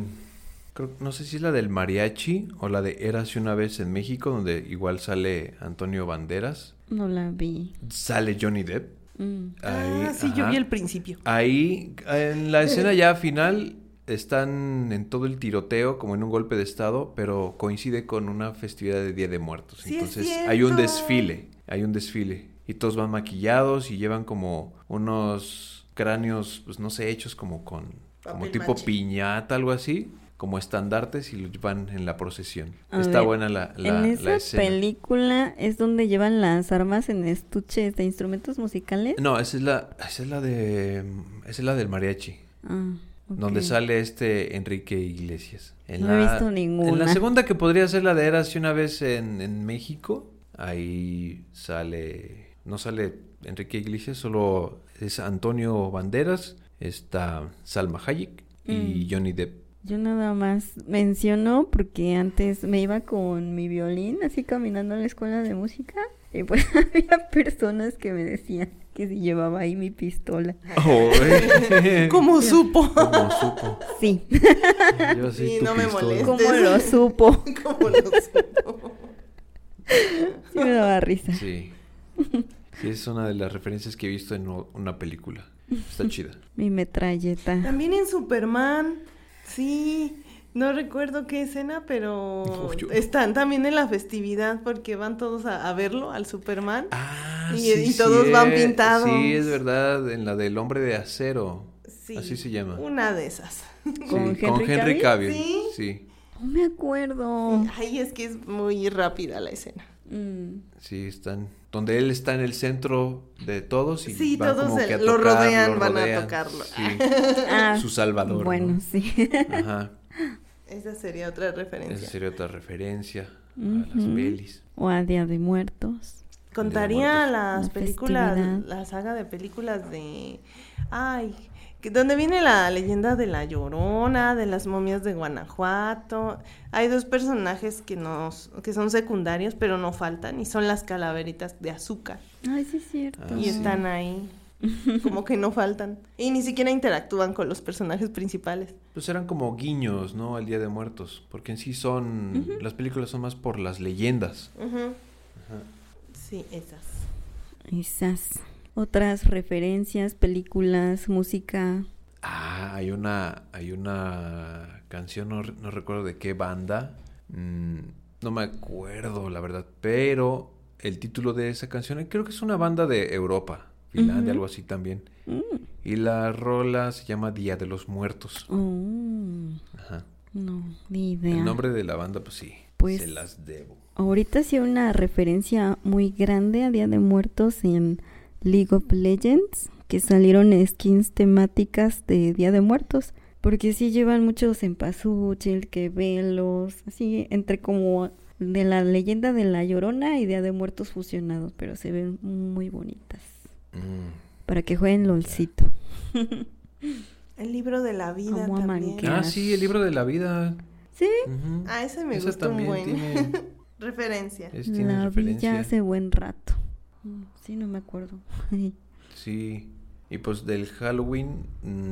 Speaker 1: creo- no sé si es la del mariachi o la de Érase una vez en México, donde igual sale Antonio Banderas.
Speaker 3: No la vi.
Speaker 1: Sale Johnny Depp.
Speaker 3: Mm.
Speaker 2: ah, sí, yo
Speaker 1: ajá.
Speaker 2: vi al principio.
Speaker 1: Ahí, en la escena ya final, están en todo el tiroteo, como en un golpe de estado, pero coincide con una festividad de Día de Muertos.
Speaker 2: Sí, es
Speaker 1: Entonces hay un
Speaker 2: cierto.
Speaker 1: desfile, hay un desfile. Y todos van maquillados y llevan como unos cráneos, pues no sé, hechos como con, como
Speaker 2: Papel
Speaker 1: tipo
Speaker 2: maché.
Speaker 1: piñata, algo así, como estandartes y los van en la procesión.
Speaker 3: A
Speaker 1: Está
Speaker 3: ver,
Speaker 1: buena la, la,
Speaker 3: en
Speaker 1: la
Speaker 3: esa
Speaker 1: escena.
Speaker 3: película es donde llevan las armas en estuches de instrumentos musicales.
Speaker 1: No, esa es la, esa es la de, esa es la del mariachi.
Speaker 3: Ah, ok.
Speaker 1: Donde sale este Enrique Iglesias.
Speaker 3: No he visto ninguna.
Speaker 1: En la segunda que podría ser la de Érase una vez en, en México, ahí sale, no sale Enrique Iglesias, solo es Antonio Banderas, está Salma Hayek y
Speaker 3: Mm.
Speaker 1: Johnny Depp.
Speaker 3: Yo nada más menciono porque antes me iba con mi violín así caminando a la escuela de música y pues había personas que me decían que si llevaba ahí mi pistola.
Speaker 1: ¿Cómo?
Speaker 2: ¿Cómo supo?
Speaker 1: Oh, eh. supo?
Speaker 3: Sí,
Speaker 1: Yo así,
Speaker 2: Sí,
Speaker 1: tu
Speaker 2: no me
Speaker 1: pistola.
Speaker 2: molesta.
Speaker 3: como lo supo.
Speaker 2: ¿Cómo lo supo?
Speaker 3: Sí me daba risa.
Speaker 1: Sí. Sí, es una de las referencias que he visto en o- una película. Está chida.
Speaker 3: Mi metralleta.
Speaker 2: También en Superman. Sí. No recuerdo qué escena, pero
Speaker 1: No, yo-
Speaker 2: están también en la festividad porque van todos a, a verlo al Superman.
Speaker 1: Ah,
Speaker 2: Y- y todos van
Speaker 1: cier-
Speaker 2: pintados.
Speaker 1: Sí, es verdad, en la del hombre de acero.
Speaker 2: Sí,
Speaker 1: así se llama.
Speaker 2: Una de esas.
Speaker 1: Sí,
Speaker 3: ¿Con Henry Cavill?
Speaker 1: Cavill.
Speaker 2: Sí.
Speaker 1: Sí,
Speaker 3: No me acuerdo.
Speaker 2: Ay, es que es muy rápida la escena.
Speaker 3: Mm.
Speaker 1: sí, están. Donde él está en el centro de todos y
Speaker 2: Sí,
Speaker 1: van
Speaker 2: todos
Speaker 1: como
Speaker 2: el-
Speaker 1: que a
Speaker 2: lo
Speaker 1: tocar,
Speaker 2: rodean,
Speaker 1: lo
Speaker 2: van a
Speaker 1: rodean.
Speaker 2: tocarlo.
Speaker 1: Sí,
Speaker 3: Ah,
Speaker 1: su salvador.
Speaker 3: bueno,
Speaker 1: ¿no?
Speaker 3: sí.
Speaker 1: Ajá.
Speaker 2: Esa sería otra referencia.
Speaker 1: Esa sería otra referencia a las
Speaker 3: Ujú.
Speaker 1: pelis.
Speaker 3: O a Día de Muertos.
Speaker 2: Contaría
Speaker 1: Día de
Speaker 2: las
Speaker 3: La
Speaker 2: películas,
Speaker 3: festividad.
Speaker 2: la saga de películas de... Ay, que- donde viene la leyenda de la Llorona, de las momias de Guanajuato. Hay dos personajes que, nos, que son secundarios, pero no faltan, y son las calaveritas de azúcar.
Speaker 3: Ay, sí es cierto.
Speaker 1: Ah,
Speaker 2: y
Speaker 1: sí.
Speaker 2: están ahí, como que no faltan. Y ni siquiera interactúan con los personajes principales.
Speaker 1: Pues eran como guiños, ¿no? Al Día de Muertos. Porque en sí son. Las películas son más por las leyendas.
Speaker 2: Ujú. Sí, esas.
Speaker 3: Esas. Otras referencias, películas, música.
Speaker 1: Ah, hay una, hay una canción, no, re- no recuerdo de qué banda, mm, no me acuerdo la verdad, pero el título de esa canción, eh, creo que es una banda de Europa, Finlandia,
Speaker 3: Ujú.
Speaker 1: algo así también,
Speaker 3: Mm.
Speaker 1: y la rola se llama Día de los Muertos.
Speaker 3: Oh,
Speaker 1: Ajá.
Speaker 3: no, ni idea.
Speaker 1: El nombre de la banda, pues sí,
Speaker 3: Pues-
Speaker 1: se las debo.
Speaker 3: Ahorita sí una referencia muy grande a Día de Muertos en League of Legends, que salieron skins temáticas de Día de Muertos, porque sí llevan muchos empasuchil, que velos, así entre como de la leyenda de la Llorona y Día de Muertos fusionados, pero se ven muy bonitas.
Speaker 1: Mm.
Speaker 3: Para que jueguen LOLcito.
Speaker 2: El libro de la vida
Speaker 3: Amo a
Speaker 2: también.
Speaker 3: Manquera.
Speaker 1: Ah, sí, el libro de la vida.
Speaker 3: Sí,
Speaker 1: ujú.
Speaker 2: Ah, ese me
Speaker 1: Esa
Speaker 2: gusta un
Speaker 1: también
Speaker 2: buen.
Speaker 1: tiene-
Speaker 2: Referencia.
Speaker 1: Es- tiene
Speaker 3: La vi
Speaker 1: referencia.
Speaker 3: ya hace buen rato. Mm, Sí, no me acuerdo.
Speaker 1: Sí, y pues del Halloween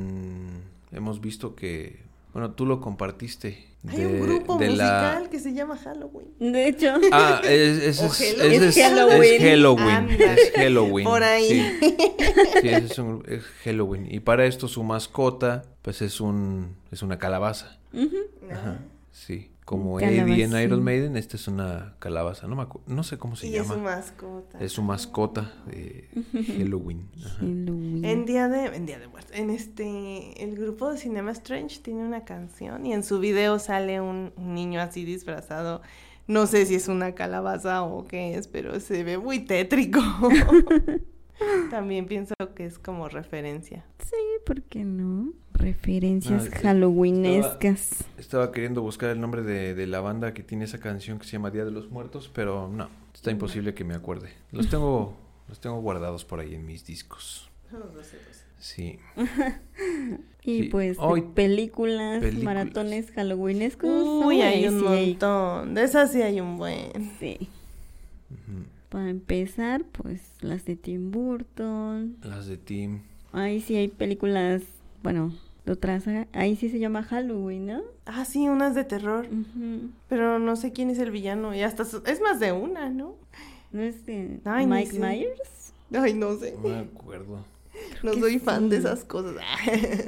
Speaker 1: mm, hemos visto que, bueno, tú lo compartiste.
Speaker 2: Hay un
Speaker 1: de-
Speaker 2: grupo
Speaker 1: de la-
Speaker 2: musical que se llama Halloween.
Speaker 3: De hecho,
Speaker 1: Ah, es, es,
Speaker 2: O
Speaker 1: es-
Speaker 2: Halloween.
Speaker 1: es-
Speaker 3: Es
Speaker 1: es Halloween.
Speaker 3: Halloween.
Speaker 1: Es Halloween.
Speaker 2: Ándale. Por ahí.
Speaker 1: Sí, Sí, ese es, un- es Halloween. Y para esto su mascota, pues es un es una calabaza.
Speaker 3: ujú,
Speaker 1: Ajá. Sí, como
Speaker 3: Calabacín.
Speaker 1: Eddie en Iron Maiden, esta es una calabaza. No me acu- no sé cómo se
Speaker 2: y es su
Speaker 1: llama.
Speaker 2: mascota.
Speaker 1: Es su mascota de Halloween. Ajá.
Speaker 3: Halloween.
Speaker 2: En Día de... En Día de Muertos. En este... El grupo de Cinema Strange tiene una canción y en su video sale un, un niño así disfrazado. No sé si es una calabaza o qué es, pero se ve muy tétrico. También pienso que es como referencia.
Speaker 3: Sí, ¿por qué no? Referencias
Speaker 1: No, es-
Speaker 3: halloweenescas.
Speaker 1: Ah, Estaba queriendo buscar el nombre de, de la banda que tiene esa canción que se llama Día de los Muertos, pero no, está
Speaker 2: Mm.
Speaker 1: imposible que me acuerde. Los tengo, los tengo guardados por ahí en mis discos. Sí.
Speaker 3: Y
Speaker 1: sí.
Speaker 3: pues de
Speaker 1: Hoy-
Speaker 3: películas,
Speaker 1: películas.
Speaker 3: maratones halloweenescos.
Speaker 2: Uy, hay
Speaker 3: ay,
Speaker 2: un
Speaker 3: sí, hay-
Speaker 2: montón. De esas sí hay un buen.
Speaker 3: Sí.
Speaker 1: Ujú.
Speaker 3: Para empezar, pues las de Tim Burton.
Speaker 1: Las de Tim.
Speaker 3: Ahí sí hay películas, bueno, de otras. ah, Ahí sí se llama Halloween, ¿no?
Speaker 2: Ah, sí, unas de terror.
Speaker 3: Ujú.
Speaker 2: Pero no sé quién es el villano. Y hasta su- es más de una, ¿no?
Speaker 3: ¿No es de
Speaker 2: Ay, ni
Speaker 3: Mike
Speaker 2: sé.
Speaker 3: Myers?
Speaker 2: Ay, no sé.
Speaker 1: No me acuerdo.
Speaker 2: No
Speaker 3: que
Speaker 2: soy fan de
Speaker 3: sí.
Speaker 2: esas cosas.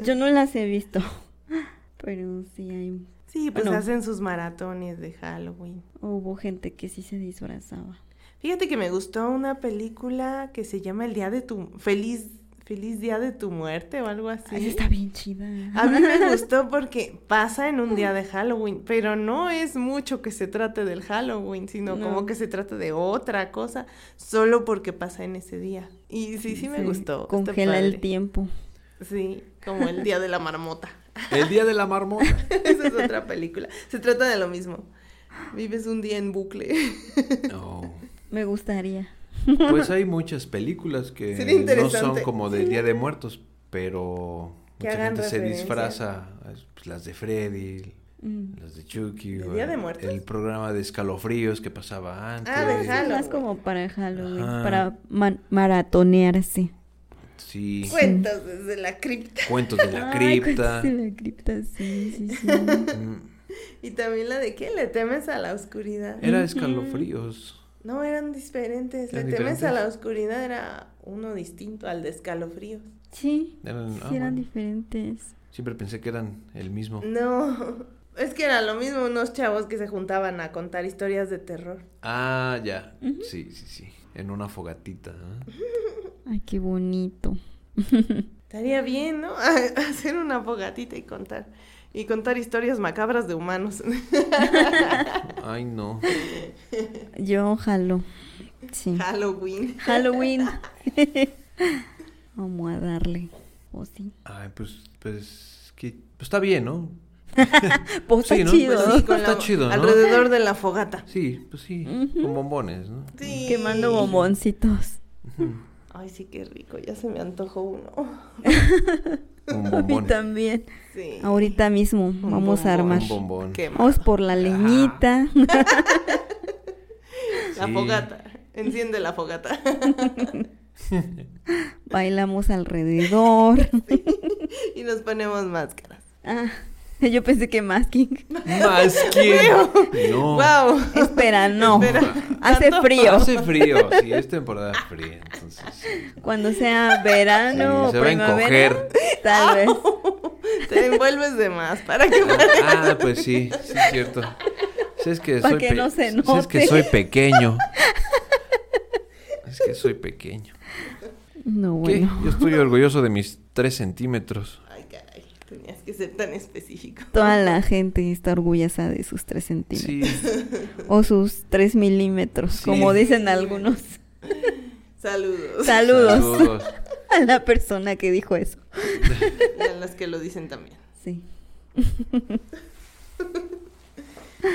Speaker 3: Yo no las he visto. Pero sí hay.
Speaker 2: sí, pues
Speaker 3: Bueno.
Speaker 2: hacen sus maratones de Halloween.
Speaker 3: Hubo gente que sí se disfrazaba.
Speaker 2: Fíjate que me gustó una película que se llama El Día de tu Feliz Feliz Día de tu Muerte o algo así.
Speaker 3: Ay, está bien chida.
Speaker 2: A mí me gustó porque pasa en un día de Halloween, pero no es mucho que se trate del Halloween, sino
Speaker 3: No.
Speaker 2: como que se trata de otra cosa, solo porque pasa en ese día. Y sí, sí me
Speaker 3: Se
Speaker 2: gustó. está
Speaker 3: Congela el
Speaker 2: padre.
Speaker 3: tiempo.
Speaker 2: Sí, como el día de la marmota.
Speaker 1: El Día de la Marmota.
Speaker 2: Esa es otra película. Se trata de lo mismo. Vives un día en bucle.
Speaker 1: No.
Speaker 3: Me gustaría.
Speaker 1: Pues hay muchas películas que
Speaker 2: Sería
Speaker 1: no
Speaker 2: interesante.
Speaker 1: son como de Día de Muertos, pero
Speaker 2: Que
Speaker 1: mucha
Speaker 2: hagan
Speaker 1: gente se
Speaker 2: referencia.
Speaker 1: disfraza. Pues, las de Freddy,
Speaker 3: Mm.
Speaker 1: las de Chucky.
Speaker 2: ¿De
Speaker 1: o
Speaker 2: Día de
Speaker 1: el-
Speaker 2: Muertos?
Speaker 1: El programa de escalofríos que pasaba antes.
Speaker 2: Ah, de
Speaker 3: Eso
Speaker 2: Halloween.
Speaker 3: Es más como para Halloween,
Speaker 1: Ajá.
Speaker 3: para man- maratonearse.
Speaker 1: Sí.
Speaker 2: Cuentas desde la cripta.
Speaker 1: Cuentos de la
Speaker 3: Ay,
Speaker 1: cripta.
Speaker 3: cuentos de la cripta, sí, sí, sí.
Speaker 1: Mm,
Speaker 2: Y también la de qué le temes a la oscuridad.
Speaker 1: Era escalofríos.
Speaker 2: No, eran diferentes. Le
Speaker 1: ¿Eran
Speaker 2: temes
Speaker 1: diferentes?
Speaker 2: a la oscuridad era uno distinto al de escalofríos.
Speaker 3: Sí,
Speaker 1: Eran-
Speaker 3: sí
Speaker 1: ah,
Speaker 3: eran
Speaker 1: bueno.
Speaker 3: diferentes.
Speaker 1: Siempre pensé que eran el mismo.
Speaker 2: No, es que era lo mismo unos chavos que se juntaban a contar historias de terror.
Speaker 1: Ah, ya. Sí, sí, sí. En una fogatita. ¿eh?
Speaker 3: Ay, qué bonito.
Speaker 2: Estaría bien, ¿no? Hacer una fogatita y contar. Y contar historias macabras de humanos.
Speaker 1: Ay, no.
Speaker 3: Yo jalo. Sí.
Speaker 2: Halloween.
Speaker 3: Halloween. Vamos a darle. O sí.
Speaker 1: Ay, pues, pues, que, pues está bien, ¿no?
Speaker 3: Pues
Speaker 1: Sí,
Speaker 3: está
Speaker 1: ¿no?
Speaker 3: chido.
Speaker 1: Pues sí. Está chido, ¿no?
Speaker 2: Alrededor de la fogata.
Speaker 1: Sí, pues sí.
Speaker 3: Ujú.
Speaker 1: Con bombones, ¿no?
Speaker 2: Sí.
Speaker 3: Quemando bomboncitos.
Speaker 1: Ujú.
Speaker 2: Ay, sí, qué rico. Ya se me antojó uno.
Speaker 1: Un
Speaker 3: A mí
Speaker 1: bombón.
Speaker 3: también.
Speaker 2: Sí.
Speaker 3: Ahorita mismo vamos a
Speaker 2: bombón.
Speaker 3: armar.
Speaker 1: Un bombón.
Speaker 2: Quema.
Speaker 3: Vamos por la leñita.
Speaker 2: La
Speaker 1: Sí.
Speaker 2: fogata. Enciende la fogata.
Speaker 3: Bailamos alrededor.
Speaker 2: y nos ponemos máscaras.
Speaker 3: Ah, yo pensé que masking.
Speaker 1: Más que. No.
Speaker 2: ¡Wow!
Speaker 3: Espera, no.
Speaker 2: Espera.
Speaker 3: Hace
Speaker 2: Tanto.
Speaker 3: frío.
Speaker 1: Hace frío. Ah, Sí, es temporada fría. Entonces, sí.
Speaker 3: Cuando sea verano
Speaker 1: Sí, se
Speaker 3: o
Speaker 1: va a
Speaker 3: primavera,
Speaker 1: encoger.
Speaker 3: tal vez.
Speaker 2: Te envuelves de más para que
Speaker 1: Ah, pues sí. Sí, es cierto. Si es que
Speaker 3: Pa'
Speaker 1: soy
Speaker 3: que
Speaker 1: pe-
Speaker 3: no se
Speaker 1: si es que
Speaker 3: note.
Speaker 1: soy pequeño. Es que soy pequeño.
Speaker 3: No,
Speaker 1: ¿Qué?
Speaker 3: bueno.
Speaker 1: Yo estoy orgulloso de mis 3 centímetros.
Speaker 2: Ay, caray, tenías que ser tan específico.
Speaker 3: Toda la gente está orgullosa de sus 3 centímetros.
Speaker 1: Sí.
Speaker 3: O sus 3 milímetros,
Speaker 1: Sí.
Speaker 3: como dicen algunos.
Speaker 2: Saludos.
Speaker 3: Saludos, a la persona que dijo eso.
Speaker 2: Y a las que lo dicen también.
Speaker 3: Sí.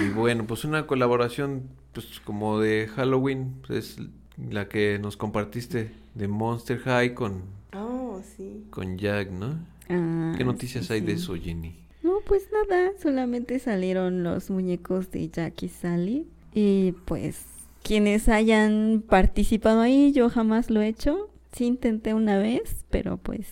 Speaker 1: Y bueno, pues una colaboración pues como de Halloween, pues, es la que nos compartiste de Monster High con,
Speaker 2: Oh, sí.
Speaker 1: con Jack, ¿no?
Speaker 3: Ah,
Speaker 1: ¿Qué noticias
Speaker 3: sí,
Speaker 1: hay de
Speaker 3: sí.
Speaker 1: eso, Jenny?
Speaker 3: No, pues nada, solamente salieron los muñecos de Jack y Sally Y pues quienes hayan participado ahí, yo jamás lo he hecho. Sí intenté una vez, pero pues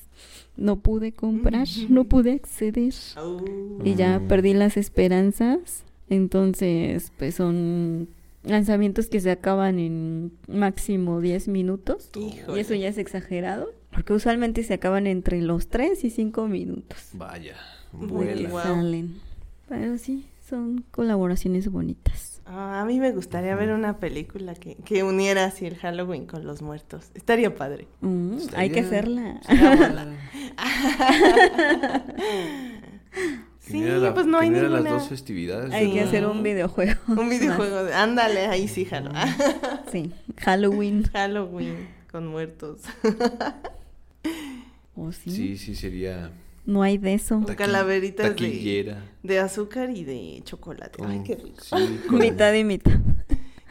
Speaker 3: no pude comprar, no pude acceder.
Speaker 2: Au.
Speaker 3: Y ya
Speaker 1: Mm.
Speaker 3: perdí las esperanzas. Entonces, pues son lanzamientos que se acaban en máximo 10 minutos.
Speaker 2: Híjole.
Speaker 3: Y eso ya es exagerado, porque usualmente se acaban entre los 3 y 5 minutos.
Speaker 1: Vaya,
Speaker 3: de que
Speaker 1: vuela.
Speaker 2: Wow.
Speaker 3: salen. Pero sí, son colaboraciones bonitas.
Speaker 2: Ah, a mí me gustaría ver una película que, que uniera así el Halloween con los muertos. Estaría padre.
Speaker 3: Mm,
Speaker 1: Estaría-
Speaker 3: hay que hacerla.
Speaker 1: estaría buena. Que
Speaker 2: sí,
Speaker 1: uniera la-
Speaker 2: pues no
Speaker 1: que
Speaker 2: hay
Speaker 1: uniera
Speaker 2: ninguna.
Speaker 1: las dos festividades.
Speaker 3: Hay que
Speaker 1: ¿verdad?
Speaker 3: hacer un videojuego.
Speaker 2: Un videojuego. de- Ándale, ahí sí, jalo.
Speaker 3: Sí, Halloween.
Speaker 2: Halloween con muertos.
Speaker 3: ¿O Oh, sí?
Speaker 1: Sí, sí, sería
Speaker 3: No hay de eso.
Speaker 2: Con calaveritas ¿Mm? de-
Speaker 1: taquillera.
Speaker 2: De azúcar y de chocolate. Ay,
Speaker 1: Oh,
Speaker 2: qué rico.
Speaker 1: sí, con-
Speaker 3: Mitad y mitad.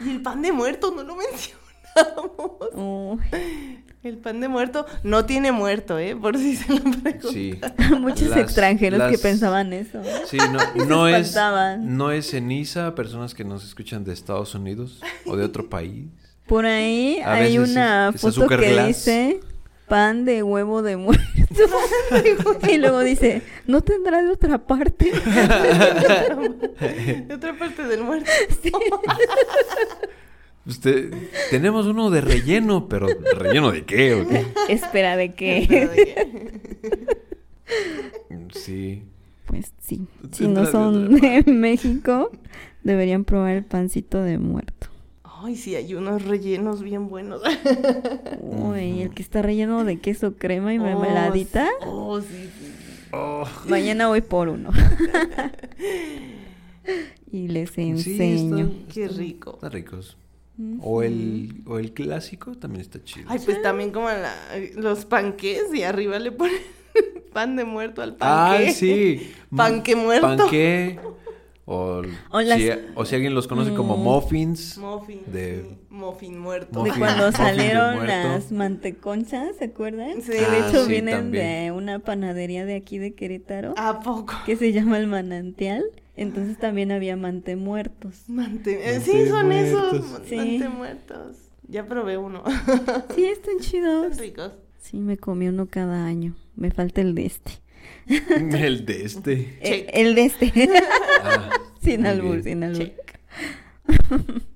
Speaker 2: Y el pan de muerto, no lo mencionamos.
Speaker 3: Uy,
Speaker 2: El pan de muerto no tiene muerto, ¿eh? Por si se lo preguntan.
Speaker 1: Sí.
Speaker 3: muchos
Speaker 1: Las-
Speaker 3: extranjeros que
Speaker 1: las-
Speaker 3: pensaban eso.
Speaker 1: Sí, no, no es,
Speaker 3: espantaban.
Speaker 1: no es ceniza personas que nos escuchan de Estados Unidos o de otro país.
Speaker 3: Por ahí
Speaker 1: A
Speaker 3: hay
Speaker 1: veces
Speaker 3: una
Speaker 1: es- es
Speaker 3: foto
Speaker 1: azúcar
Speaker 3: que
Speaker 1: glass.
Speaker 3: dice pan de huevo de muerto. y luego dice, ¿no tendrá de otra parte?
Speaker 2: De otra parte del muerto.
Speaker 1: Usted, tenemos uno de relleno, pero ¿relleno de qué? o qué?
Speaker 3: Espera de
Speaker 2: Pero
Speaker 3: que...
Speaker 2: de que-
Speaker 1: Sí.
Speaker 3: Pues sí, si
Speaker 1: Tendrá
Speaker 3: no
Speaker 1: de
Speaker 3: son
Speaker 1: otra
Speaker 3: de México, deberían probar el pancito de muerto.
Speaker 2: Ay, sí, hay unos rellenos bien buenos.
Speaker 3: Uy, el que está relleno de queso crema y mermeladita.
Speaker 2: Oh, sí, sí, sí.
Speaker 1: Oh,
Speaker 3: Mañana voy por uno. y les
Speaker 1: sí,
Speaker 3: enseño.
Speaker 1: están-
Speaker 2: Qué
Speaker 1: están-
Speaker 2: rico.
Speaker 1: Están ricos. O el, o el clásico también está chido.
Speaker 2: Ay, pues también como la- los panqués y arriba le ponen pan de muerto al
Speaker 1: ah,
Speaker 2: panqué.
Speaker 1: sí.
Speaker 2: Panque muerto.
Speaker 1: Panque. O,
Speaker 3: O las-
Speaker 1: si, o si alguien los conoce como
Speaker 3: Mm.
Speaker 1: muffins.
Speaker 2: Muffin.
Speaker 1: De-
Speaker 2: sí, Muffin muerto.
Speaker 3: De
Speaker 1: Muffin.
Speaker 3: cuando
Speaker 1: Oh, Muffin de
Speaker 3: salieron
Speaker 1: muerto.
Speaker 3: las manteconchas, ¿se acuerdan?
Speaker 2: Sí.
Speaker 3: de
Speaker 2: Ah,
Speaker 3: hecho
Speaker 1: sí,
Speaker 3: vienen
Speaker 1: también. Ah.
Speaker 3: de una panadería de aquí de Querétaro
Speaker 2: ¿A poco?
Speaker 3: que se llama El Manantial. Entonces también había mante muertos.
Speaker 2: Mante- eh,
Speaker 1: Mante
Speaker 2: Sí, son esos.
Speaker 1: muertos.
Speaker 3: Sí.
Speaker 2: Mante muertos. Ya probé uno.
Speaker 3: Sí, están chidos.
Speaker 2: Están ricos.
Speaker 3: Sí, me comí uno cada año. Me falta el de este.
Speaker 1: El de este.
Speaker 3: Eh,
Speaker 2: Check.
Speaker 3: El de este.
Speaker 1: Ah,
Speaker 3: sin
Speaker 1: muy
Speaker 3: albur,
Speaker 1: bien.
Speaker 3: sin albur.
Speaker 2: Check.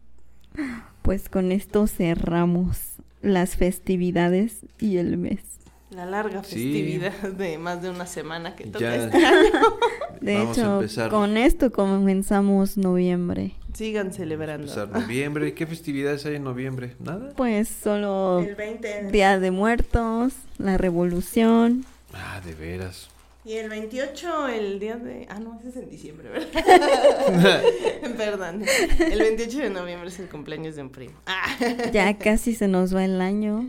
Speaker 3: Pues con esto cerramos las festividades y el mes.
Speaker 2: La larga
Speaker 1: Sí.
Speaker 2: festividad de más de una semana que toca.
Speaker 1: Ya.
Speaker 2: este año.
Speaker 3: De
Speaker 1: Vamos a
Speaker 3: hecho,
Speaker 1: empezar.
Speaker 3: con esto comenzamos noviembre.
Speaker 2: Sigan celebrando.
Speaker 1: Empezar noviembre. ¿Qué festividades hay en noviembre? ¿Nada?
Speaker 3: Pues solo
Speaker 2: El 20
Speaker 3: Día de Muertos, la Revolución.
Speaker 1: Ah, de veras.
Speaker 2: y el 28 el día de ah no ese es en diciembre verdad perdón el 28 de noviembre es el cumpleaños de un primo ah.
Speaker 3: Ya casi se nos va el año.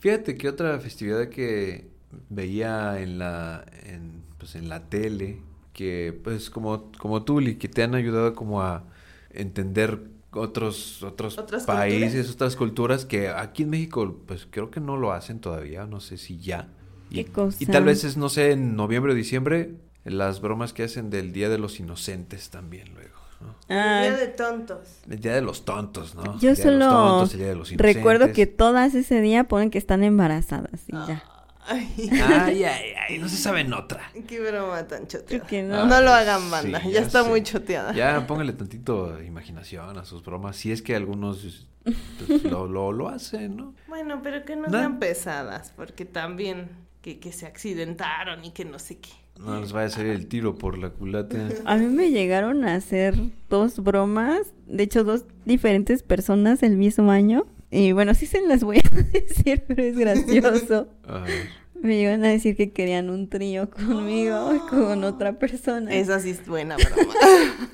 Speaker 1: Fíjate que otra festividad que veía en la, en, pues en la tele, que pues como, como tú, Li, que te han ayudado como a entender otros, otros
Speaker 2: Otras
Speaker 1: países, otras culturas, que aquí en México pues creo que no lo hacen todavía, no sé si ya. Y,
Speaker 3: ¿Qué cosa?
Speaker 1: y tal vez es, no sé, en noviembre o diciembre, las bromas que hacen del Día de los Inocentes también luego. ¿no?
Speaker 3: Ah,
Speaker 2: de tontos
Speaker 1: El Día de los Tontos, ¿no?
Speaker 3: yo
Speaker 1: El Día de los
Speaker 3: solo
Speaker 1: Tontos, el Día de los
Speaker 3: recuerdo
Speaker 1: Inocentes.
Speaker 3: que todas ese día ponen que están embarazadas y ya.
Speaker 2: ay
Speaker 1: Ay, ay, ay, no se saben otra.
Speaker 2: qué broma tan choteada
Speaker 3: Creo que
Speaker 2: no.
Speaker 3: no.
Speaker 2: lo
Speaker 1: Ah,
Speaker 2: hagan banda
Speaker 1: sí,
Speaker 2: ya, está
Speaker 1: sé.
Speaker 2: muy choteada
Speaker 1: Ya póngale tantito imaginación a sus bromas. Si es que algunos pues, lo, lo, lo hacen, ¿no?
Speaker 2: bueno pero que no,
Speaker 1: No.
Speaker 2: sean pesadas porque también que, que se accidentaron y que no sé qué
Speaker 1: No les vaya a salir el tiro por la culata.
Speaker 3: A mí me llegaron a hacer dos bromas, de hecho dos diferentes personas el mismo año. Y bueno, sí se las voy a decir, pero es gracioso.
Speaker 1: A ver.
Speaker 3: Me llegaron a decir que querían un trío conmigo y con otra persona.
Speaker 2: esa sí es buena broma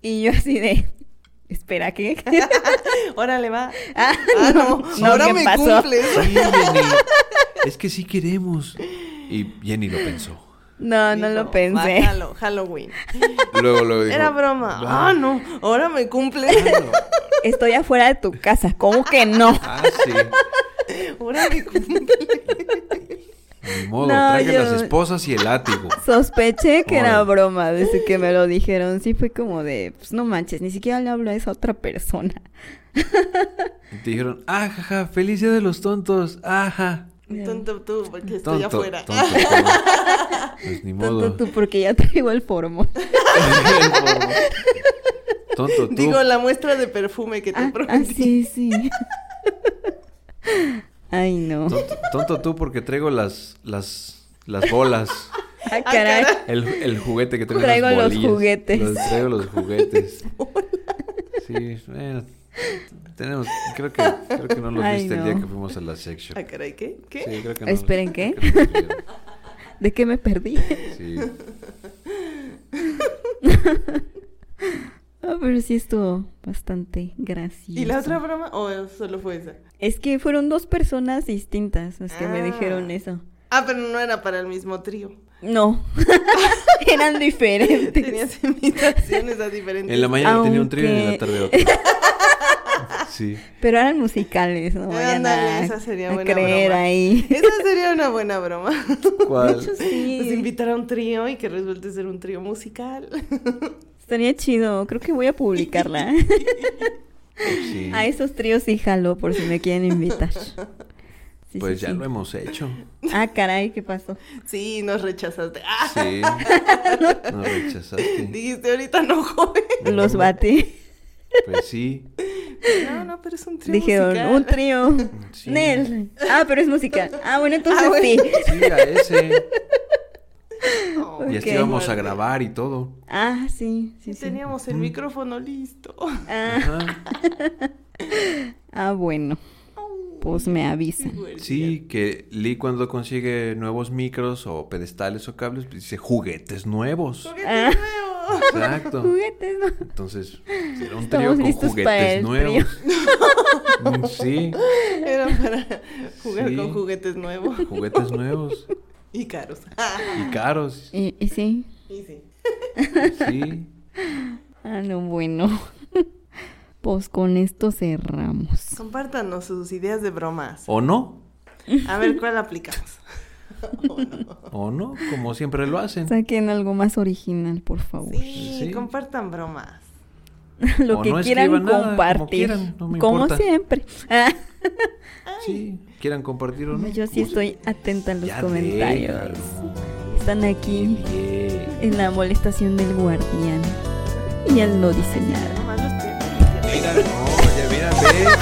Speaker 3: Y yo así de, espera, ¿qué?
Speaker 2: órale va
Speaker 3: ah,
Speaker 2: ah no,
Speaker 3: no,
Speaker 2: ahora
Speaker 3: ¿qué
Speaker 2: me
Speaker 3: pasó?
Speaker 2: cumples
Speaker 1: Sí, Jenny. Es que sí queremos. Y Jenny lo pensó.
Speaker 3: No, no
Speaker 2: Dijo,
Speaker 3: lo pensé.
Speaker 2: "Bájalo, Halloween.
Speaker 1: Luego lo dijo.
Speaker 2: Era broma.
Speaker 1: "Ah,
Speaker 2: Ah, no. Ahora me cumple.
Speaker 1: claro".
Speaker 3: Estoy afuera de tu casa, ¿cómo que no?
Speaker 1: Ah, sí.
Speaker 2: Ahora me cumple.
Speaker 1: Ni modo,
Speaker 3: No,
Speaker 1: traje
Speaker 3: yo-
Speaker 1: las esposas y el látigo.
Speaker 3: Sospeché que era
Speaker 1: Órale.
Speaker 3: broma desde que me lo dijeron. Sí fue como de, pues no manches, ni siquiera le hablo a esa otra persona.
Speaker 1: Y te dijeron, ah, jaja, feliz día de los tontos, ajá.
Speaker 2: Tonto tú, porque estoy
Speaker 1: Tonto,
Speaker 2: afuera. Ah,
Speaker 1: tonto, tonto. Pues ni modo.
Speaker 3: Tonto tú, porque ya traigo el formo.
Speaker 1: tonto tú.
Speaker 2: Digo, la muestra de perfume que te
Speaker 3: Ah,
Speaker 2: prometí.
Speaker 3: ah, sí, sí. Ay, no.
Speaker 1: Tonto, tonto tú porque traigo las, las, las bolas.
Speaker 3: Ah, caray.
Speaker 2: caray.
Speaker 1: El, el juguete que traigo.
Speaker 3: Traigo
Speaker 1: las
Speaker 3: los
Speaker 1: bolillas.
Speaker 3: juguetes.
Speaker 1: Los- traigo los juguetes. Sí, bueno, tenemos, creo que, creo que no los
Speaker 3: Ay,
Speaker 1: viste el
Speaker 3: no.
Speaker 1: día que fuimos a la sex shop.
Speaker 2: Ah, caray, ¿qué? ¿Qué?
Speaker 1: Sí, creo que no.
Speaker 3: Esperen, ¿qué?
Speaker 1: creo que no los vieron.
Speaker 3: ¿De qué me perdí?
Speaker 1: Sí.
Speaker 3: Ah, pero sí estuvo bastante gracioso.
Speaker 2: ¿Y la otra broma o solo fue esa?
Speaker 3: Es que fueron dos personas distintas las que me
Speaker 2: Ah.
Speaker 3: dijeron eso.
Speaker 2: Ah, pero no era para el mismo trío.
Speaker 3: No. Eran diferentes.
Speaker 2: Tenías invitaciones a diferentes.
Speaker 1: En la mañana tenía un trío y en la
Speaker 3: Aunque-
Speaker 1: tarde otro. Sí.
Speaker 3: Pero eran musicales, no vayan
Speaker 2: Ándale,
Speaker 3: a,
Speaker 2: esa sería
Speaker 3: a
Speaker 2: buena
Speaker 3: creer
Speaker 2: broma.
Speaker 3: ahí.
Speaker 2: Esa sería una buena broma.
Speaker 1: ¿Cuál?
Speaker 3: De hecho,
Speaker 2: Nos
Speaker 3: sí.
Speaker 2: invitar a un trío y que resulte ser un trío musical.
Speaker 3: Estaría chido. Creo que voy a publicarla.
Speaker 1: Sí.
Speaker 3: A esos tríos sí jalo, por si me quieren invitar. Sí,
Speaker 1: Pues
Speaker 3: sí,
Speaker 1: ya
Speaker 3: sí.
Speaker 1: lo hemos hecho.
Speaker 3: Ah, caray, ¿qué pasó?
Speaker 2: Sí, nos rechazaste. Ah,
Speaker 1: Sí. No rechazaste.
Speaker 2: Dijiste ahorita no, joven.
Speaker 3: Los batí.
Speaker 1: Pues sí.
Speaker 2: No, no, pero es un trío
Speaker 3: Dijeron,
Speaker 2: musical.
Speaker 3: un trío.
Speaker 1: sí.
Speaker 3: Nel. Ah, pero es musical. Ah, bueno, entonces
Speaker 2: Ah, bueno.
Speaker 3: sí.
Speaker 1: Sí, a ese.
Speaker 2: Oh,
Speaker 1: Y
Speaker 3: Ya
Speaker 1: hasta
Speaker 3: Ok.
Speaker 1: íbamos a grabar y todo.
Speaker 3: Ah, sí, sí,
Speaker 2: Sí,
Speaker 3: sí.
Speaker 2: teníamos el micrófono listo.
Speaker 3: Ah,
Speaker 1: Ajá.
Speaker 3: ah, bueno. Pues me avisan.
Speaker 1: Sí, que Lee cuando consigue nuevos micros o pedestales o cables, pues, dice juguetes nuevos.
Speaker 2: Juguete
Speaker 3: Ah.
Speaker 2: nuevo.
Speaker 1: Exacto.
Speaker 3: Juguetes, ¿no?
Speaker 1: Entonces, será un trío
Speaker 3: Estamos
Speaker 1: con
Speaker 3: listos para
Speaker 1: juguetes
Speaker 3: el
Speaker 1: nuevos. Mm, Sí,
Speaker 2: Era para jugar
Speaker 1: Sí.
Speaker 2: con juguetes nuevos
Speaker 1: juguetes nuevos
Speaker 2: y caros. Ah,
Speaker 1: y caros.
Speaker 3: Y, y sí.
Speaker 2: y sí.
Speaker 1: Sí.
Speaker 3: Ah, no, bueno. Pues con esto cerramos.
Speaker 2: Compártanos sus ideas de bromas.
Speaker 1: ¿O no?
Speaker 2: A ver cuál aplicamos. Oh, no.
Speaker 1: ¿O no? Como siempre lo hacen.
Speaker 3: Saquen algo más original, por favor.
Speaker 2: Sí,
Speaker 1: Sí.
Speaker 2: compartan bromas.
Speaker 3: Lo
Speaker 1: O
Speaker 3: que
Speaker 1: no
Speaker 3: quieran
Speaker 1: escriban nada, como
Speaker 3: compartir.
Speaker 1: quieran, no me
Speaker 3: como
Speaker 1: importa.
Speaker 3: siempre. Ah,
Speaker 1: Sí. ¿Quieran compartir o no?
Speaker 3: yo
Speaker 1: Como
Speaker 3: sí
Speaker 1: si-
Speaker 3: estoy atenta a los
Speaker 1: Ya
Speaker 3: comentarios.
Speaker 1: déjalo.
Speaker 3: Están aquí
Speaker 1: Bien.
Speaker 3: en la molestación del guardián. Y él no dice nada.
Speaker 2: Nomás los primeros.
Speaker 1: Mira, no, ya mira, ve.